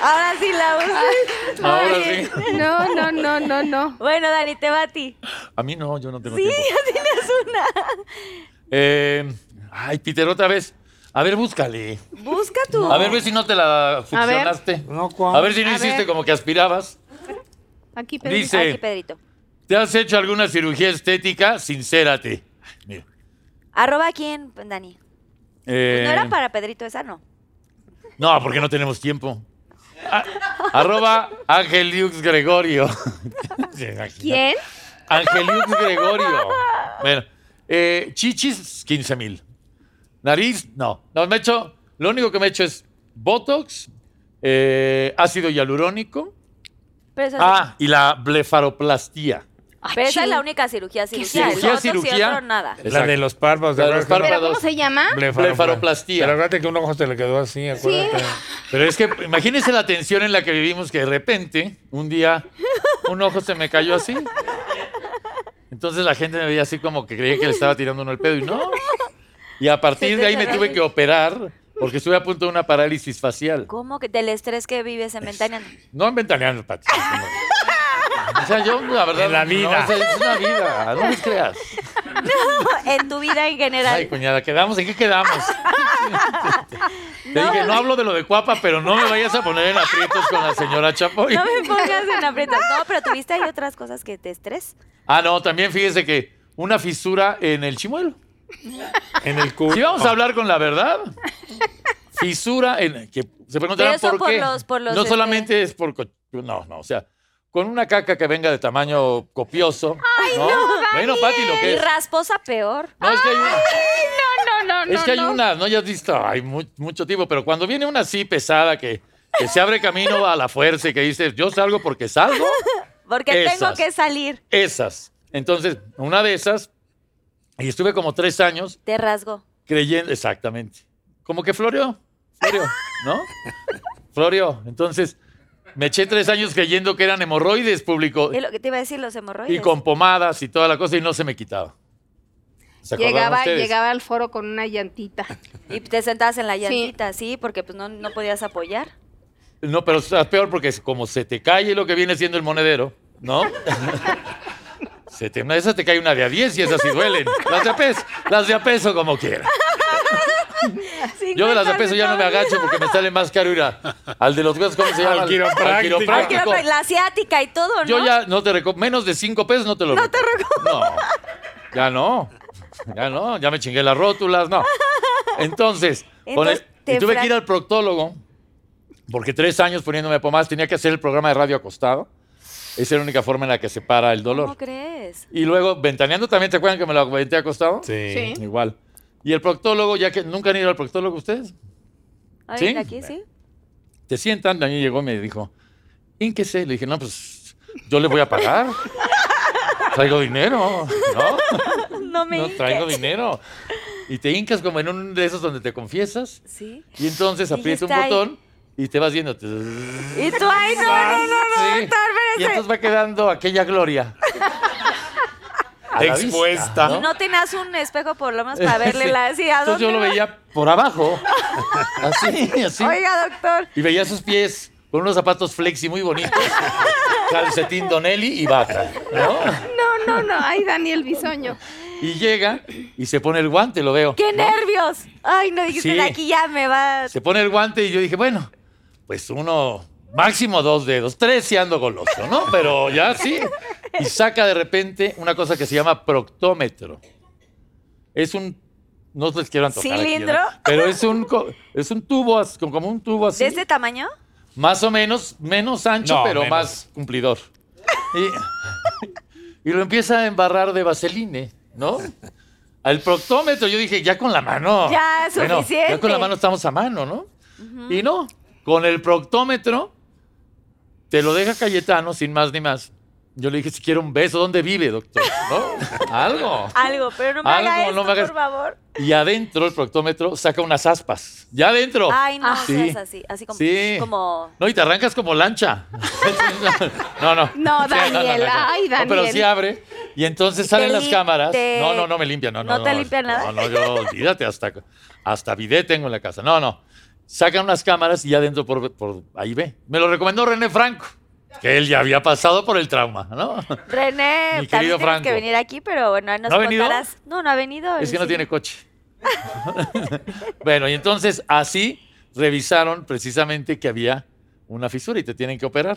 Ahora sí la usé. Ahora Muy bien. sí. No, no, no, no, no. Bueno, Dani, te va a ti. A mí no, yo no tengo Sí, tiempo. ya tienes una. Eh, ay, Peter, otra vez. A ver, búscale. Busca tu. A ver, ve si no te la funcionaste. No, ¿cuál? A ver si no A hiciste ver. como que aspirabas. Aquí pedí. Dice, Aquí, Pedrito. ¿te has hecho alguna cirugía estética? Sincérate. Mira. ¿Arroba a quién, Dani? Eh, Pues No era para Pedrito esa, no. No, porque no tenemos tiempo. A- arroba Angeliux Gregorio. ¿Quién? Angeliux Gregorio. Bueno, eh, chichis, 15 mil. Nariz, no. No, me he hecho, lo único que me he hecho es Botox, eh, ácido hialurónico, Pero esa, ah, y la blefaroplastía. pero esa es la Chin. única cirugía, cirugía. cirugía, el otro sí, cirugía? otro nada. La de los párpados. La de los ¿Pero cómo Párpados. se llama? Blefaroplastía. Pero acuérdate que un ojo te le quedó así, acuérdate. Pero es que imagínense la tensión en la que vivimos que de repente, un día, un ojo se me cayó así. Entonces la gente me veía así como que creía que le estaba tirando uno el pedo y no. Y a partir de ahí me tuve que operar porque estuve a punto de una parálisis facial. ¿Cómo que del estrés que vives en Ventana? No en ventaneando, Pati. O sea, yo la verdad... En la no, vida. o sea, es una vida, no me creas. en tu vida en general. Ay, cuñada, ¿quedamos? ¿En qué quedamos? Te dije, no hablo de lo de cuapa, pero no me vayas a poner en aprietos con la señora Chapoy. no me pongas en aprietos. No, pero tuviste ahí otras cosas que te estrés. Ah, no, también fíjese que una fisura en el chimuelo. En el culo. Si vamos a hablar con la verdad, fisura en que se Pero preguntarán eso por, por qué. los- por los, no este- solamente es por co- no, no, o sea, con una caca que venga de tamaño copioso. Ay, no. bueno, Pati, lo que Y es. rasposa peor. No, es que hay Ah, una. No, no, no. Es que hay no. unas, ¿no? Ya has visto, hay mu- mucho tipo, pero cuando viene una así pesada que, que se abre camino a la fuerza y que dice, yo salgo porque salgo, Porque tengo Esas. que salir. esas. Entonces, una de esas, y estuve como tres años Te rasgo. creyendo, exactamente, como que floreó, floreó, ¿no? Floreó. Entonces, me eché tres años creyendo que eran hemorroides, público, Es lo que te iba a decir, los hemorroides. y con pomadas y toda la cosa, y no se me quitaba. ¿Se acordaban Llegaba, ustedes? llegaba al foro con una llantita. Y te sentabas en la llantita, sí, porque pues no, no podías apoyar. No, pero está peor porque es como se te cae lo que viene siendo el monedero, ¿no? se te, una de esas te cae una de a 10 y esas sí duelen. Las de a peso, las de a peso como quiera. Yo de las de a peso ya no me agacho porque me sale más caro ir a- al de los huesos, ¿cómo se llama? Al quiropráctico. Ay, quiero quiropráctico. pre- La asiática y todo, ¿no? Yo ya no te recomiendo, menos de 5 pesos no te lo No te recomiendo. No, ya no, ya no, ya me chingué las rótulas, no. Entonces, con el- Entonces, te y tuve fra- que ir al proctólogo, porque tres años poniéndome pomadas tenía que hacer el programa de radio acostado. Esa es la única forma en la que se para el dolor. ¿Cómo crees? Y luego, ventaneando también, ¿te acuerdan que me lo venté acostado? Sí. Sí. Igual. Y el proctólogo, ya que nunca han ido al proctólogo ustedes, Ay, ¿Sí? aquí sí. te sientan, a mí llegó y me dijo, ¿en qué sé? Le dije, no, pues yo le voy a pagar. Traigo dinero, ¿no? No me No hinques. traigo dinero. Y te hincas como en un de esos donde te confiesas Sí. y entonces Y ya aprietas un está ahí. botón y te vas viendo. Y tú, ay, no, no, no, no, doctor, Sí. Y espérese. entonces va quedando aquella gloria. A la vista, Expuesta. ¿no? Y no tenías un espejo por lo menos para verle Sí. la así, ¿a Entonces yo dónde lo va? veía por abajo. Así, así. Oiga, doctor. Y veía sus pies con unos zapatos flexi muy bonitos. Calcetín Donelli y bata, ¿no? No, no, no. Ay, Daniel Bisoño. Y llega y se pone el guante, lo veo. ¡Qué nervios! Ay, no dijiste, Sí. aquí ya me va. Se pone el guante y yo dije, bueno, pues uno, máximo dos dedos, tres si ando goloso, ¿no? Pero ya sí. Y saca de repente una cosa que se llama proctómetro. Es un. No les quiero antojar. aquí, ¿no? ¿Cilindro? pero es un, co- es un tubo, as- como como un tubo así. ¿De este tamaño? Más o menos, menos ancho, No, pero menos. más cumplidor. Y, y lo empieza a embarrar de vaseline, ¿no? Al proctómetro, yo dije, ya con la mano. Ya, Bueno, suficiente. ya con la mano estamos a mano, ¿no? Y no, con el proctómetro te lo deja Cayetano, sin más ni más. Yo le dije, si quiero un beso, ¿dónde vive, doctor? ¿No? Algo. Algo, pero no me Algo, hagas no esto, me hagas- por favor. Y adentro el proctómetro saca unas aspas. Ya adentro. Ay, no Ah, Sí. seas así. Así como. Sí. como No, y te arrancas como lancha. no, no. No, Daniel, ay, No, pero Daniel. sí abre. Y entonces Y salen te las lim- cámaras. te- No, no, no me limpian. No, no, ¿No te limpia nada? No, no, yo, olvídate, hasta, hasta bidet tengo en la casa. No, no. sacan unas cámaras y ya adentro por, por ahí ve. Me lo recomendó René Franco, que él ya había pasado por el trauma, ¿no? René, también Mi querido tienes Franco. que venir aquí, pero bueno, nos ¿No ha venido? contarás. No, no ha venido. Es que no Sí. tiene coche. bueno, y entonces así revisaron precisamente que había una fisura y te tienen que operar.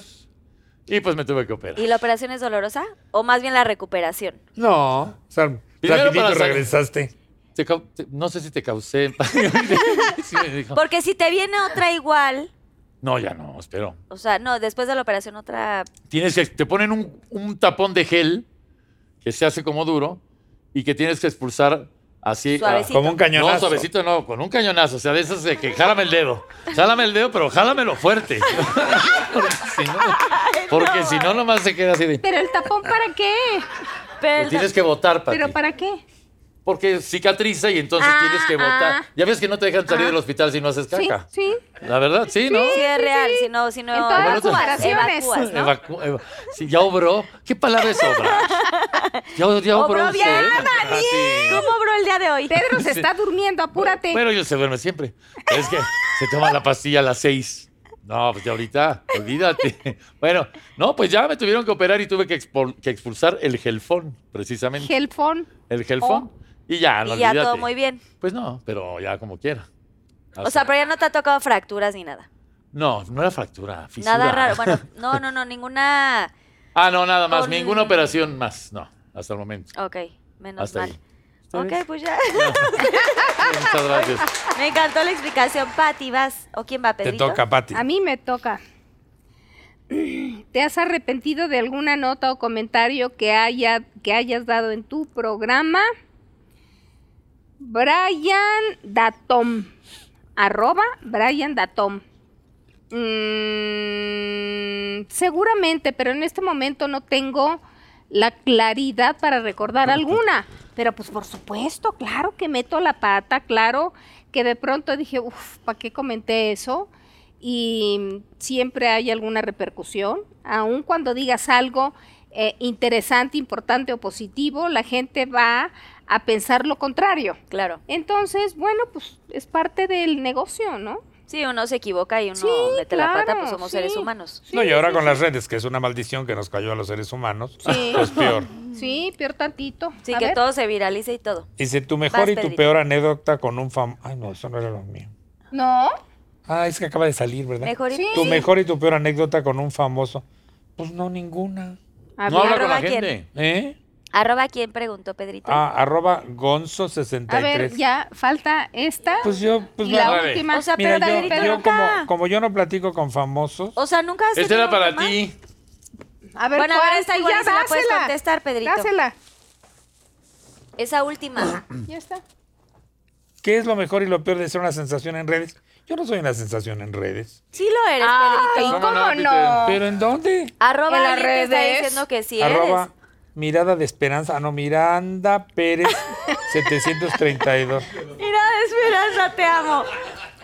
Y pues me tuve que operar. ¿Y la operación es dolorosa? O más bien la recuperación. No, o sea, para rapidito sacar- regresaste. Te cau- te- no sé si te causé. Sí me dijo. Porque si te viene otra igual, No, ya no, espero. o sea, no, después de la operación otra... Tienes que, te ponen un, un tapón de gel que se hace como duro y que tienes que expulsar así. a- Suavecito. Como un cañonazo. No, suavecito no, con un cañonazo. O sea, de esas de que jálame el dedo. Jálame el dedo, pero jálamelo fuerte. porque si no, porque si no, nomás se queda así de. Pero el tapón, ¿para qué? Lo Pero, tienes que botar, Pati. ¿Pero para qué? Porque cicatriza y entonces Ah, tienes que botar. ah. Ya ves que no te dejan salir del hospital si no haces Sí, caca. sí. La verdad, sí, ¿no? Sí, es real, si no, si no... En todas las evacuas, operaciones. evacuas, ¿no? Evacu- eva- sí, ya obró. ¿Qué palabra es obrar? Ya, ya obró, Obró usted. bien, Ah, sí. ¿Cómo obró el día de hoy? Pedro se está durmiendo, apúrate. Bueno, yo se duerme siempre. Es que se toma la pastilla a las seis. No, pues ya ahorita, olvídate. Bueno, no, pues ya me tuvieron que operar y tuve que, expol- que expulsar el gelfón, precisamente. Gelfón. El gelfón. Y ya, no y ya olvídate. todo muy bien. Pues no, pero ya como quiera. O sea, pero ya no te ha tocado fracturas ni nada. No, no era fractura, fisura. Nada raro. Bueno, no, no, no, ninguna... Ah, no, nada más. Con- Ninguna operación más. No, hasta el momento. Ok, menos Hasta mal. ahí. Ok, pues ya. Muchas gracias. Me encantó la explicación. Pati, vas. ¿O quién va, Te Pedrito? toca, Pati. A mí me toca. ¿Te has arrepentido de alguna nota o comentario que, haya, que hayas dado en tu programa? Brian Datom. Arroba Brian Datom. Mm, seguramente, pero en este momento no tengo la claridad para recordar alguna. Pero pues por supuesto, claro que meto la pata, claro que de pronto dije, uff, ¿para qué comenté eso? Y siempre hay alguna repercusión. Aun cuando digas algo eh, interesante, importante o positivo, la gente va a pensar lo contrario. Claro. Entonces, bueno, pues es parte del negocio, ¿no? Sí, uno se equivoca y uno Sí, mete la pata, claro, pues somos sí. seres humanos. no, y ahora con las redes, que es una maldición que nos cayó a los seres humanos, Sí. es peor. Sí, peor tantito. Sí, A que ver. todo se viralice y todo. Dice, tu mejor Vas, y tu Pedrito. peor anécdota con un famoso... Ay, no, eso no era lo mío. No. Ah, es que acaba de salir, ¿verdad? Mejor y- Sí. Tu mejor y tu peor anécdota con un famoso. Pues no, ninguna. A No ver. habla con la ¿Arroba quién? gente. ¿Eh? Arroba quién preguntó, Pedrito. Ah, arroba A ver, gonzo63. ya falta esta Pues yo, pues y no. la nueve. última. O sea, Mira, pero yo, Pedrito yo como, nunca. como yo no platico con famosos, O sea, nunca has Este tenido era para tema? ti. a ver, Bueno, a ¿cuál? ver, esta igual Ya y se la puedes dásela. contestar, Pedrito. Dásela. Ah. Esa última. Ya está. ¿qué es lo mejor y lo peor de ser una sensación en redes? Yo no soy una sensación en redes. Sí lo eres, Ay, Pedrito. ¿Cómo ¿cómo no, no? ¿Pero en dónde? Arroba Ah. en las alguien te está redes. diciendo que sí Arroba eres. Mirada de Esperanza. Ah, no, Miranda Pérez 732. Mira, Esperanza, te amo.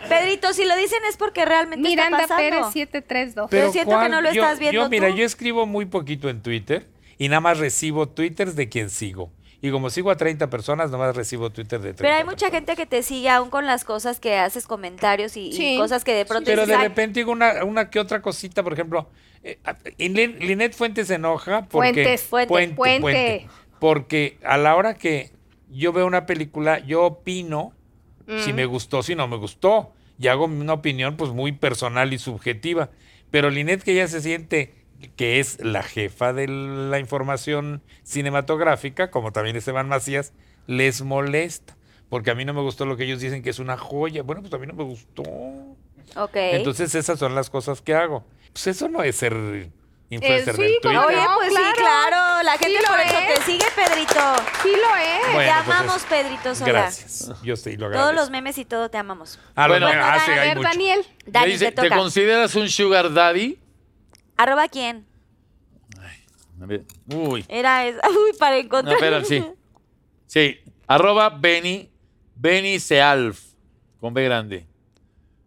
Pedrito, si lo dicen es porque realmente Miranda está Pérez pasando. 732. Pero siento que ¿cuál? no lo Yo- estás viendo Yo, mira, tú. yo escribo muy poquito en Twitter y nada más recibo twitters de quien sigo. Y como sigo a 30 personas, nada más recibo Twitter de 30. Pero hay mucha personas. gente que te sigue aún con las cosas que haces, comentarios y, y Sí. cosas que de pronto Pero de dices, "Ay, repente digo una, una que otra cosita, por ejemplo, eh, a- y Lin- Linet Fuentes se enoja porque Fuentes, Fuente, Puente, Fuente. Puente. porque a la hora que yo veo una película, yo opino Mm. si me gustó, si no me gustó, y hago una opinión pues muy personal y subjetiva. Pero Linet que ya se siente que es la jefa de la información cinematográfica, como también Esteban Macías, les molesta. Porque a mí no me gustó lo que ellos dicen que es una joya. Bueno, pues a mí no me gustó. Ok. Entonces esas son las cosas que hago. Pues eso no es ser influencer sí, del como Twitter. Oye, No, pues claro. sí, claro. La Sí gente lo por eso es. te sigue, Pedrito. Sí lo es. Bueno, te pues amamos, es- Pedrito Sola. Gracias. Yo sí lo agradezco. Todos los memes y todo te amamos. Ah, lo Bueno, bueno, a ah, sí, hay ver, mucho. Daniel. Me Dani, dice, te te, toca. consideras un sugar daddy? ¿Arroba quién? A ver, Uy. Era esa. Uy, para No, encontrar. espera, sí. Sí. Arroba Benny, Benny Sealf, con B grande.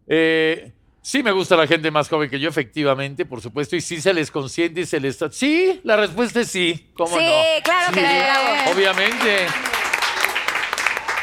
Eh, sí me gusta la gente más joven que yo, efectivamente, por supuesto, y sí se les consiente y se les... tra- Sí, la respuesta es sí, ¿cómo sí, no? claro que sí. bravo. Obviamente.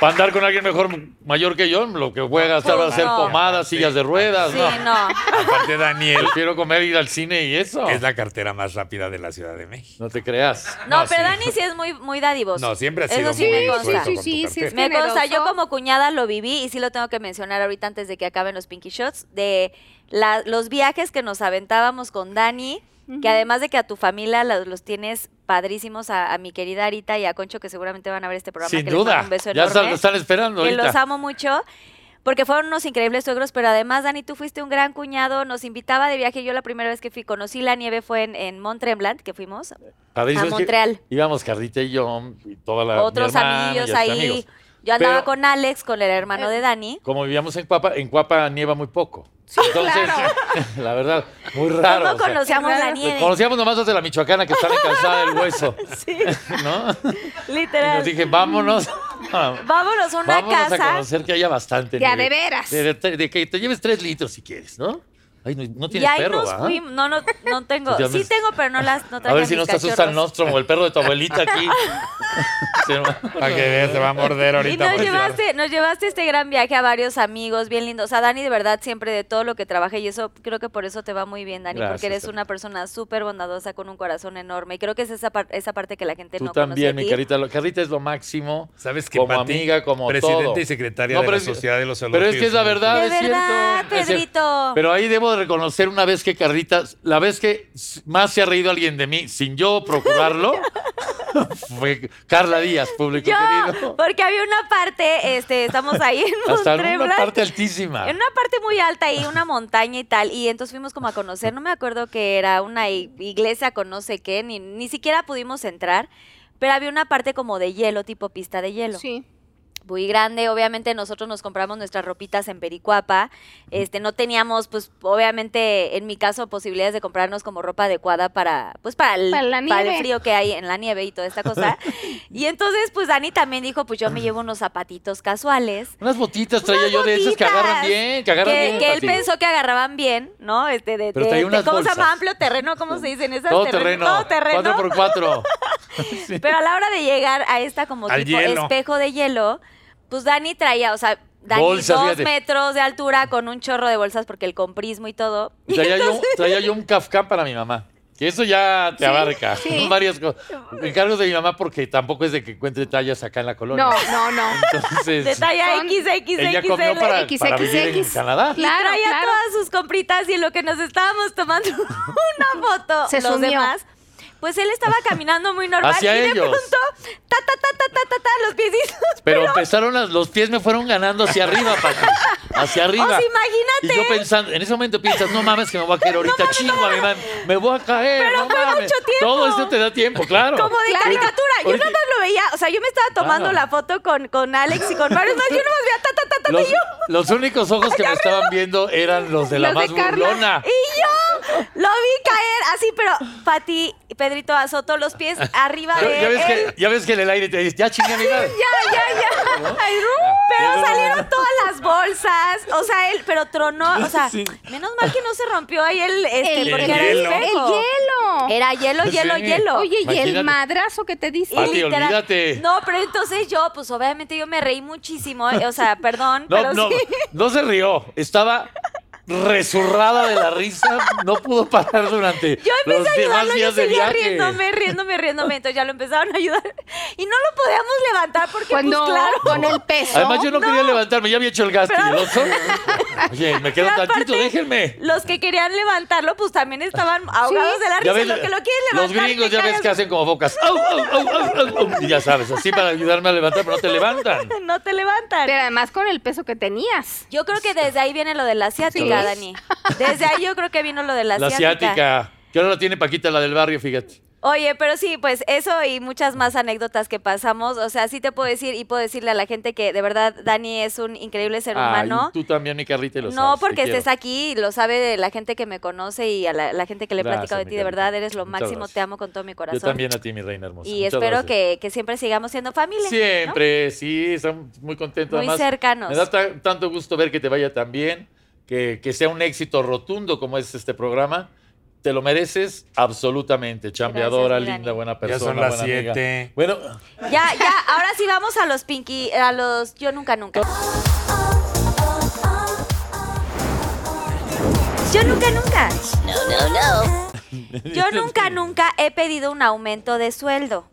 Para andar con alguien mejor, mayor que yo, lo que voy a gastar va a ser No. pomadas, sillas de ruedas. Sí, no. no. Aparte, Daniel Prefiero comer, ir al cine y eso. es la cartera más rápida de la Ciudad de México. No te creas. No, No, pero Ah, sí. Dani sí es muy, muy dadivoso. No, siempre ha Eso sido sí muy me consta. suelto Sí, con sí, tu sí, sí, cartera. Me consta, yo Generoso. como cuñada lo viví y sí lo tengo que mencionar ahorita antes de que acaben los Pinky Shots, de la- los viajes que nos aventábamos con Dani, que además de que a tu familia la- los tienes padrísimos, a, a mi querida Arita y a Concho, que seguramente van a ver este programa. Sin que les mando duda. un beso Ya enorme, están, lo están esperando que ahorita. los amo mucho. Porque fueron unos increíbles suegros, pero además, Dani, tú fuiste un gran cuñado, nos invitaba de viaje. Yo la primera vez que fui, conocí la nieve fue en, en Mont Tremblant, que fuimos. Padrísimo, a es Ah, que Montreal. Íbamos Carlita y yo, y toda la. Ah, mi Otros hermana y amigos hasta ahí. amigos. Yo andaba Pero- con Alex, con el hermano de Dani. Como vivíamos en Cuapa, en Cuapa nieva muy poco. Entonces, la verdad, muy raro. Poco o sea, conocíamos la nieve. conocíamos nomás los de la Michoacana que están encansadas del hueso. Sí, ¿No? Y literal. nos dije, vámonos. Vámonos a una vámonos a casa. conocer que haya bastante. Ya, nieve. de veras. De, de- de que te lleves tres litros si quieres, ¿no? Ay, no, no y tienes ahí perro, nos ¿va? fuimos. No, no, no tengo. Ya me- Sí tengo, pero no las no A traje ver si mis no te asusta el cachorros. Nostrum o el perro de tu abuelita aquí. Se llama- Para que veas, se va a morder Y ahorita. nos por eso. llevaste, nos llevaste este gran viaje a varios amigos bien lindos. O sea, Dani, de verdad, siempre de todo lo que trabajé. Y eso creo que por eso te va muy bien, Dani, Gracias, porque eres Carita. una persona súper bondadosa, con un corazón enorme. Y creo que es esa, par- esa parte que la gente Tú no también, conoce. mi de ti. carita. Lo- Carita es lo máximo. ¿Sabes qué, Como Pati? amiga, como Presidente todo. y secretaria de pero la es que- Sociedad de los Pero es que es la Elogios. verdad, De Ah, es verdad, cierto. es cierto. Pedrito. Pero ahí debo de reconocer una vez que Carrita, la vez que s- más se ha reído alguien de mí sin yo procurarlo, fue Carla Díaz, público Yo, querido. porque había una parte, este, estamos ahí en Hasta en una Montreblanc. parte altísima. En una parte muy alta ahí, una montaña y tal. Y entonces fuimos como a conocer, no me acuerdo que era una i- iglesia con no sé qué, ni, ni siquiera pudimos entrar. Pero había una parte como de hielo, tipo pista de hielo. Sí. Muy grande, obviamente nosotros nos compramos nuestras ropitas en Pericuapa. Este, no teníamos, pues, obviamente, en mi caso, posibilidades de comprarnos como ropa adecuada para, pues, para el, Para la para el nieve. frío que hay en la nieve y toda esta cosa. y entonces, pues, Dani también dijo, pues, yo me llevo unos zapatitos casuales. Unas botitas traía Unas yo de esas que botitas. agarran bien, que agarran Que, bien. que él Pati. pensó que agarraban bien, ¿no? Este de, Pero de- traía de- unas ¿Cómo se llama? bolsas. Amplio terreno, ¿cómo se dicen esas? Todo terreno. Todo terreno. Cuatro por cuatro. Pero a la hora de llegar a esta como Al tipo hielo. espejo de hielo, pues Dani traía, o sea, Dani Bolsas, dos fíjate. metros de altura con un chorro de bolsas porque el comprismo y todo. Y Traía, yo, traía yo un Kafka para mi mamá. Que eso ya te abarca. sí. Varias cosas. Encargos de mi mamá porque tampoco es de que encuentre tallas acá en la colonia. No, no, no. Entonces, De talla Son- ella comió para, XXXL. para vivir en XXX. Canadá. Y Claro, traía claro. todas sus compritas y en lo que nos estábamos tomando una foto, Se los sumió. demás. Pues él estaba caminando muy normal Hacia y de ellos. pronto, ta, ta, ta, ta, ta, ta, ta, los piecitos. Pero, empezaron, las- los pies me fueron ganando hacia arriba, Pati. Hacia arriba. O sea, imagínate. Y yo pensando, en ese momento piensas, no mames que me voy a caer ahorita, chingo, a mi madre, me voy a caer, Pero no fue mames. mucho tiempo. Todo esto te da tiempo, claro. Como de Claro. caricatura. Yo Ahorita- nada más lo veía. O sea, yo me estaba tomando Claro. la foto con, con Alex y con Mario. Es más, yo nada más veía ta, ta, ta, ta, ta, Los, y yo. los únicos ojos que me estaban viendo eran los de la Los más de Carla. burlona. Y yo lo vi caer así, pero Pati, Pedrito azotó los pies arriba Ya, de ya ves él. que, ya ves que en el aire te dice, ya chingue a mi madre. Ya, ya, ya. Ay, Ah, Pero salieron todas las bolsas. O sea, él, pero tronó. O sea, Sí. menos mal que no se rompió ahí el, este, El porque era hielo. ¡El espejo. hielo! Era hielo, hielo, Sí. hielo. Oye, ¿y Imagínate. el madrazo que te diste? Pati, olvídate. No, pero entonces yo, pues obviamente yo me reí muchísimo. eh, O sea, perdón, No, pero no, sí. no se rió. Estaba resurrada de la risa. No pudo parar durante Yo empecé los a demás ayudarlo, yo días de seguía viaje. riéndome, riéndome, riéndome. Entonces ya lo empezaron a ayudar. Y no lo podíamos levantar porque, Cuando pues claro. con el peso. Además, yo no, quería levantarme, ya había hecho el gasto. Pero- y el otro, Oye, me quedo Pero aparte, tantito, déjenme. Los que querían levantarlo, pues también estaban ahogados de la risa. Ya ves, lo que lo quieren los levantar. gringos te ya ves cagas. que hacen como bocas. Au, au, au, au, au, au. Y ya sabes, así para ayudarme a levantar, pero no te levantan. No te levantan. Pero además con el peso que tenías. yo creo que desde ahí viene lo de la asiática, Sí. Dani. Desde ahí yo creo que vino lo de la La asiática. Que ahora la tiene Paquita, la del barrio, fíjate. Oye, pero sí, pues eso y muchas más anécdotas que pasamos. O sea, sí te puedo decir y puedo decirle a la gente que de verdad Dani es un increíble ser Ay, humano. tú también, mi Carlita, y lo No sabes, te porque estés quiero. aquí, lo sabe la gente que me conoce y a la, la gente que le he Gracias, platicado de mi ti. De Carlita. verdad, eres lo Muchas máximo, gracias. te amo con todo mi corazón. Yo también a ti, mi reina hermosa. Y Muchas espero gracias. que, que siempre sigamos siendo familia. ¿no? Siempre, sí, estamos muy contentos. Muy Además, cercanos. Me da ta- tanto gusto ver que te vaya tan bien, que, que sea un éxito rotundo como es este programa, Te lo mereces absolutamente. Chambeadora, Gracias, mi linda, Dani. buena Ya persona. son las buena amiga. siete. Bueno, Ya, ya, ahora sí vamos a los Pinky, a los Yo Nunca Nunca. Yo nunca nunca. Yo nunca nunca he pedido un aumento de sueldo.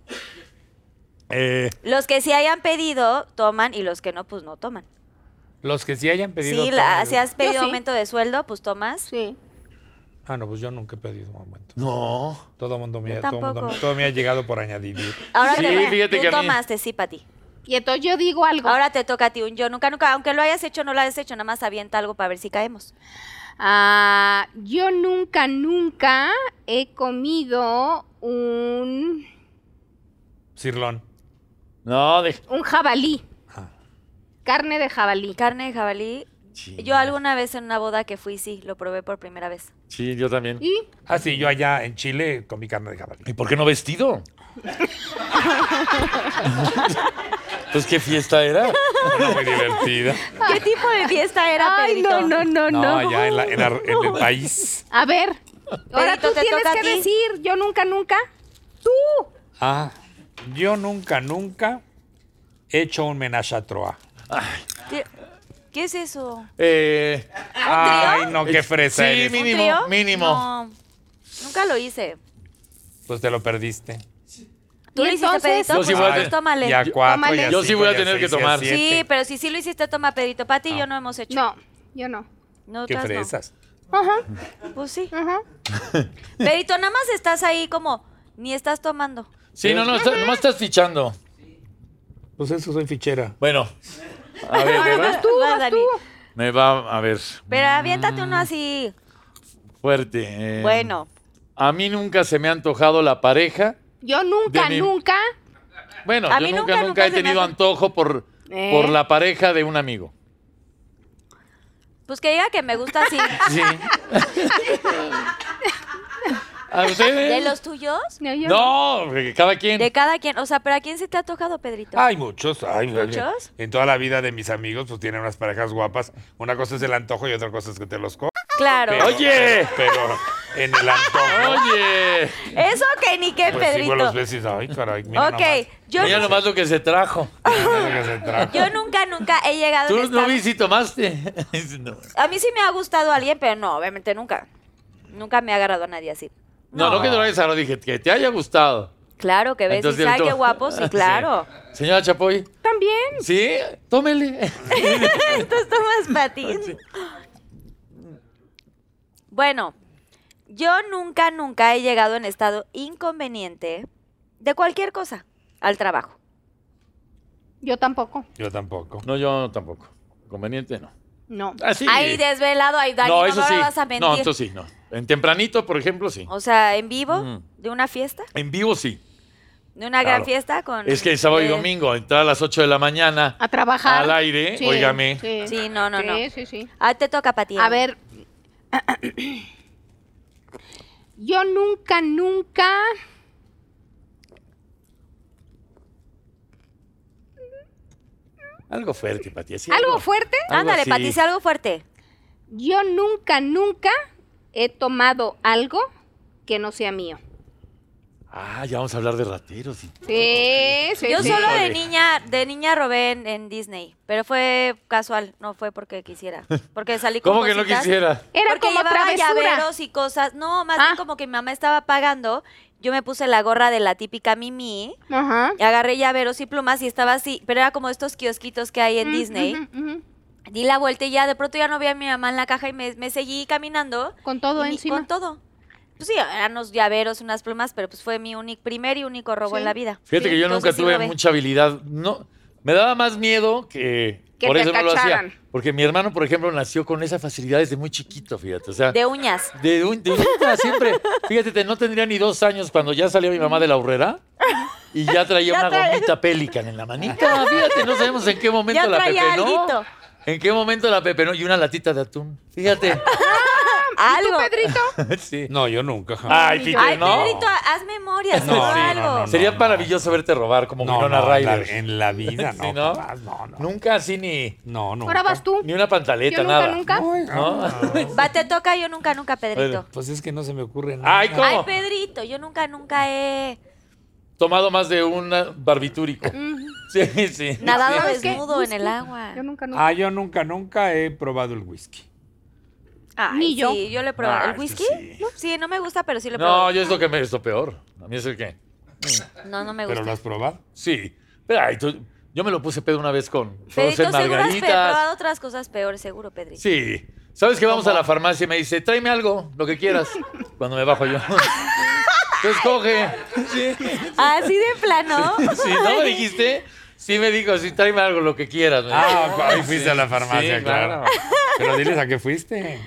eh, Los que sí hayan pedido toman y los que no, pues no toman. Los que sí hayan pedido. Sí, todo, la- yo- si has pedido sí. aumento de sueldo, pues tomas. Sí. Ah, no, pues yo nunca he pedido un aumento. no. Todo mundo me Yo ha, todo mundo, tampoco. todo me ha llegado por añadir. Ahora Sí, te, fíjate tú que a mí- tomaste, sí, Pati. Y entonces yo digo algo. Ahora te toca a ti un yo nunca nunca. Aunque lo hayas hecho o no lo hayas hecho, nada más avienta algo para ver si caemos. Ah, yo nunca, nunca he comido un, Cirlón. No, de- un jabalí. Ah. Carne de jabalí. Carne de jabalí. Yo alguna vez en una boda que fui, sí, lo probé por primera vez. sí, yo también. Y Ah, sí, yo allá en Chile comí carne de jabalí. ¿Y por qué no vestido? pues qué fiesta era. Muy divertida. ¿Qué tipo de fiesta era, Ah. Ay, Pedrito? no, no, Oh, no, No, no. allá en, la- en la- en el país. A ver. Ahora Pedrito, tú te tienes toca a que ti. decir, yo nunca, nunca. Tú. Ah, yo nunca, nunca he hecho un menaje a Troa. ¿Qué, qué es eso? Eh, Ay, no, qué fresa sí, eres. ¿Un mínimo, trío? mínimo. No, nunca lo hice. Pues te lo perdiste. ¿Tú ¿Y lo hiciste, entonces? Pedrito? Yo sí Pues, voy a- pues, tómale. Y a cuatro, Tómale. y a Yo sí cinco, voy a y tener que seis, y a tomar. siete. Sí, pero si sí lo hiciste, toma, Pedrito. Pati y yo no hemos hecho. No, yo no. No, Qué otras no. fresas. Ajá, Pues sí. ajá. Pedrito, nada más estás ahí como, ni estás tomando. Sí, no, no, está- nomás estás fichando. Pues eso, soy fichera. Bueno, a ver, me va, Tú, Vas, vas Dani. tú. me va a ver Pero aviéntate Mm. uno así. fuerte. eh. Bueno. A mí nunca se me ha antojado la pareja. Yo nunca, De mi- nunca. Bueno, A yo mí nunca, nunca, nunca, nunca he se me tenido hace- antojo por, ¿Eh? por la pareja de un amigo. Pues que diga que me gusta así. Sí. ¿A ustedes? ¿De los tuyos? No, yo No, porque cada quien. De cada quien. O sea, ¿pero a quién se te ha tocado, Pedrito? Hay muchos, hay ¿Muchos? En toda la vida de mis amigos, pues tienen unas parejas guapas. Una cosa es el antojo y otra cosa es que te los co. claro. pero- Oye. Pero en el antojo. Oye, Eso que ni qué, Recibo Pedrito. los Pues besos. Ay, caray. Mira Ok, yo, mira nomás lo que se trajo. nomás. Mira que se trajo. yo nunca, nunca he llegado a un Tú no estado- viste y tomaste. Dice, no. A mí sí me ha gustado alguien, pero no, obviamente nunca. Nunca me ha agarrado a nadie así. No, no que te lo hayas agarrado, dije que te haya gustado. Claro que ves, Entonces, y sabe tú- qué guapo, sí, claro. Sí. Señora Chapoy, también. sí, tómele. Entonces tomas patín. Bueno, yo nunca, nunca he llegado en estado inconveniente de cualquier cosa al trabajo. Yo tampoco. Yo tampoco. No, yo tampoco. Conveniente, no. No. Así. Ahí desvelado, ahí Dani, no, no, eso me sí. vas a mentir. No, entonces sí, no. En tempranito, por ejemplo, sí. O sea, en vivo, Mm. de una fiesta, En vivo, sí. de una Claro. gran fiesta con... Es que el sábado y eh, domingo, entrar a las 8 de la mañana A trabajar. al aire, Sí, óigame. Sí, Sí, no, no, no. Sí, sí, sí. Ah, te toca, Pati. A ver. Yo nunca, nunca. Algo fuerte, Pati. así ¿Algo fuerte? Ándale, así. Pati, sé algo fuerte. Yo nunca, nunca he tomado algo que no sea mío. Ah, ya vamos a hablar de rateros. y- Sí, sí, Yo sí. solo de Híjole. niña, de niña robé en, en Disney, pero fue casual, no fue porque quisiera, porque salí con ¿Cómo que no cositas. quisiera? Era porque como llevaba travesura. llaveros y cosas. No, más Ah. bien como que mi mamá estaba pagando. Yo me puse la gorra de la típica Mimi, Ajá. y agarré llaveros y plumas y estaba así, pero era como estos kiosquitos que hay en Mm, Disney. ujú, ujú. Di la vuelta y ya de pronto ya no vi a mi mamá en la caja y me, me seguí caminando. Con todo Y mi- encima. Con todo. Pues sí, eran unos llaveros, unas plumas, pero pues fue mi único, primer y único robo Sí. en la vida. Fíjate Sí, que yo nunca entonces sí tuve robé. mucha habilidad. No, me daba más miedo que, Que por te eso no lo hacía. cacharan. Porque mi hermano, por ejemplo, nació con esa facilidad desde muy chiquito, fíjate. O sea, De uñas. de, un- de uñita siempre. Fíjate, te- no tendría ni dos años cuando ya salió mi mamá de la urrera y ya traía una gomita pélica en la manita. Fíjate, no sabemos en qué momento Ya la traía Pepe no. alguito. ¿En qué momento la Pepe no? Y una latita de atún. Fíjate. ¿Tú, algo. Pedrito? Sí. No, yo nunca. jamás. Ay, Peter, Ay, no. Pedrito, haz memoria, No, no, sí, no, algo. no, no. Sería maravilloso verte robar como no, Winona no, en la- Ryder. en la vida, no. Sí, ¿no? jamás, no, no. Nunca así ni, No, ah. no. Ahora vas tú. ni una pantaleta, Yo nunca, nada. nunca. ¿No? Va, te toca yo nunca, nunca, Pedrito. Pues es que no se me ocurre nada. Ay, ¿cómo? Ay, Pedrito, yo nunca, nunca he Tomado más de un barbitúrico. Sí, sí. nadado ¿Sabes qué? desnudo en el Whisky. agua. Yo nunca, nunca. Ah, yo nunca, nunca he probado el whisky. Ay, Ni yo. Sí, yo le he probado. Ay, ¿El sí, whisky? Ah, sí. No, sí, no me gusta, pero sí lo he No, probado. yo es lo que me es lo peor. A mí es el que. No, no me ¿Pero lo gusta. has probado? Sí. Pero, ay, tú- yo me lo puse pedo una vez con Pedrito, Frozen seguro has pe- probado Margaritas. otras cosas peores, seguro, Pedrito. Sí. ¿Sabes que vamos a la farmacia y me dice, tráeme algo, lo que quieras? Cuando me bajo yo. Entonces coge. Sí, Así Ah, de plano. sí, ¿no me dijiste? Sí me dijo, sí, tráeme algo, lo que quieras. me Ah, dijo. ahí fuiste a la farmacia, Oh, Sí, claro. Pero diles a qué fuiste.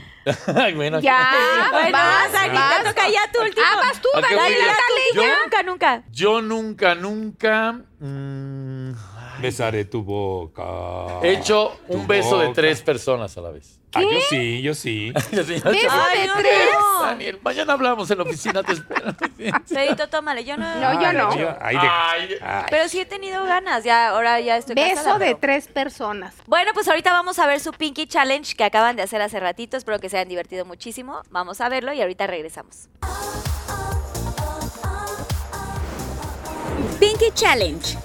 Ay, bueno. Ya, Ah, Bueno, vas, pues vas, Ari, te vas. toca ya tu último. Ah, vas tú, ¿A qué Dale, voy? ya tú, ¿Yo? Yo nunca, nunca. Yo nunca, nunca mm, Besaré tu boca. he hecho Tu un beso de boca. tres personas a la vez. Ah, yo sí, yo sí. Yo sí, yo sí. Beso Ay, de no, tres. no. Daniel, mañana hablamos en la oficina, te espero. Pedrito, tómale. Yo no. No, yo no. Ay, Ah, de- Ah. Ay. ay. Pero sí he tenido ganas. Ya, ahora ya estoy Beso casada, de pero- tres personas. Bueno, pues ahorita vamos a ver su Pinky Challenge que acaban de hacer hace ratito. Espero que se hayan divertido muchísimo. Vamos a verlo y ahorita regresamos. Pinky Challenge.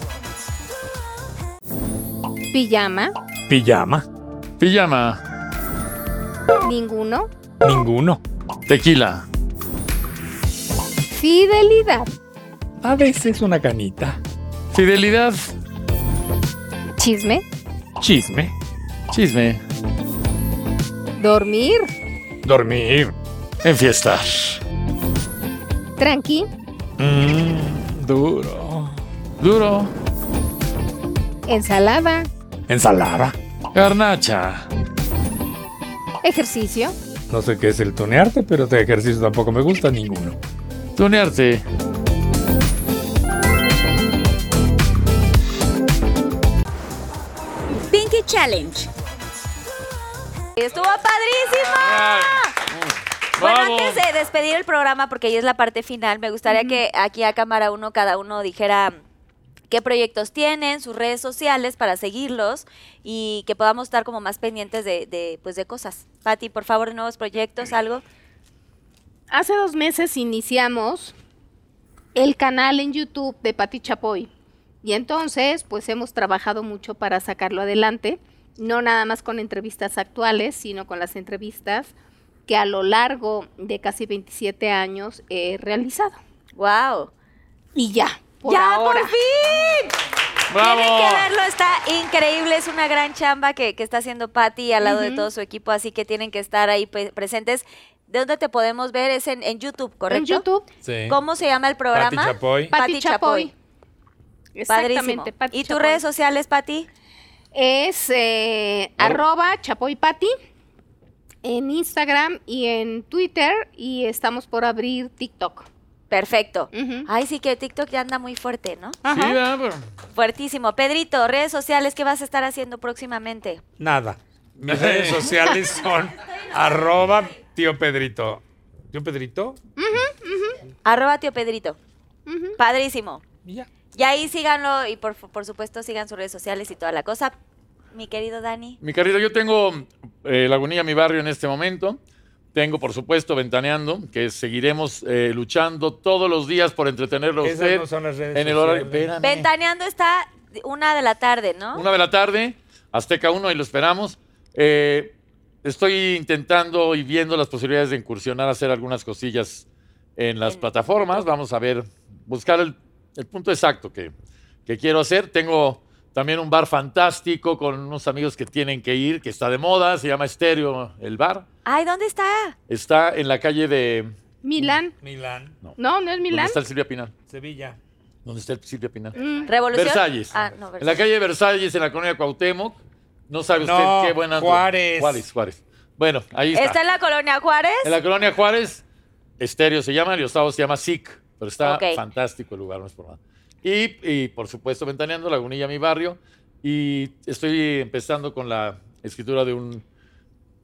Pijama. Pijama. Pijama, Ninguno. Ninguno. tequila, Fidelidad. A veces una canita. fidelidad, Chisme. Chisme. chisme, Dormir. Dormir. en fiesta. Tranqui. Duro. Duro. Ensalada. Ensalada. Garnacha. Ejercicio. No sé qué es el tunearte, pero este ejercicio tampoco me gusta ninguno. Tunearte. Pinky Challenge. Estuvo padrísimo. Bueno, Bravo. antes de despedir el programa, porque ya es la parte final, me gustaría que aquí a cámara uno, cada uno dijera qué proyectos tienen, sus redes sociales para seguirlos y que podamos estar como más pendientes de, de, pues, de cosas. Pati, por favor, nuevos proyectos, algo. Hace dos meses iniciamos el canal en YouTube de Pati Chapoy. Y entonces, pues hemos trabajado mucho para sacarlo adelante, no nada más con entrevistas actuales, sino con las entrevistas que a lo largo de casi 27 años he realizado. ¡Wow! Y ya, por ¡Ya, ahora. por fin! Tienen que Bravo. verlo, está increíble, es una gran chamba que, que está haciendo Patty al lado de Ujú. todo su equipo, así que tienen que estar ahí pe- presentes. ¿De dónde te podemos ver? Es en, en YouTube, ¿correcto? En YouTube, Sí. ¿Cómo se llama el programa? Pati Chapoy. Pati Pati, Chapoy. Chapoy. Padrísimo. Exactamente, Pati ¿Y tus Chapoy. redes sociales, Pati? Es eh, arroba chapoypati en Instagram y en Twitter y estamos por abrir TikTok. Ah, Perfecto. Ujú. Ay, sí que TikTok ya anda muy fuerte, ¿no? Sí, Ajá. ¿verdad? Pero- Fuertísimo. Pedrito, redes sociales, ¿qué vas a estar haciendo próximamente? Nada. Mis redes sociales son arroba tío Pedrito. ¿Tío Pedrito? Arroba tío Pedrito. Ujú. Padrísimo. Y ya. Y ahí síganlo y por, por supuesto sigan sus redes sociales y toda la cosa. Mi querido Dani. Mi querido, yo tengo eh, Lagunilla, mi barrio en este momento. Tengo, por supuesto, Ventaneando, que seguiremos eh, luchando todos los días por entretenerlo a Esas usted. no ¿eh? son las redes en el horario. sociales. Espérame. Ventaneando está una de la tarde, ¿no? Una de la tarde, Azteca 1, y lo esperamos. Eh, estoy intentando y viendo las posibilidades de incursionar, hacer algunas cosillas en las En- plataformas. Vamos a ver, buscar el, el punto exacto que, que quiero hacer. Tengo también un bar fantástico con unos amigos que tienen que ir, que está de moda, se llama Estéreo el bar. Ay, ¿dónde está? Está en la calle de. Milán. Milán, No, no es ¿Dónde Milán. está el Silvia Pinal? Sevilla. ¿Dónde está el Silvia Pinal? Mm, Revolución. Versalles. Ah, no, En la Versalles. calle de Versalles, en la colonia Cuauhtémoc. No sabe usted No, qué buena. Juárez. Juárez, Juárez. Bueno, ahí está. Está. en la colonia Juárez. En la colonia Juárez, Estéreo se llama, el hostado se llama SIC, pero está Ok. fantástico el lugar, no es por nada. Y, y, por supuesto, Ventaneando, Lagunilla, mi barrio. Y estoy empezando con la escritura de un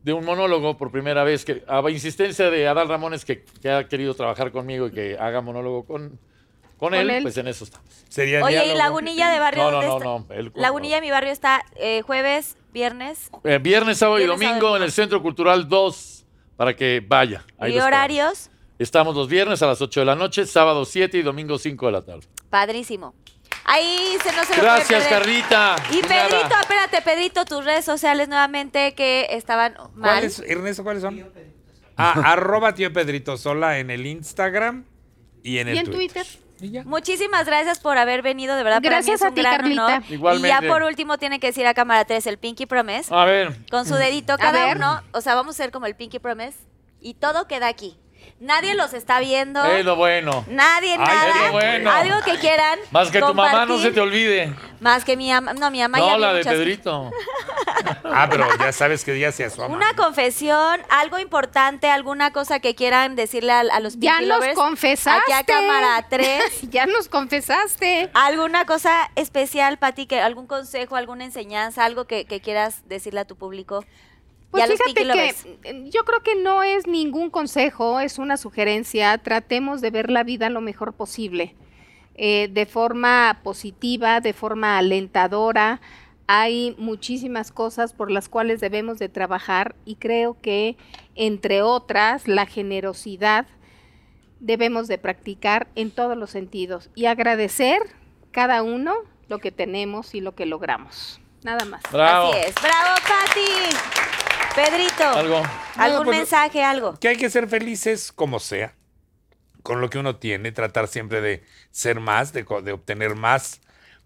de un monólogo por primera vez, que a insistencia de Adal Ramones, que, que ha querido trabajar conmigo y que haga monólogo con, con, Con él, él. pues en eso está. Sería Oye, ¿y diálogo. Lagunilla de barrio? No, no, dónde no, está? no, el- Lagunilla de mi barrio está eh, jueves, viernes. Eh, viernes, sábado y Viernes, sábado y domingo en domingo. el Centro Cultural 2, para que vaya. Ahí ¿Y los horarios? esperamos. Estamos los viernes a las 8 de la noche, sábado 7 y domingo 5 de la tarde. Padrísimo. Ahí se no se lo puede Gracias, perder. Carlita. Y Nada. Pedrito, espérate, Pedrito, tus redes sociales nuevamente que estaban mal. ¿Cuáles, Ernesto, cuáles son? Ah, arroba tío Pedrito Sola en el Instagram y en el Y en Twitter. Twitter. Y ya. Muchísimas gracias por haber venido, de verdad. Gracias para mí es a un ti, gran Carlita. honor. Igualmente. Ah. Y ya por último tiene que decir a cámara 3 el Pinky Promise. A ver, Con su dedito cada ver. uno. O sea, vamos a ser como el Pinky Promise. Y todo queda aquí. Nadie los está viendo. es Eh, lo bueno. Nadie, Ay, es nada. lo bueno. Algo que quieran. Más que tu mamá no se compartir. te olvide. Más que mi ama. No, mi ama ya No, vi la de muchas- Pedrito. Ah, pero ya sabes que ya se asoma. Una confesión, algo importante, alguna cosa que quieran decirle a, a los Ya Pinky nos Lovers. Aquí confesaste. a cámara 3. ya nos confesaste. ¿Alguna cosa especial para ti? Que, ¿Algún consejo, alguna enseñanza, algo que, que quieras decirle a tu público? Pues y a los Pinky fíjate que Lovers. eh, yo creo que no es ningún consejo, es una sugerencia. Tratemos de ver la vida lo mejor posible, eh, de forma positiva, de forma alentadora. Hay muchísimas cosas por las cuales debemos de trabajar y creo que, entre otras, la generosidad debemos de practicar en todos los sentidos y agradecer cada uno lo que tenemos y lo que logramos. Nada más. Bravo. Así es. ¡Bravo, Pati! Pedrito, Algo. ¿algún No, pues- mensaje, algo? Que hay que ser felices como sea, con lo que uno tiene, tratar siempre de ser más, de, co- de obtener más,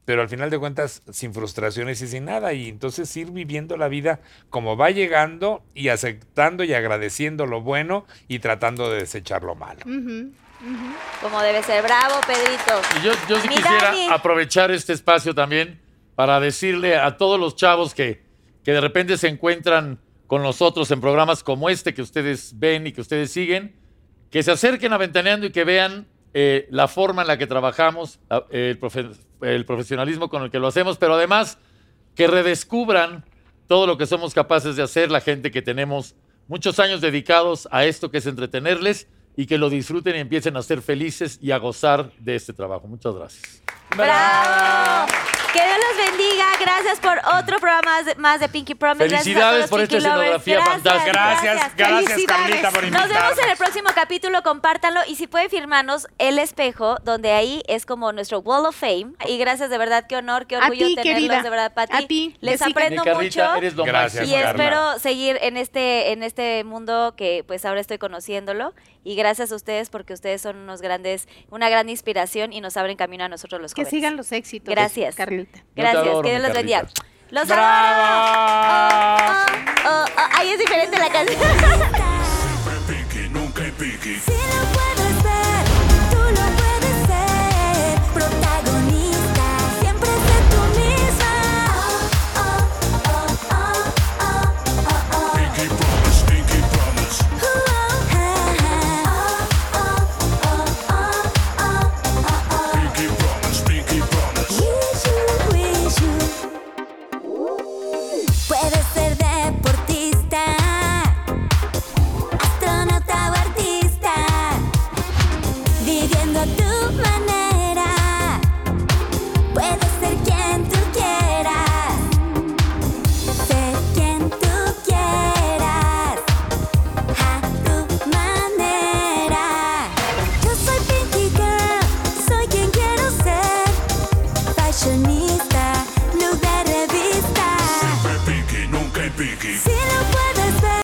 pero al final de cuentas sin frustraciones y sin nada, y entonces ir viviendo la vida como va llegando y aceptando y agradeciendo lo bueno y tratando de desechar lo malo. Ujú. Como debe ser. ¡Bravo, Pedrito! Y yo, yo sí Mi quisiera Dani. aprovechar este espacio también para decirle a todos los chavos que, que de repente se encuentran con nosotros en programas como este que ustedes ven y que ustedes siguen, que se acerquen a Ventaneando y que vean eh, la forma en la que trabajamos, la- el, profe- el profesionalismo con el que lo hacemos, pero además que redescubran todo lo que somos capaces de hacer, la gente que tenemos muchos años dedicados a esto que es entretenerles y que lo disfruten y empiecen a ser felices y a gozar de este trabajo. Muchas gracias. ¡Bravo! Que Dios los bendiga. Gracias por otro programa más de, más de Pinky Promise. Gracias a Felicidades todos los por Pinky esta Lovers. escenografía fantástica. Gracias, gracias Carlita por Nos invitarme. vemos en el próximo capítulo, compártanlo y si pueden firmarnos El Espejo, donde ahí es como nuestro Wall of Fame. Y gracias de verdad, qué honor, qué A orgullo ti, tenerlos, querida. de verdad, Pati. A ti, Les Jessica. aprendo Mi Carlita, mucho eres lo Gracias, máximo. y Carla. espero seguir en este, en este mundo que pues ahora estoy conociéndolo. Y gracias a ustedes porque ustedes son unos grandes, una gran inspiración y nos abren camino a nosotros los Que jóvenes. sigan los éxitos. Gracias. Carlita. te Gracias, adoro, que mi Dios los bendiga. Carlita. Los adoro. ¡Bravo! Ah, Oh, oh, oh, ahí es diferente la canción.